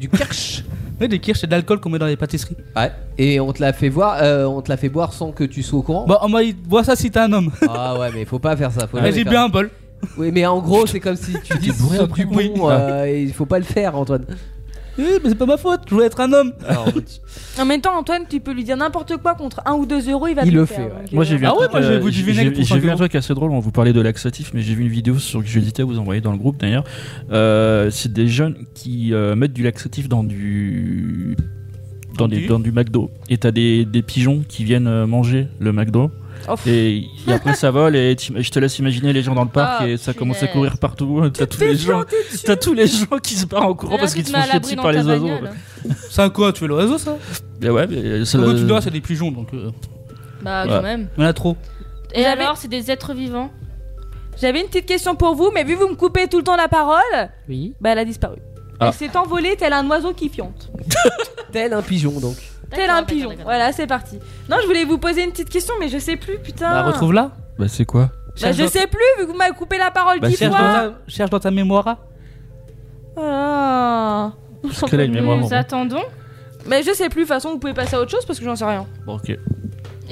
Speaker 6: Du kirsch
Speaker 8: Oui, du kirsch c'est de l'alcool qu'on met dans les pâtisseries.
Speaker 6: Ouais. Et on te l'a fait voir, euh, on te l'a fait boire sans que tu sois au courant.
Speaker 8: Bah on m'a dit bois ça si t'es un homme.
Speaker 6: Ah ouais, mais faut pas faire ça. Faut
Speaker 7: Ah,
Speaker 8: Mais
Speaker 6: jamais
Speaker 8: j'ai
Speaker 6: faire
Speaker 8: bien
Speaker 6: ça.
Speaker 8: un bol.
Speaker 6: Oui, mais en gros, c'est comme si tu dis saute du pont. euh, et Il faut pas le faire, Antoine.
Speaker 8: Oui, mais c'est pas ma faute, je voulais être un homme.
Speaker 4: En même temps, Antoine, tu peux lui dire n'importe quoi contre 1 ou 2 euros, il va
Speaker 6: Il
Speaker 4: te
Speaker 6: le
Speaker 4: le
Speaker 6: fait,
Speaker 4: faire.
Speaker 6: ouais.
Speaker 4: donc,
Speaker 7: Moi
Speaker 4: euh,
Speaker 7: j'ai vu, un
Speaker 8: Ah ouais,
Speaker 7: truc,
Speaker 8: moi, j'ai vu du vinaigre
Speaker 7: j'ai-
Speaker 8: pour
Speaker 7: j'ai vu un
Speaker 8: 5
Speaker 7: truc assez drôle, on vous parlait de laxatif, mais j'ai vu une vidéo sur que j'hésitais à vous envoyer dans le groupe d'ailleurs. Euh, c'est des jeunes qui euh, mettent du laxatif dans du. dans, des- dans du McDo. Et t'as des, des pigeons qui viennent euh, manger le McDo.
Speaker 4: Oh.
Speaker 7: Et, et après ça vole et tu- je te laisse imaginer les gens dans le parc
Speaker 4: Ah,
Speaker 7: et ça commence à
Speaker 4: punaise.
Speaker 7: courir partout. T'as tous les gens, t'as tous les gens qui se barrent en courant
Speaker 5: Alors,
Speaker 7: parce
Speaker 5: tu
Speaker 7: qu'ils
Speaker 5: te
Speaker 7: se
Speaker 5: mets
Speaker 7: font
Speaker 5: à
Speaker 7: chier dessus
Speaker 5: l'abri dans
Speaker 7: par
Speaker 5: ta
Speaker 7: les oiseaux.
Speaker 5: bagnole.
Speaker 8: C'est un quoi Tu veux le réseau ça
Speaker 7: Ben ouais, mais ça.
Speaker 8: Pourquoi tu dois c'est des pigeons donc. euh,
Speaker 4: Bah,
Speaker 7: Ouais.
Speaker 4: quand même.
Speaker 8: Il y en a trop.
Speaker 5: Et alors, c'est des êtres vivants
Speaker 4: J'avais une petite question pour vous, mais vu que vous me coupez tout le temps la parole,
Speaker 6: Oui.
Speaker 4: bah elle a disparu.
Speaker 6: Ah.
Speaker 4: Elle s'est envolée tel un oiseau qui fionte.
Speaker 6: Tel un pigeon donc.
Speaker 4: Tel un pigeon. Voilà, c'est parti. Non, je voulais vous poser une petite question, mais je sais plus, putain.
Speaker 5: Ah.
Speaker 8: retrouve-la.
Speaker 7: Bah c'est quoi
Speaker 4: Bah, je sais plus, vu que vous m'avez coupé la parole
Speaker 8: Bah,
Speaker 4: dix
Speaker 8: cherche, dans
Speaker 4: fois.
Speaker 8: ta, cherche dans ta mémoire.
Speaker 4: Voilà.
Speaker 7: Parce qu'elle a une mémoire,
Speaker 5: Nous
Speaker 7: bon.
Speaker 5: attendons.
Speaker 4: Ah. Mais je sais plus, de toute façon, vous pouvez passer à autre chose parce que j'en sais rien.
Speaker 7: Bon, ok.
Speaker 5: Et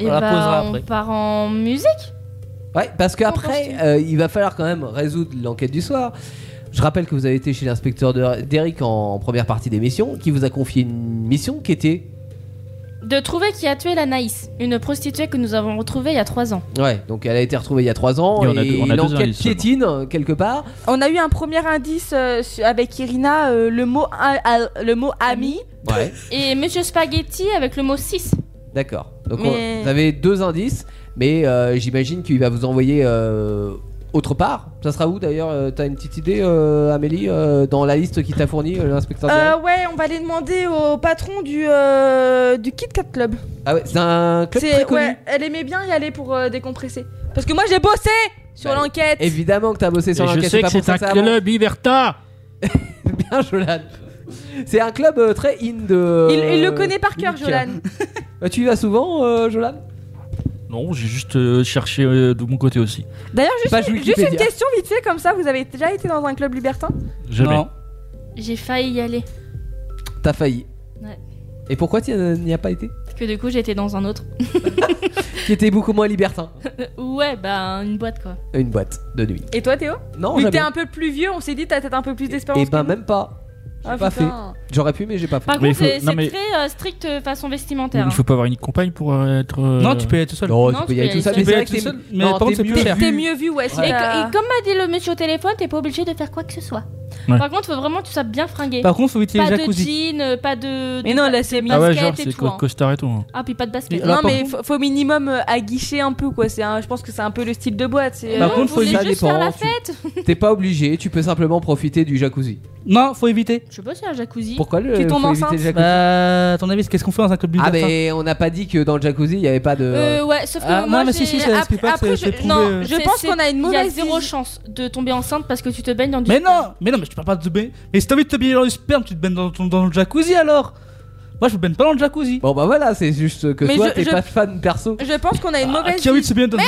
Speaker 6: On la
Speaker 5: bah,
Speaker 6: posera
Speaker 5: on
Speaker 6: après.
Speaker 5: part en musique.
Speaker 6: Ouais, parce qu'après,
Speaker 5: penses-tu
Speaker 6: il va falloir quand même résoudre l'enquête du soir. Je rappelle que vous avez été chez l'inspecteur de- d'Eric en première partie d'émission, qui vous a confié une mission qui était.
Speaker 5: De trouver qui a tué la Naïs, une prostituée que nous avons retrouvée il y a 3 ans.
Speaker 6: Ouais, donc elle a été retrouvée il y a 3 ans,
Speaker 7: Et
Speaker 6: et,
Speaker 7: on a deux- on a deux
Speaker 6: l'enquête
Speaker 7: indices seulement.
Speaker 6: piétine euh, quelque part.
Speaker 4: On a eu un premier indice euh, su- avec Irina, euh, le mot, a- a- le mot ami.
Speaker 6: Ouais,
Speaker 5: Et Monsieur Spaghetti avec le mot 6.
Speaker 6: d'accord. Donc on-
Speaker 4: Mais-
Speaker 6: vous avez deux indices, mais euh, j'imagine qu'il va vous envoyer euh, autre part. Ça sera où d'ailleurs Euh, T'as une petite idée, euh, Amélie, euh, dans la liste qui t'a fourni euh, l'inspecteur d'Eric
Speaker 4: Euh, ouais, on va aller demander au patron du, euh, du Kit Kat Club.
Speaker 6: Ah ouais, c'est un club
Speaker 4: C'est-
Speaker 6: très connu.
Speaker 4: ouais, elle aimait bien y aller pour euh, décompresser. Parce que moi j'ai bossé sur
Speaker 6: Bah,
Speaker 4: l'enquête.
Speaker 6: Évidemment que t'as bossé sur
Speaker 7: Et je
Speaker 6: l'enquête.
Speaker 7: sais
Speaker 6: j'ai
Speaker 7: que
Speaker 6: pas
Speaker 7: c'est
Speaker 6: pensé
Speaker 7: un
Speaker 6: à ça avant.
Speaker 7: club libertin
Speaker 6: Bien, Jolan. C'est un club euh, très in de.
Speaker 4: Il, il le connaît par cœur,
Speaker 6: Nick.
Speaker 4: Jolan.
Speaker 6: Bah, tu y vas souvent, euh, Jolan
Speaker 7: Non, j'ai juste euh, cherché euh, de mon côté aussi.
Speaker 4: D'ailleurs,
Speaker 6: Page
Speaker 4: juste, juste
Speaker 6: Wikipédia.
Speaker 4: une question vite fait comme ça. Vous avez déjà été dans un club libertin
Speaker 7: Jamais.
Speaker 8: Non.
Speaker 5: J'ai failli y aller.
Speaker 6: T'as failli.
Speaker 5: Ouais.
Speaker 6: Et pourquoi tu n'y as pas été
Speaker 5: Parce que du coup, j'étais dans un autre.
Speaker 6: Qui était beaucoup moins libertin.
Speaker 5: ouais, bah, une boîte quoi.
Speaker 6: Une boîte de nuit.
Speaker 4: Et toi, Théo
Speaker 6: Non,
Speaker 4: Vu que
Speaker 6: jamais.
Speaker 4: t'es un peu plus vieux, on s'est dit t'as peut-être un peu plus d'expérience.
Speaker 6: Et ben
Speaker 4: que nous.
Speaker 6: même pas. J'ai
Speaker 4: Ah,
Speaker 6: pas fait.
Speaker 4: putain.
Speaker 6: J'aurais pu, mais j'ai pas fait.
Speaker 5: Par
Speaker 7: Mais il
Speaker 5: contre,
Speaker 7: faut-
Speaker 5: c'est
Speaker 7: non,
Speaker 5: c'est
Speaker 7: mais-
Speaker 5: très euh, strict euh, façon
Speaker 7: Il
Speaker 5: vestimentaire.
Speaker 7: ne faut pas avoir une compagne pour euh, être. euh,
Speaker 8: Non, tu peux y aller tout seul.
Speaker 6: Non,
Speaker 5: Non,
Speaker 6: tu peux y aller tout seul.
Speaker 8: Tu peux y
Speaker 6: c'est vrai
Speaker 8: aller tout
Speaker 6: que t'es-
Speaker 8: seul, mais
Speaker 6: non,
Speaker 8: par contre,
Speaker 6: t'es
Speaker 8: c'est plus
Speaker 6: mieux.
Speaker 8: cher.
Speaker 4: T'es t'es mieux vu, ouais. si
Speaker 5: hein. Et,
Speaker 4: t'as-
Speaker 5: et comme m'a dit le monsieur au téléphone, t'es pas obligé de faire quoi que ce soit.
Speaker 7: Ouais.
Speaker 5: Par contre, faut vraiment que tu sois bien fringué.
Speaker 8: Par contre, faut éviter
Speaker 5: pas
Speaker 8: les
Speaker 5: de
Speaker 8: jacuzzi.
Speaker 5: jean, euh, pas de.
Speaker 4: Mais
Speaker 5: de-
Speaker 4: non, là, c'est
Speaker 5: de
Speaker 7: Ah ouais,
Speaker 5: basket
Speaker 7: genre,
Speaker 5: et
Speaker 7: c'est
Speaker 5: tout,
Speaker 7: co-
Speaker 5: hein.
Speaker 7: costard et tout. hein.
Speaker 5: Ah, puis pas de basket.
Speaker 8: Et alors,
Speaker 4: non,
Speaker 8: par
Speaker 4: mais
Speaker 8: contre-
Speaker 4: faut, faut minimum euh, aguicher un peu, quoi. C'est un- je pense que c'est un peu le style de boîte. c'est-
Speaker 8: Par
Speaker 6: Bah
Speaker 5: Non,
Speaker 8: contre,
Speaker 5: vous
Speaker 8: faut
Speaker 5: voulez
Speaker 6: éviter-
Speaker 5: euh, juste
Speaker 6: ça
Speaker 5: faire la
Speaker 6: dépend,
Speaker 5: fête.
Speaker 6: T'es pas obligé, tu peux simplement profiter du jacuzzi.
Speaker 8: Non, faut éviter.
Speaker 5: Je sais pas, c'est un jacuzzi.
Speaker 6: Pourquoi le
Speaker 4: Tu tombes
Speaker 6: faut éviter
Speaker 4: enceinte.
Speaker 6: le jacuzzi
Speaker 8: Bah, à ton avis, qu'est-ce qu'on fait dans un club
Speaker 6: Ah
Speaker 8: libertin
Speaker 6: mais on n'a pas dit que dans le jacuzzi il n'y avait pas de.
Speaker 5: Euh, ouais, sauf que
Speaker 8: Ah,
Speaker 5: moi,
Speaker 8: non, mais si,
Speaker 5: j'ai-
Speaker 8: si, ça explique pas que
Speaker 5: après,
Speaker 8: c'est- c'est
Speaker 5: je-
Speaker 8: prouvé,
Speaker 5: non,
Speaker 8: euh.
Speaker 5: je
Speaker 4: C'est-
Speaker 5: pense
Speaker 4: c'est-
Speaker 5: qu'on a une
Speaker 4: il y a
Speaker 5: mauvaise
Speaker 4: zéro
Speaker 5: chance de tomber enceinte parce que tu te baignes dans du
Speaker 8: Mais non, mais non, mais je te parle pas de baigner. Mais si t'as envie de te baigner dans le sperme, tu te baignes dans, ton- dans le jacuzzi alors Moi je me baigne pas dans le jacuzzi.
Speaker 6: Bon bah voilà, c'est juste que
Speaker 4: Mais
Speaker 6: toi
Speaker 4: je-
Speaker 6: t'es
Speaker 4: je-
Speaker 6: pas fan perso.
Speaker 4: euh, Je pense qu'on a une
Speaker 8: Ah,
Speaker 4: mauvaise.
Speaker 8: qui a envie de se baigner dans le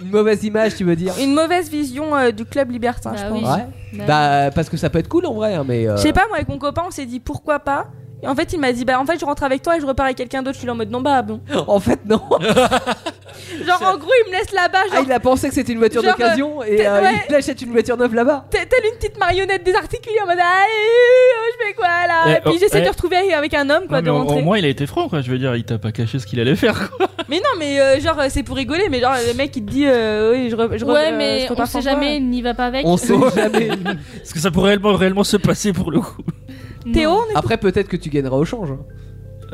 Speaker 6: Une mauvaise image tu veux dire
Speaker 4: Une mauvaise vision euh, du club libertin,
Speaker 5: Bah
Speaker 4: je
Speaker 5: oui.
Speaker 4: pense.
Speaker 6: Ouais.
Speaker 5: Bah,
Speaker 6: Bah parce que ça peut être cool en vrai, hein, mais. euh,
Speaker 4: Je sais pas, moi, avec mon copain, on s'est dit pourquoi pas. Et en fait, il m'a dit, bah, en fait, je rentre avec toi et je repars avec quelqu'un d'autre. Je suis là en mode, non, bah, bon.
Speaker 6: euh, En fait non.
Speaker 4: Genre, en gros, il me laisse là-bas,
Speaker 6: Ah,
Speaker 4: genre,
Speaker 6: il a pensé que c'était une voiture
Speaker 4: Genre,
Speaker 6: d'occasion et
Speaker 4: t'es-
Speaker 6: euh,
Speaker 4: ouais.
Speaker 6: il achète une voiture neuve là-bas.
Speaker 4: t'es- telle une petite marionnette désarticulée en mode, ah, euh, je fais quoi là
Speaker 7: Eh,
Speaker 4: Et puis,
Speaker 7: oh,
Speaker 4: j'essaie de
Speaker 7: eh.
Speaker 4: retrouver avec un homme,
Speaker 7: Non, mais
Speaker 4: quoi, de
Speaker 7: au-
Speaker 4: rentrer.
Speaker 7: au moins, il a été franc, quoi. Je veux dire, il t'a pas caché ce qu'il allait faire. quoi.
Speaker 4: Mais non, mais euh, genre, euh, c'est pour rigoler, mais genre, le mec, il te dit, euh, oui, je, re- je re-
Speaker 5: ouais,
Speaker 4: euh,
Speaker 5: mais
Speaker 4: je repars
Speaker 5: on
Speaker 4: sans
Speaker 5: sait
Speaker 4: toi.
Speaker 5: jamais, n'y va pas avec.
Speaker 6: On sait jamais.
Speaker 7: Parce que ça pourrait réellement, réellement se passer pour le coup.
Speaker 5: Non.
Speaker 4: Théo, on est-
Speaker 6: Après peut-être que tu gagneras au change. hein.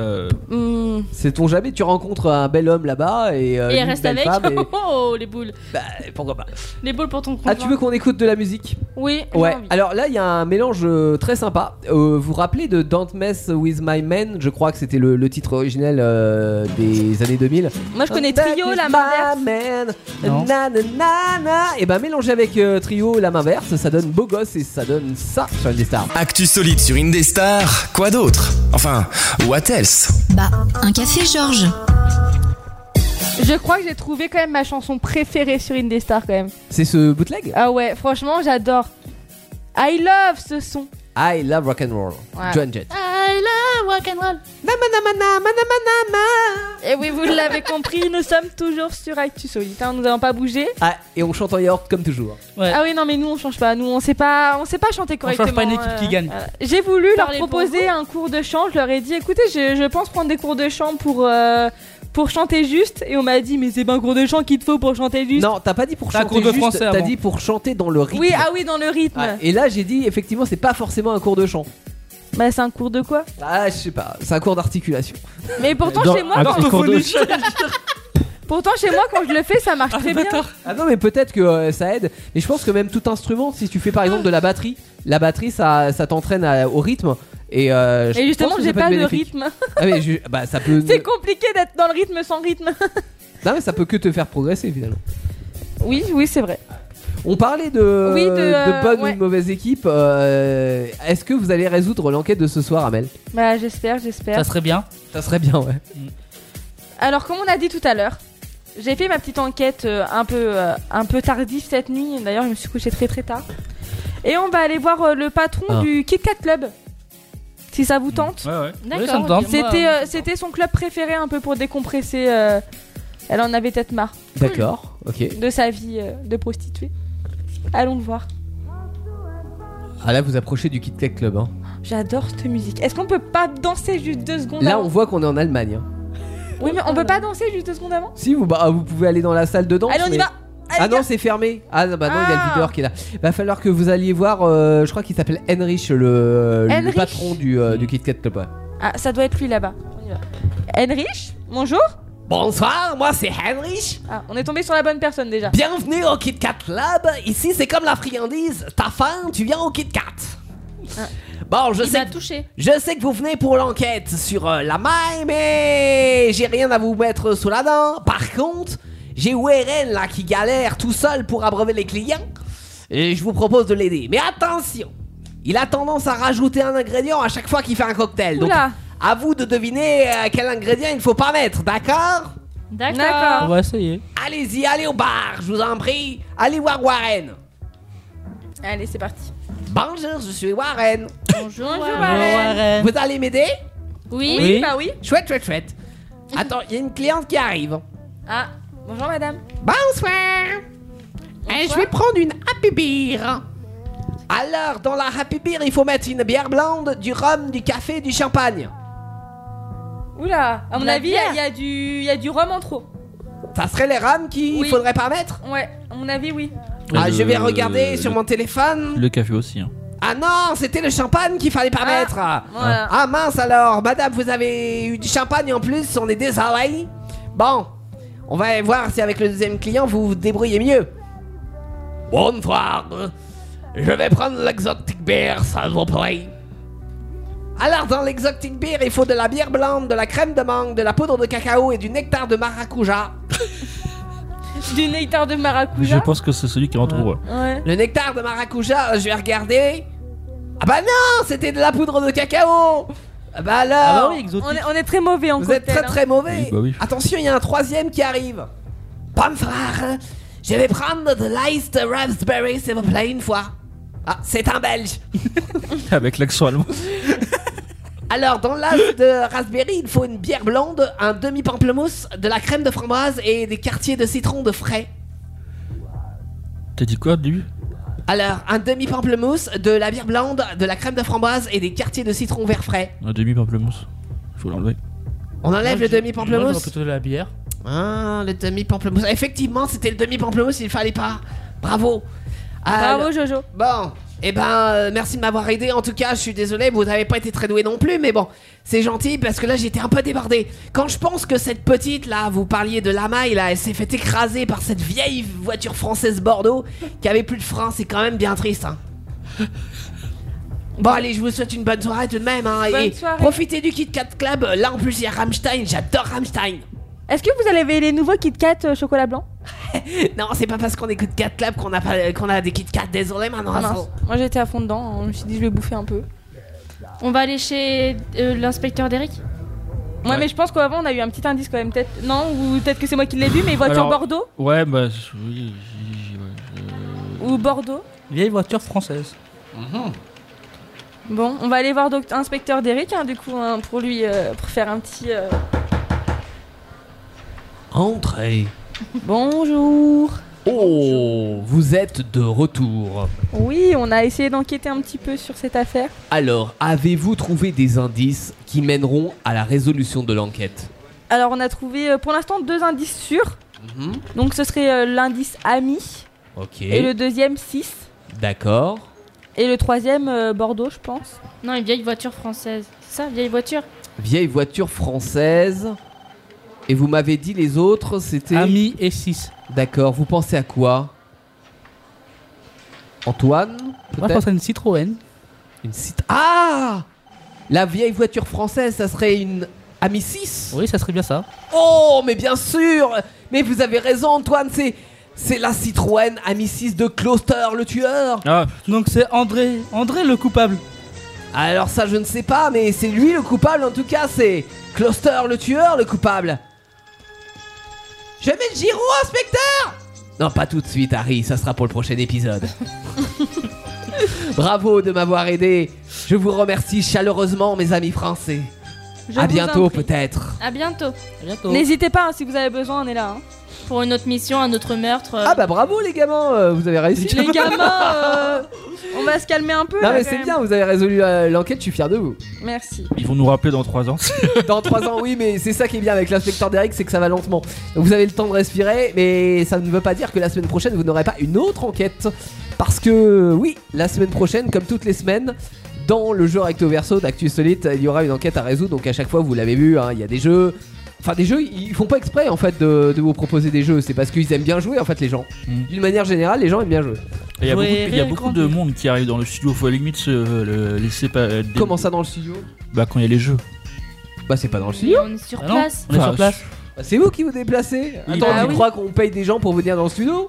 Speaker 7: Euh,
Speaker 4: Hmm.
Speaker 6: Sait-on jamais Tu rencontres un bel homme là-bas et, euh,
Speaker 5: Et elle
Speaker 6: une
Speaker 5: reste
Speaker 6: belle
Speaker 5: avec.
Speaker 6: femme. et-
Speaker 5: Oh, les boules.
Speaker 6: Bah, pourquoi pas
Speaker 5: Les boules pour ton
Speaker 6: Ah,
Speaker 5: conjoint.
Speaker 6: tu veux qu'on écoute de la musique
Speaker 4: Oui, j'ai
Speaker 6: Ouais.
Speaker 4: envie.
Speaker 6: Alors là, il y a un mélange euh, très sympa. Euh, vous vous rappelez de Don't Mess with My Men Je crois que c'était le, le titre originel euh, des années 2000.
Speaker 4: Moi, je connais
Speaker 6: Don't mess
Speaker 4: Trio,
Speaker 6: with
Speaker 4: la
Speaker 6: my
Speaker 4: main
Speaker 6: men.
Speaker 8: Non.
Speaker 6: Na, na, na, na. Et bah, mélangé avec euh, Trio, la main verte, ça donne beau gosse et ça donne ça sur une des stars.
Speaker 3: Actu solide sur Indestar, quoi d'autre Enfin, what else
Speaker 2: Bah, un café, Georges.
Speaker 4: Je crois que j'ai trouvé quand même ma chanson préférée sur Indestar, quand même.
Speaker 6: C'est ce bootleg
Speaker 4: Ah ouais, franchement, j'adore. I love ce son.
Speaker 6: I love rock and roll.
Speaker 4: Ouais.
Speaker 6: John Jett.
Speaker 5: I love rock and roll.
Speaker 4: Et oui, vous l'avez compris, nous sommes toujours sur Actu Solid. hein, nous n'avons pas bougé.
Speaker 6: Ah, et on chante en yaourt comme toujours.
Speaker 4: Ah oui, non, mais nous on change pas. Nous on sait pas, on sait pas chanter
Speaker 8: On change
Speaker 4: correctement. euh.
Speaker 8: pas une équipe qui gagne.
Speaker 4: voilà. J'ai voulu leur
Speaker 5: Parlez pour
Speaker 4: proposer un cours de chant. Je leur ai dit, écoutez, je, je pense prendre des cours de chant pour euh, pour chanter juste. Et on m'a dit, mais c'est pas un cours de chant qu'il te faut pour chanter juste.
Speaker 6: Non, t'as pas dit pour
Speaker 8: T'as un
Speaker 6: chanter
Speaker 8: cours de
Speaker 6: juste,
Speaker 8: français
Speaker 6: t'as
Speaker 8: avant.
Speaker 6: dit pour chanter dans le rythme.
Speaker 4: Oui, ah oui, dans le rythme.
Speaker 6: Ouais, Et là, j'ai dit effectivement, c'est pas forcément un cours de chant.
Speaker 4: Bah, c'est un cours de quoi
Speaker 12: Ah, je sais pas, c'est un cours d'articulation.
Speaker 4: Mais pourtant,
Speaker 12: Dans-
Speaker 4: chez moi.
Speaker 12: un petit cours de-
Speaker 4: Pourtant, chez moi, quand je le fais, ça marche très bien.
Speaker 12: Ah non, mais peut-être que euh, ça aide. Mais je pense que même tout instrument, si tu fais par exemple de la batterie, la batterie ça, ça t'entraîne à- au rythme. Et, euh, je
Speaker 4: Et justement,
Speaker 12: pense que
Speaker 4: j'ai
Speaker 12: ça peut
Speaker 4: pas
Speaker 12: être
Speaker 4: de
Speaker 12: bénéfique.
Speaker 4: rythme.
Speaker 12: Ah, mais je- bah, ça peut.
Speaker 4: C'est compliqué d'être dans le rythme sans rythme.
Speaker 12: Non, mais ça peut que te faire progresser finalement.
Speaker 4: Oui, oui, c'est vrai.
Speaker 12: On parlait de,
Speaker 4: Oui, de, euh,
Speaker 12: bonne ou
Speaker 4: ouais.
Speaker 12: de mauvaise équipe. euh, Est-ce que vous allez résoudre l'enquête de ce soir, Amel
Speaker 4: Bah, j'espère, j'espère.
Speaker 12: bien.
Speaker 4: euh,
Speaker 12: Ça serait bien, ouais.
Speaker 4: Alors, comme on a dit tout à l'heure, j'ai fait ma petite enquête euh, un peu, euh, un peu tardive cette nuit. D'ailleurs, je me suis couchée très très tard. Et on va aller voir euh, le patron
Speaker 7: Ah.
Speaker 4: du Kit Kat Club. Si ça vous tente.
Speaker 7: Ouais, ouais.
Speaker 5: D'accord, Ouais, ça me tente.
Speaker 4: C'était, euh, c'était son club préféré un peu pour décompresser. euh, elle en avait peut-être marre
Speaker 12: D'accord, ok.
Speaker 4: de sa vie euh, de prostituée. Allons le voir.
Speaker 12: Ah là, vous approchez du Kit Kat Club. hein.
Speaker 4: J'adore cette musique. Est-ce qu'on peut pas danser juste deux secondes
Speaker 12: Là,
Speaker 4: avant
Speaker 12: on voit qu'on est en Allemagne. hein.
Speaker 4: Oui, mais on peut pas danser juste deux secondes avant
Speaker 12: Si vous, bah, vous pouvez aller dans la salle de danse.
Speaker 4: Allez, on y
Speaker 12: mais-
Speaker 4: va.
Speaker 12: ah non, c'est fermé. Ah non, bah non, il y a le videur qui est là. Va falloir que vous alliez voir. euh, je crois qu'il s'appelle Heinrich, le, le
Speaker 4: Heinrich.
Speaker 12: patron du, euh, du Kit Kat Club. ouais.
Speaker 4: Ah, ça doit être lui là-bas. On y va. Heinrich, bonjour.
Speaker 6: Bonsoir, moi c'est Heinrich.
Speaker 4: Ah, on est tombé sur la bonne personne déjà.
Speaker 6: Bienvenue au Kit Kat Lab. Ici, c'est comme la friandise. T'as faim, tu viens au Kit Kat. Bon, je sais. que- Je sais que vous venez pour l'enquête sur euh, la maille, mais j'ai rien à vous mettre sous la dent. Par contre, j'ai Warren là qui galère tout seul pour abreuver les clients. Et je vous propose de l'aider. Mais attention, il a tendance à rajouter un ingrédient à chaque fois qu'il fait un cocktail. Donc,
Speaker 4: Oula.
Speaker 6: à vous de deviner euh, quel ingrédient il ne faut pas mettre, d'accord
Speaker 8: On va essayer.
Speaker 6: Allez-y, allez au bar, je vous en prie. Allez voir Warren.
Speaker 4: Allez, c'est parti.
Speaker 6: Bonjour, je suis Warren.
Speaker 5: Bonjour,
Speaker 4: Warren. Warren.
Speaker 6: Vous allez m'aider
Speaker 5: Oui.
Speaker 4: Oui, bah oui.
Speaker 6: Chouette, chouette, chouette. Attends, il y a une cliente qui arrive.
Speaker 4: Ah, bonjour madame.
Speaker 6: Bonsoir. Eh, je vais prendre une Happy Beer. Alors, dans la Happy Beer, il faut mettre une bière blonde, du rhum, du café, du champagne.
Speaker 4: Oula, à mon
Speaker 6: La
Speaker 4: avis, il y a-
Speaker 6: bière.
Speaker 4: il y, a du- il y a du rhum en trop.
Speaker 6: Ça serait les rhums qu'il
Speaker 4: Oui.
Speaker 6: faudrait pas mettre
Speaker 4: Ouais, à mon avis, oui.
Speaker 6: Ah,
Speaker 7: Euh,
Speaker 6: je vais regarder
Speaker 7: le-
Speaker 6: sur mon téléphone.
Speaker 7: Le café aussi. Hein.
Speaker 6: Ah non, c'était le champagne qu'il fallait pas mettre.
Speaker 7: voilà.
Speaker 6: Ah mince alors, madame, vous avez eu du champagne en plus, on est désolé. Bon, on va voir si avec le deuxième client vous vous débrouillez mieux. Bonsoir. Je vais prendre l'exotic beer, ça vous plaît. Alors dans l'exotic beer, il faut de la bière blonde, de la crème de mangue, de la poudre de cacao et du nectar de maracuja.
Speaker 4: du nectar de
Speaker 7: Je
Speaker 4: maracuja.
Speaker 7: pense que c'est celui qui rentre au
Speaker 6: Le nectar de maracuja, euh, je vais regarder. Ah bah non, c'était de la poudre de cacao. Ah bah alors.
Speaker 4: Ah bah oui, exotique. On est- très mauvais en
Speaker 6: Vous êtes très
Speaker 4: cocktail,
Speaker 6: très
Speaker 4: hein.
Speaker 6: mauvais.
Speaker 4: Oui, bah oui.
Speaker 6: Attention, il y a un troisième qui arrive. Bonne frère, je vais prendre de l'iced raspberry, s'il vous plaît, une fois. Ah, c'est un belge.
Speaker 7: Avec l'accent allemand.
Speaker 6: Alors, dans l'as de raspberry, il faut une bière blonde, un demi-pamplemousse, de la crème de framboise et des quartiers de citron de frais.
Speaker 7: T'as dit quoi, lui
Speaker 6: Alors, un demi-pamplemousse, de la bière blonde, de la crème de framboise et des quartiers de citron vert frais.
Speaker 7: Un demi-pamplemousse. Faut l'enlever.
Speaker 6: On enlève le
Speaker 8: Moi, j'aurais
Speaker 6: demi-pamplemousse
Speaker 8: plutôt de la bière.
Speaker 6: Ah, le demi-pamplemousse. Effectivement, c'était le demi-pamplemousse, il fallait pas. Bravo.
Speaker 4: hein. Bravo, Jojo.
Speaker 6: Bon, eh ben, euh, merci de m'avoir aidé. En tout cas, je suis désolé, vous n'avez pas été très doué non plus, mais bon, c'est gentil parce que là, j'étais un peu débordé. Quand je pense que cette petite, là, vous parliez de la maille, là, elle s'est fait écraser par cette vieille voiture française Bordeaux qui avait plus de frein, c'est quand même bien triste, hein. Bon allez, je vous souhaite une bonne soirée tout de même hein,
Speaker 4: Bonne
Speaker 6: et
Speaker 4: soirée.
Speaker 6: profitez du Kit Kat Club. euh, Là en plus il y a Rammstein, j'adore Rammstein.
Speaker 4: Est-ce que vous avez les nouveaux Kit Kat euh, chocolat blanc
Speaker 6: Non, c'est pas parce qu'on écoute 4 Club qu'on a, pas- euh, qu'on a des Kit Kat, désolé maintenant.
Speaker 4: Ah, Mince. Moi j'étais à fond dedans, hein. je me suis dit je vais bouffer un peu.
Speaker 5: On va aller chez euh, l'inspecteur d'Eric
Speaker 4: Ouais, mais je pense qu'avant on a eu un petit indice quand même, peut-être. Non, ou peut-être que c'est moi qui l'ai vu, mais voiture
Speaker 7: Alors,
Speaker 4: Bordeaux
Speaker 7: Ouais, bah je- oui. j'y- j'y- ouais,
Speaker 4: ou Bordeaux.
Speaker 8: Vieille voiture française.
Speaker 4: Bon, on va aller voir doct- inspecteur Derek, hein, du coup, hein, pour lui, euh, pour faire un petit. euh,
Speaker 12: Entrez.
Speaker 4: Bonjour.
Speaker 12: Oh, vous êtes de retour.
Speaker 4: Oui, on a essayé d'enquêter un petit peu sur cette affaire.
Speaker 12: Alors, avez-vous trouvé des indices qui mèneront à la résolution de l'enquête
Speaker 4: Alors, on a trouvé euh, pour l'instant deux indices sûrs.
Speaker 6: Mhm.
Speaker 4: Donc, ce serait euh, l'indice ami
Speaker 12: Ok.
Speaker 4: et le deuxième 6.
Speaker 12: D'accord.
Speaker 4: Et le troisième, euh, Bordeaux, je pense.
Speaker 5: Non, une vieille voiture française. C'est ça, vieille voiture
Speaker 9: Vieille voiture française. Et vous m'avez dit les autres, c'était.
Speaker 8: Ami et 6.
Speaker 9: D'accord, vous pensez à quoi Antoine
Speaker 8: Moi, je pense à une Citroën.
Speaker 9: Une Citroën. Ah La vieille voiture française, ça serait une Ami 6
Speaker 8: Oui, ça serait bien ça.
Speaker 6: Oh, mais bien sûr Mais vous avez raison, Antoine, c'est... C'est la Citroën Ami 6 de Closter, le tueur
Speaker 8: Donc c'est André, André le coupable
Speaker 6: Alors ça, je ne sais pas, mais c'est lui le coupable, en tout cas, c'est... Closter, le tueur, le coupable Je mets le Giro, inspecteur
Speaker 9: Non, pas tout de suite, Harry, ça sera pour le prochain épisode. Bravo de m'avoir aidé.
Speaker 6: Je vous remercie chaleureusement, mes amis français.
Speaker 5: Je
Speaker 6: à
Speaker 5: vous en
Speaker 6: bientôt,
Speaker 5: prie.
Speaker 6: peut-être
Speaker 5: À bientôt.
Speaker 4: N'hésitez pas, hein, si vous avez besoin, on est là. hein.
Speaker 5: Pour une autre mission, un autre meurtre.
Speaker 6: Ah bah bravo les gamins, euh, vous avez réussi.
Speaker 4: Les gamins, euh, on va se calmer un peu.
Speaker 6: Non
Speaker 4: là,
Speaker 6: mais
Speaker 4: quand
Speaker 6: c'est
Speaker 4: même.
Speaker 6: bien, vous avez résolu euh, l'enquête, je suis fier de vous.
Speaker 4: Merci.
Speaker 7: Ils vont nous rappeler dans 3 ans.
Speaker 6: Dans 3 ans, oui, mais c'est ça qui est bien avec l'inspecteur Derrick, c'est que ça va lentement. Donc vous avez le temps de respirer, mais ça ne veut pas dire que la semaine prochaine, vous n'aurez pas une autre enquête. Parce que oui, la semaine prochaine, comme toutes les semaines, dans le jeu Recto Verso d'Actu Solite, il y aura une enquête à résoudre. Donc à chaque fois, vous l'avez vu, hein, il y a des jeux... Enfin des jeux, ils font pas exprès en fait de, de vous proposer des jeux, c'est parce qu'ils aiment bien jouer en fait les gens. D'une manière générale, les gens aiment bien jouer.
Speaker 7: Il y a beaucoup,
Speaker 6: Jouer,
Speaker 7: il y a
Speaker 6: rire,
Speaker 7: beaucoup de monde qui arrive dans le studio. Faut à la limite se euh, le laisser pas. euh, dé-
Speaker 6: Comment ça dans le studio
Speaker 7: Bah quand il y a les jeux.
Speaker 9: Bah c'est pas dans le
Speaker 5: studio. euh, on est sur
Speaker 7: Ah non,
Speaker 5: place.
Speaker 7: on est sur place.
Speaker 6: Bah, C'est vous qui vous déplacez
Speaker 7: Oui,
Speaker 6: Attends,
Speaker 7: bah
Speaker 6: tu
Speaker 7: oui.
Speaker 6: crois qu'on paye des gens pour venir dans le studio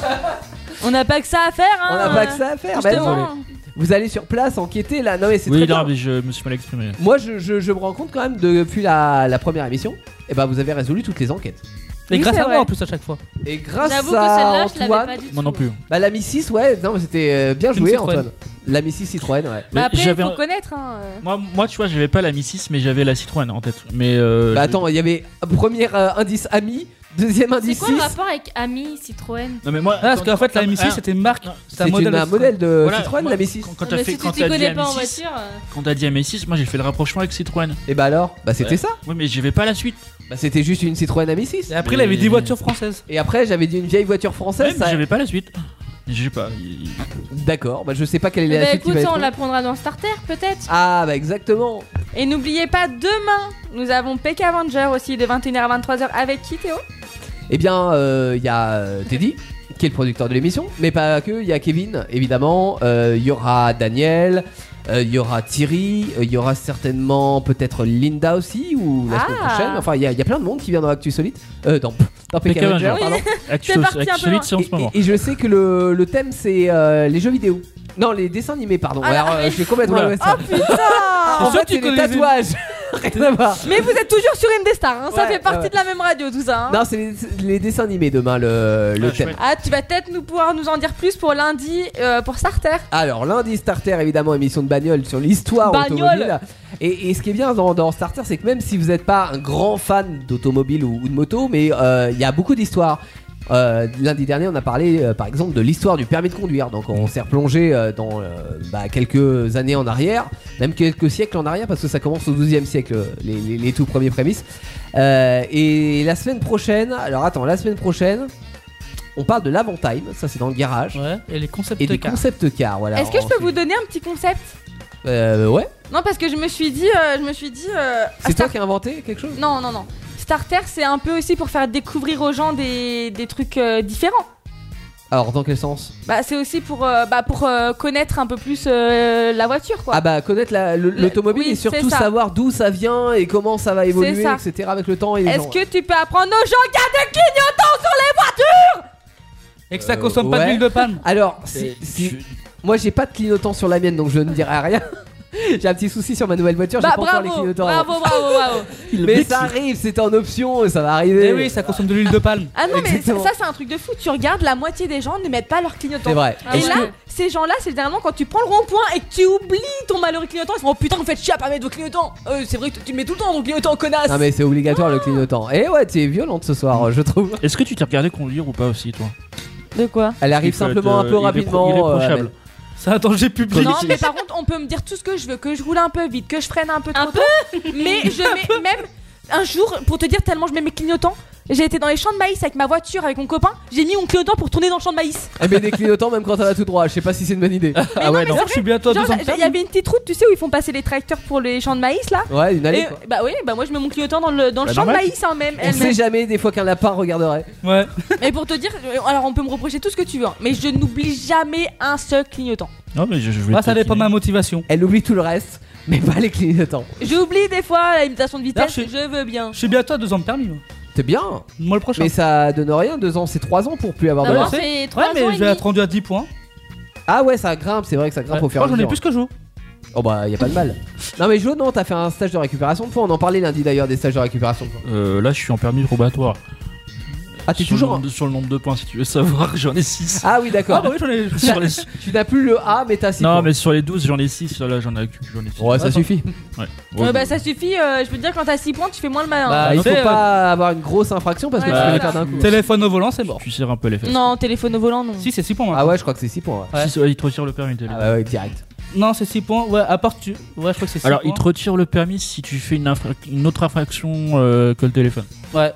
Speaker 4: On n'a pas que ça à faire. Hein,
Speaker 6: On n'a pas que ça à faire, bah,
Speaker 4: Justement.
Speaker 6: désolé. Vous allez sur place enquêter là, non mais c'est
Speaker 7: Oui,
Speaker 6: très
Speaker 7: non,
Speaker 6: bien.
Speaker 7: mais je me suis mal exprimé.
Speaker 6: Moi je, je- je me rends compte quand même depuis la, la première émission, et bah vous avez résolu toutes les enquêtes.
Speaker 8: Et grâce à moi en plus à chaque fois.
Speaker 6: Et grâce
Speaker 8: J'avoue que
Speaker 6: à
Speaker 8: celle-là, je l'avais
Speaker 6: Ah, Antoine,
Speaker 8: pas du
Speaker 7: Moi non plus.
Speaker 6: bah l'ami 6 ouais, non mais c'était euh, bien
Speaker 8: Une
Speaker 6: joué
Speaker 8: Citroën.
Speaker 6: Antoine. L'ami 6 Citroën ouais.
Speaker 7: Mais
Speaker 4: Bah, après, il
Speaker 7: j'avais
Speaker 4: faut
Speaker 7: un-
Speaker 4: connaître. Hein, euh.
Speaker 7: Moi, moi, tu vois, j'avais pas la Mi 6, mais j'avais la Citroën en tête. Mais euh,
Speaker 6: Bah
Speaker 7: je-
Speaker 6: attends, il y avait un premier euh, indice ami, deuxième
Speaker 5: C'est
Speaker 6: indice
Speaker 5: quoi le
Speaker 6: 6.
Speaker 5: rapport avec Ami, Citroën
Speaker 7: Non mais moi.
Speaker 8: Ah, parce qu'en fait la
Speaker 7: attends,
Speaker 8: Mi6
Speaker 7: ah,
Speaker 8: c'était une marque, c'était un
Speaker 6: C'est
Speaker 8: modèle
Speaker 6: une-
Speaker 8: de
Speaker 6: un
Speaker 8: Citroën.
Speaker 6: modèle de
Speaker 7: Voilà,
Speaker 6: Euh, Citroën,
Speaker 7: moi,
Speaker 6: l'ami 6.
Speaker 7: Quand, quand
Speaker 5: Non,
Speaker 7: t'as
Speaker 5: Ah, mais
Speaker 7: fait,
Speaker 5: si
Speaker 7: quand
Speaker 5: tu t'y
Speaker 7: t'as dit
Speaker 5: connais pas en
Speaker 7: M6,
Speaker 5: voiture, euh.
Speaker 7: quand t'as dit M6, moi j'ai fait le rapprochement avec Citroën.
Speaker 6: Et bah alors Bah c'était ça
Speaker 7: Oui, mais j'avais pas la suite.
Speaker 6: Bah c'était juste une Citroën ami 6.
Speaker 8: Et après il avait
Speaker 7: Mais-
Speaker 8: des voitures françaises.
Speaker 6: Et après j'avais dit une vieille voiture
Speaker 7: Ouais,
Speaker 6: française.
Speaker 7: mais
Speaker 6: ça-
Speaker 7: j'avais pas la suite. J'ai pas. il-
Speaker 6: D'accord, bah je sais pas quelle
Speaker 4: Eh
Speaker 6: est la
Speaker 4: ben,
Speaker 5: Bah
Speaker 6: suite qui
Speaker 5: écoute,
Speaker 6: va être
Speaker 5: on
Speaker 6: faite.
Speaker 5: l'apprendra dans Starter peut-être.
Speaker 6: Ah bah exactement.
Speaker 4: Et n'oubliez pas, demain, nous avons PK Avenger aussi de 21h à 23h avec qui, Théo
Speaker 6: Eh bien, euh, il y a euh, Teddy, qui est le producteur de l'émission, mais pas que, il y a Kevin, évidemment, euh, il y aura Daniel, euh, il y aura Thierry, euh, il y aura certainement peut-être Linda aussi, ou la semaine
Speaker 4: Ah.
Speaker 6: prochaine, enfin il y, a- il y a plein de monde qui vient dans Actu Solite, euh, dans, dans PK
Speaker 7: PK Avenger,
Speaker 6: Avenger, pardon.
Speaker 7: Actu-
Speaker 4: C'est parti un peu
Speaker 7: Actu Solide,
Speaker 4: loin.
Speaker 7: c'est en ce moment.
Speaker 6: Et, et je sais que le, le thème c'est euh, les jeux vidéo. Non, les dessins animés, pardon.
Speaker 4: Ah,
Speaker 6: Alors, euh,
Speaker 4: mais-
Speaker 6: je suis complètement
Speaker 7: Oula.
Speaker 6: loin de ça.
Speaker 4: Putain
Speaker 6: en
Speaker 8: sûr
Speaker 6: fait,
Speaker 8: que
Speaker 6: c'est
Speaker 8: tu
Speaker 6: les
Speaker 8: connais les-
Speaker 6: tatouages. Rien à voir.
Speaker 4: Mais vous êtes toujours sur Indestar, hein, ça
Speaker 6: Ouais,
Speaker 4: fait partie
Speaker 6: ouais.
Speaker 4: de la même radio, tout ça. hein.
Speaker 6: Non, c'est les, les dessins animés demain le, le
Speaker 7: Ah,
Speaker 6: thème.
Speaker 7: chouette.
Speaker 4: Ah, tu vas peut-être nous pouvoir nous en dire plus pour lundi, euh, pour Starter.
Speaker 6: Alors lundi Starter évidemment émission de bagnole sur l'histoire
Speaker 4: Bagnole.
Speaker 6: automobile. Et, et ce qui est bien dans, dans Starter c'est que même si vous n'êtes pas un grand fan d'automobile ou, ou de moto, mais euh, il y a beaucoup d'histoires. Euh, lundi dernier on a parlé euh, par exemple de l'histoire du permis de conduire. Donc on s'est replongé euh, dans euh, bah, quelques années en arrière, même quelques siècles en arrière parce que ça commence au 12e siècle euh, les, les- les tout premiers prémices. Euh, et la semaine prochaine, alors attends, la semaine prochaine... On parle de l'avant-time, ça c'est dans le garage.
Speaker 8: Ouais, et les concepts
Speaker 6: Et des
Speaker 8: cars.
Speaker 6: concepts cars, voilà.
Speaker 4: Est-ce que je peux
Speaker 6: Ensuite-
Speaker 4: vous donner un petit concept
Speaker 6: euh, ouais.
Speaker 4: Non, parce que je me suis dit. euh, je me suis dit euh,
Speaker 6: C'est
Speaker 4: Star-
Speaker 6: toi qui as inventé quelque chose
Speaker 4: Non, non, non. Starter, c'est un peu aussi pour faire découvrir aux gens des, des trucs euh, différents.
Speaker 6: Alors, dans quel sens
Speaker 4: Bah, c'est aussi pour, euh, bah, pour euh, connaître un peu plus euh, la voiture, quoi.
Speaker 6: Ah bah, connaître la- le-
Speaker 4: Le-
Speaker 6: l'automobile
Speaker 4: oui,
Speaker 6: et surtout
Speaker 4: c'est ça.
Speaker 6: savoir d'où ça vient et comment ça va évoluer,
Speaker 4: C'est ça.
Speaker 6: etc. avec le temps et les
Speaker 4: Est-ce
Speaker 6: gens.
Speaker 4: que tu peux apprendre aux gens qu'il y a des clignotants sur les voitures
Speaker 8: Et que ça
Speaker 6: Euh,
Speaker 8: consomme pas
Speaker 6: ouais.
Speaker 8: d'huile de panne.
Speaker 6: Alors, si, si- moi j'ai pas de clignotant sur la mienne, donc je ne dirai rien. j'ai un petit souci sur ma nouvelle voiture, j'ai
Speaker 4: Bah,
Speaker 6: pas encore les
Speaker 4: bravo,
Speaker 6: clignotants.
Speaker 4: bravo, bravo, bravo.
Speaker 6: Mais ça arrive, c'est en option, et ça va arriver.
Speaker 8: Eh oui, ça consomme de l'huile de palme.
Speaker 4: Ah non, mais ça,
Speaker 6: Exactement.
Speaker 4: ça, c'est un truc de fou. Tu regardes, la moitié des gens ne mettent pas leur clignotant.
Speaker 6: C'est vrai.
Speaker 4: Et
Speaker 6: Est-ce
Speaker 4: là,
Speaker 6: que-
Speaker 4: ces gens-là, c'est généralement quand tu prends le rond-point et que tu oublies ton malheureux clignotant, ils se font Oh putain, vous faites chier à pas mettre vos clignotants. Euh, c'est vrai que tu mets tout le temps ton clignotant, connasse.
Speaker 6: Non mais c'est obligatoire le clignotant. Et ouais, tu es violente ce soir, je trouve.
Speaker 7: Est-ce que tu t'es regardé conduire ou pas aussi, toi
Speaker 4: De quoi
Speaker 6: Elle arrive
Speaker 7: Il faut être,
Speaker 6: simplement un
Speaker 7: euh,
Speaker 6: peu
Speaker 7: irrépro-
Speaker 6: rapidement. euh,
Speaker 7: irréprochable.
Speaker 6: Amel.
Speaker 8: C'est un danger public.
Speaker 4: Non, mais par contre, on peut me dire tout ce que je veux, que je roule un peu vite, que je freine un peu trop tôt. Mais je mets même un jour, pour te dire tellement je mets mes clignotants, J'ai été dans les champs de maïs avec ma voiture, avec mon copain. J'ai mis mon clignotant pour tourner dans le champ de maïs.
Speaker 6: Eh ben des clignotants même quand elle va tout droit, je sais pas si c'est une bonne idée. ah ouais,
Speaker 4: Mais c'est vrai. Genre, Il y avait une petite route, tu sais, où ils font passer les tracteurs pour les champs de maïs là.
Speaker 6: Ouais, une allée,
Speaker 4: Et,
Speaker 6: quoi.
Speaker 4: Bah oui, bah moi je mets mon clignotant dans le, dans le
Speaker 6: Bah,
Speaker 4: champ de
Speaker 6: normal.
Speaker 4: maïs hein, même.
Speaker 6: On sait jamais des fois qu'un lapin regarderait.
Speaker 8: Ouais.
Speaker 4: Mais pour te dire, euh, alors on peut me reprocher tout ce que tu veux, hein, mais je n'oublie jamais un seul clignotant.
Speaker 7: Non, mais je, je vais
Speaker 8: Ah,
Speaker 7: te
Speaker 8: ça dépend de
Speaker 7: taquiner.
Speaker 8: ma motivation.
Speaker 6: Elle oublie tout le reste, mais pas les clignotants.
Speaker 4: J'oublie des fois la limitation de vitesse,
Speaker 8: Non, je-
Speaker 4: je... veux bien.
Speaker 8: Je suis bientôt à deux ans de permis. moi.
Speaker 6: C'est bien.
Speaker 8: Moi le prochain.
Speaker 6: Mais ça donne rien, deux ans, c'est trois ans pour plus avoir
Speaker 8: Ouais,
Speaker 6: de
Speaker 8: je sais.
Speaker 6: lapin.
Speaker 8: Ouais, mais je vais être rendu à 10 points.
Speaker 6: Ah ouais, ça grimpe, c'est vrai que ça grimpe
Speaker 8: Ouais.
Speaker 6: au fur et à
Speaker 8: Moi, j'en ai
Speaker 6: mesure.
Speaker 8: plus que Jo.
Speaker 6: Oh bah y a pas de mal. non mais Jo, non, t'as fait un stage de récupération de points. On en parlait lundi d'ailleurs des stages de récupération de points.
Speaker 7: Euh, là, je suis en permis probatoire.
Speaker 6: Ah, t'es
Speaker 7: Sur le
Speaker 6: toujours
Speaker 7: nombre de- Sur le nombre de points, si tu veux savoir, j'en ai 6.
Speaker 6: Ah oui, d'accord.
Speaker 7: Ah bah oui, j'en ai- Sur les-
Speaker 6: Tu n'as plus le A, mais t'as six
Speaker 7: Non,
Speaker 6: points.
Speaker 7: mais sur les 12, j'en ai 6. Là, j'en ai, j'en ai six.
Speaker 6: Ouais, ça
Speaker 7: Attends.
Speaker 6: suffit.
Speaker 7: Ouais.
Speaker 4: Ouais, bah ça suffit, euh, je peux te dire quand t'as 6 points, tu fais moins le malin.
Speaker 6: Bah, il faut
Speaker 7: euh,
Speaker 6: pas avoir une grosse infraction parce que
Speaker 4: Ouais,
Speaker 6: tu peux les
Speaker 4: voilà.
Speaker 6: perdre d'un coup.
Speaker 8: Euh, Téléphone au volant, c'est mort.
Speaker 7: Tu serres un peu les fesses.
Speaker 4: Non, téléphone au volant, non.
Speaker 7: bah,
Speaker 8: Si, c'est 6 points.
Speaker 6: Ah ouais, je crois que c'est 6 points.
Speaker 8: Ouais.
Speaker 7: Si, ouais, il te retire le permis. de
Speaker 6: Ah ouais, direct.
Speaker 8: Non, c'est 6 points. Ouais, à part tu. Ouais, je crois que c'est 6
Speaker 7: Alors,
Speaker 8: points.
Speaker 7: il te retire le permis si tu fais une, infra- une autre infraction euh, que le téléphone.
Speaker 8: Ouais.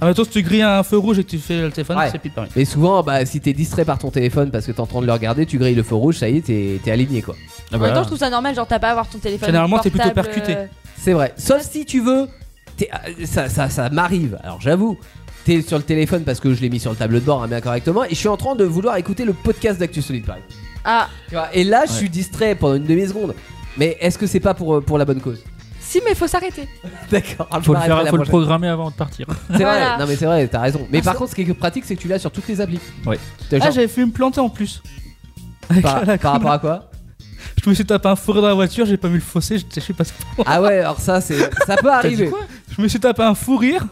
Speaker 8: En même temps, Ah, si tu grilles un feu rouge et que tu fais le téléphone, c'est plus de permis.
Speaker 6: Mais souvent, bah, si t'es distrait par ton téléphone parce que t'es en train de le regarder, tu grilles le feu rouge, ça y est, t'es t'es aligné quoi.
Speaker 7: Ah
Speaker 4: En même temps, je trouve ça normal, genre t'as pas à avoir ton téléphone. portable, euh,
Speaker 6: C'est vrai. Sauf si tu veux. t'es- ah, Ça, ça, ça m'arrive, alors j'avoue. T'es sur le téléphone parce que je l'ai mis sur le tableau de bord, hein, bien correctement, et je suis en train de vouloir écouter le podcast d'Actu Solide par exemple.
Speaker 4: Ah,
Speaker 6: Tu vois, Et là, je suis distrait pendant une demi-seconde. Mais est-ce que c'est pas pour, euh, pour la bonne cause
Speaker 4: si, mais faut s'arrêter.
Speaker 6: D'accord. je
Speaker 7: Faut le, faire,
Speaker 6: m'arrêterai la
Speaker 7: faut le
Speaker 6: prochaine.
Speaker 7: programmer avant de partir.
Speaker 6: C'est
Speaker 4: Voilà.
Speaker 6: vrai, non mais c'est vrai, t'as raison. Mais
Speaker 8: Ah,
Speaker 6: par
Speaker 8: ça-
Speaker 6: contre, ce qui est pratique, c'est que tu l'as sur toutes les applis.
Speaker 7: Ouais.
Speaker 6: T'as
Speaker 8: Ah,
Speaker 6: genre-
Speaker 8: j'avais fait me planter en plus.
Speaker 6: par,
Speaker 8: la
Speaker 6: par rapport à quoi
Speaker 8: Je me suis tapé un fourré dans la voiture, j'ai pas vu le fossé, je je suis passé.
Speaker 6: Ah ouais, alors ça, c'est ça peut arriver.
Speaker 8: Je me suis tapé un fou rire.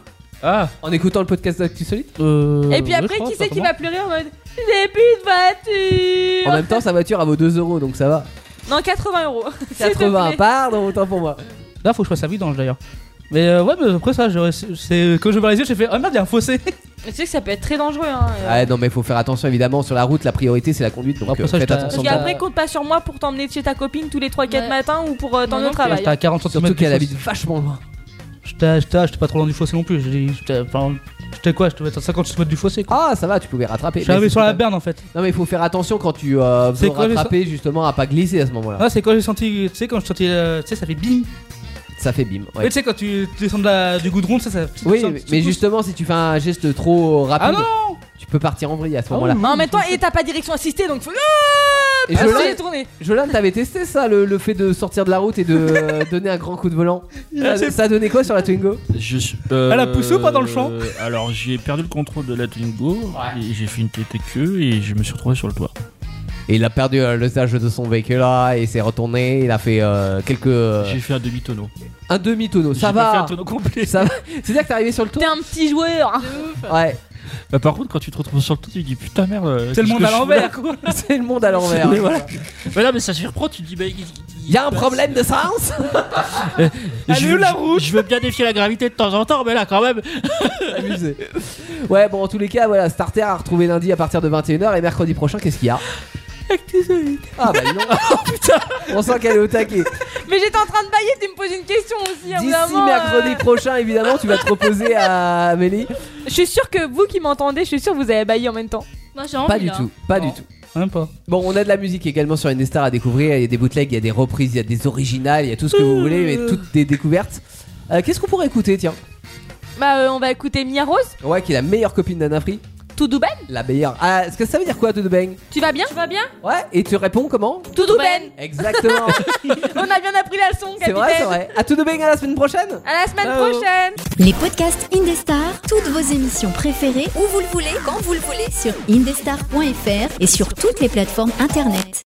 Speaker 8: Euh,
Speaker 6: Ah. En écoutant le podcast d'Actu Solide Euh,
Speaker 4: Et puis après, qui c'est qui va pleurer en mode J'ai plus de
Speaker 6: En
Speaker 4: voiture
Speaker 6: même temps, sa voiture, elle vaut 2 euros, donc ça va.
Speaker 4: Non, 80 euros. S'il te
Speaker 6: 80,
Speaker 4: plaît.
Speaker 6: pardon, autant pour moi.
Speaker 8: Là, faut que je fasse la vidange d'ailleurs. Mais euh, ouais, mais après ça, j'aurais- c'est quand je vais voir les yeux, j'ai fait oh merde, il y a un fossé.
Speaker 4: Mais tu sais que ça peut être très dangereux. Hein, euh.
Speaker 6: Ouais, non, mais faut faire attention évidemment. Sur la route, la priorité, c'est la conduite. Donc euh,
Speaker 8: ça,
Speaker 6: faites
Speaker 8: je t'a-
Speaker 6: attention.
Speaker 4: Parce qu'après, compte pas sur moi pour t'emmener chez ta copine tous les 3-4 matins ou pour euh, t'emmener au travail.
Speaker 8: J'étais à 40 cm.
Speaker 6: Surtout qu'elle habite vachement loin.
Speaker 8: J'étais j'étais- j'étais pas trop loin du fossé non plus. j'ai- J'étais enfin, j'étais quoi Je devais être à 50 cm du fossé quoi.
Speaker 6: Ah, ça va, tu pouvais rattraper.
Speaker 8: J'arrivais
Speaker 6: Mais
Speaker 8: sur la
Speaker 6: c'est-
Speaker 8: berne en fait.
Speaker 6: Non, mais il faut faire attention quand tu euh,
Speaker 8: C'est
Speaker 6: veux
Speaker 8: quoi, j'ai
Speaker 6: rattraper, justement, à pas glisser à ce moment-là.
Speaker 8: Ah, c'est quand j'ai senti, tu sais, quand je sentais, euh, tu sais, ça fait bim.
Speaker 6: Ça fait bim. ouais.
Speaker 8: Et Tu sais, quand tu descends de la- du goudron, ça, ça.
Speaker 6: Oui,
Speaker 8: ça-
Speaker 6: mais-
Speaker 8: ça
Speaker 6: mais
Speaker 8: pousse.
Speaker 6: justement, si tu fais un geste trop
Speaker 8: Ah
Speaker 6: rapide,
Speaker 8: non
Speaker 6: tu peux partir en vrille à ce
Speaker 8: Ah
Speaker 6: moment-là.
Speaker 4: Oh, Non, en même temps, et t'as pas direction assistée donc faut.
Speaker 6: Et
Speaker 4: Ah,
Speaker 6: Jolane-
Speaker 4: si, j'ai tourné.
Speaker 6: Jolane, t'avais testé ça, le, le fait de sortir de la route et de euh, donner un grand coup de volant. Ça,
Speaker 8: c'est-
Speaker 6: ça donnait quoi sur la Twingo
Speaker 7: Je suis- euh,
Speaker 8: Elle a poussé ou pas dans le champ
Speaker 7: euh, Alors j'ai perdu le contrôle de la Twingo, et j'ai fait une tête et queue et je me suis retrouvé sur le toit.
Speaker 6: Et il a perdu euh, le stage de son véhicule là, et s'est retourné, il a fait euh, quelques...
Speaker 7: J'ai fait un demi-tonneau.
Speaker 6: Un demi-tonneau, ça
Speaker 7: J'ai pas fait
Speaker 6: va
Speaker 7: un tonneau complet.
Speaker 6: Ça va. C'est-à-dire que t'es arrivé sur le tour
Speaker 4: T'es un petit joueur.
Speaker 6: Ouais,
Speaker 7: Bah, par contre, quand tu te retrouves sur le toit, tu te dis putain merde. euh,
Speaker 8: C'est le
Speaker 7: qu'est-ce
Speaker 8: monde
Speaker 7: que
Speaker 8: à
Speaker 7: je fous là
Speaker 8: l'envers quoi.
Speaker 6: c'est le monde à l'envers.
Speaker 7: Mais voilà. Mais non, mais ça se reprend, tu te dis bah. il- il-
Speaker 6: Il y a un problème de sens
Speaker 7: je, veux, la route je veux bien défier la gravité de temps en temps, mais là quand même.
Speaker 6: Amusé. Ouais, bon, en tous les cas, voilà, Starter à retrouver lundi à partir de 21h, et mercredi prochain, qu'est-ce qu'il y a Ah bah dis donc. On sent qu'elle est au taquet.
Speaker 4: Mais j'étais en train de bailler, tu me poses une question aussi.
Speaker 6: D'ici
Speaker 4: évidemment,
Speaker 6: mercredi
Speaker 4: euh,
Speaker 6: prochain, évidemment, tu vas te reposer à Amélie.
Speaker 4: Je suis sûr que vous qui m'entendez, je suis sûr que vous avez baillé en même temps.
Speaker 5: Moi, j'ai envie. hein.
Speaker 6: Pas du
Speaker 5: là.
Speaker 6: tout, pas du
Speaker 8: Non.
Speaker 6: tout.
Speaker 8: Même pas.
Speaker 6: Bon, on a de la musique également sur Indestar à découvrir. Il y a des bootlegs, il y a des reprises, il y a des originales, il y a tout ce que vous voulez, mais toutes des découvertes. Euh, Qu'est-ce qu'on pourrait écouter, tiens
Speaker 4: Bah, euh, on va écouter Mia Rose,
Speaker 6: Ouais, qui est la meilleure copine d'Anna Free.
Speaker 4: Toudou Ben.
Speaker 6: La meilleure. Ah, est-ce que ça veut dire quoi, Doudou Bang
Speaker 4: Tu vas bien
Speaker 5: Tu vas bien
Speaker 6: Ouais, et tu réponds comment
Speaker 4: Toudou Ben.
Speaker 6: Exactement.
Speaker 4: On a bien appris la leçon,
Speaker 6: c'est
Speaker 4: capitaine.
Speaker 6: vrai, c'est vrai. À Doudou Bang à la semaine prochaine
Speaker 4: À la semaine
Speaker 8: Ciao.
Speaker 4: prochaine.
Speaker 2: Les podcasts Indestar, toutes vos émissions préférées, où vous le voulez, quand vous le voulez, sur indestar.fr et sur toutes les plateformes internet.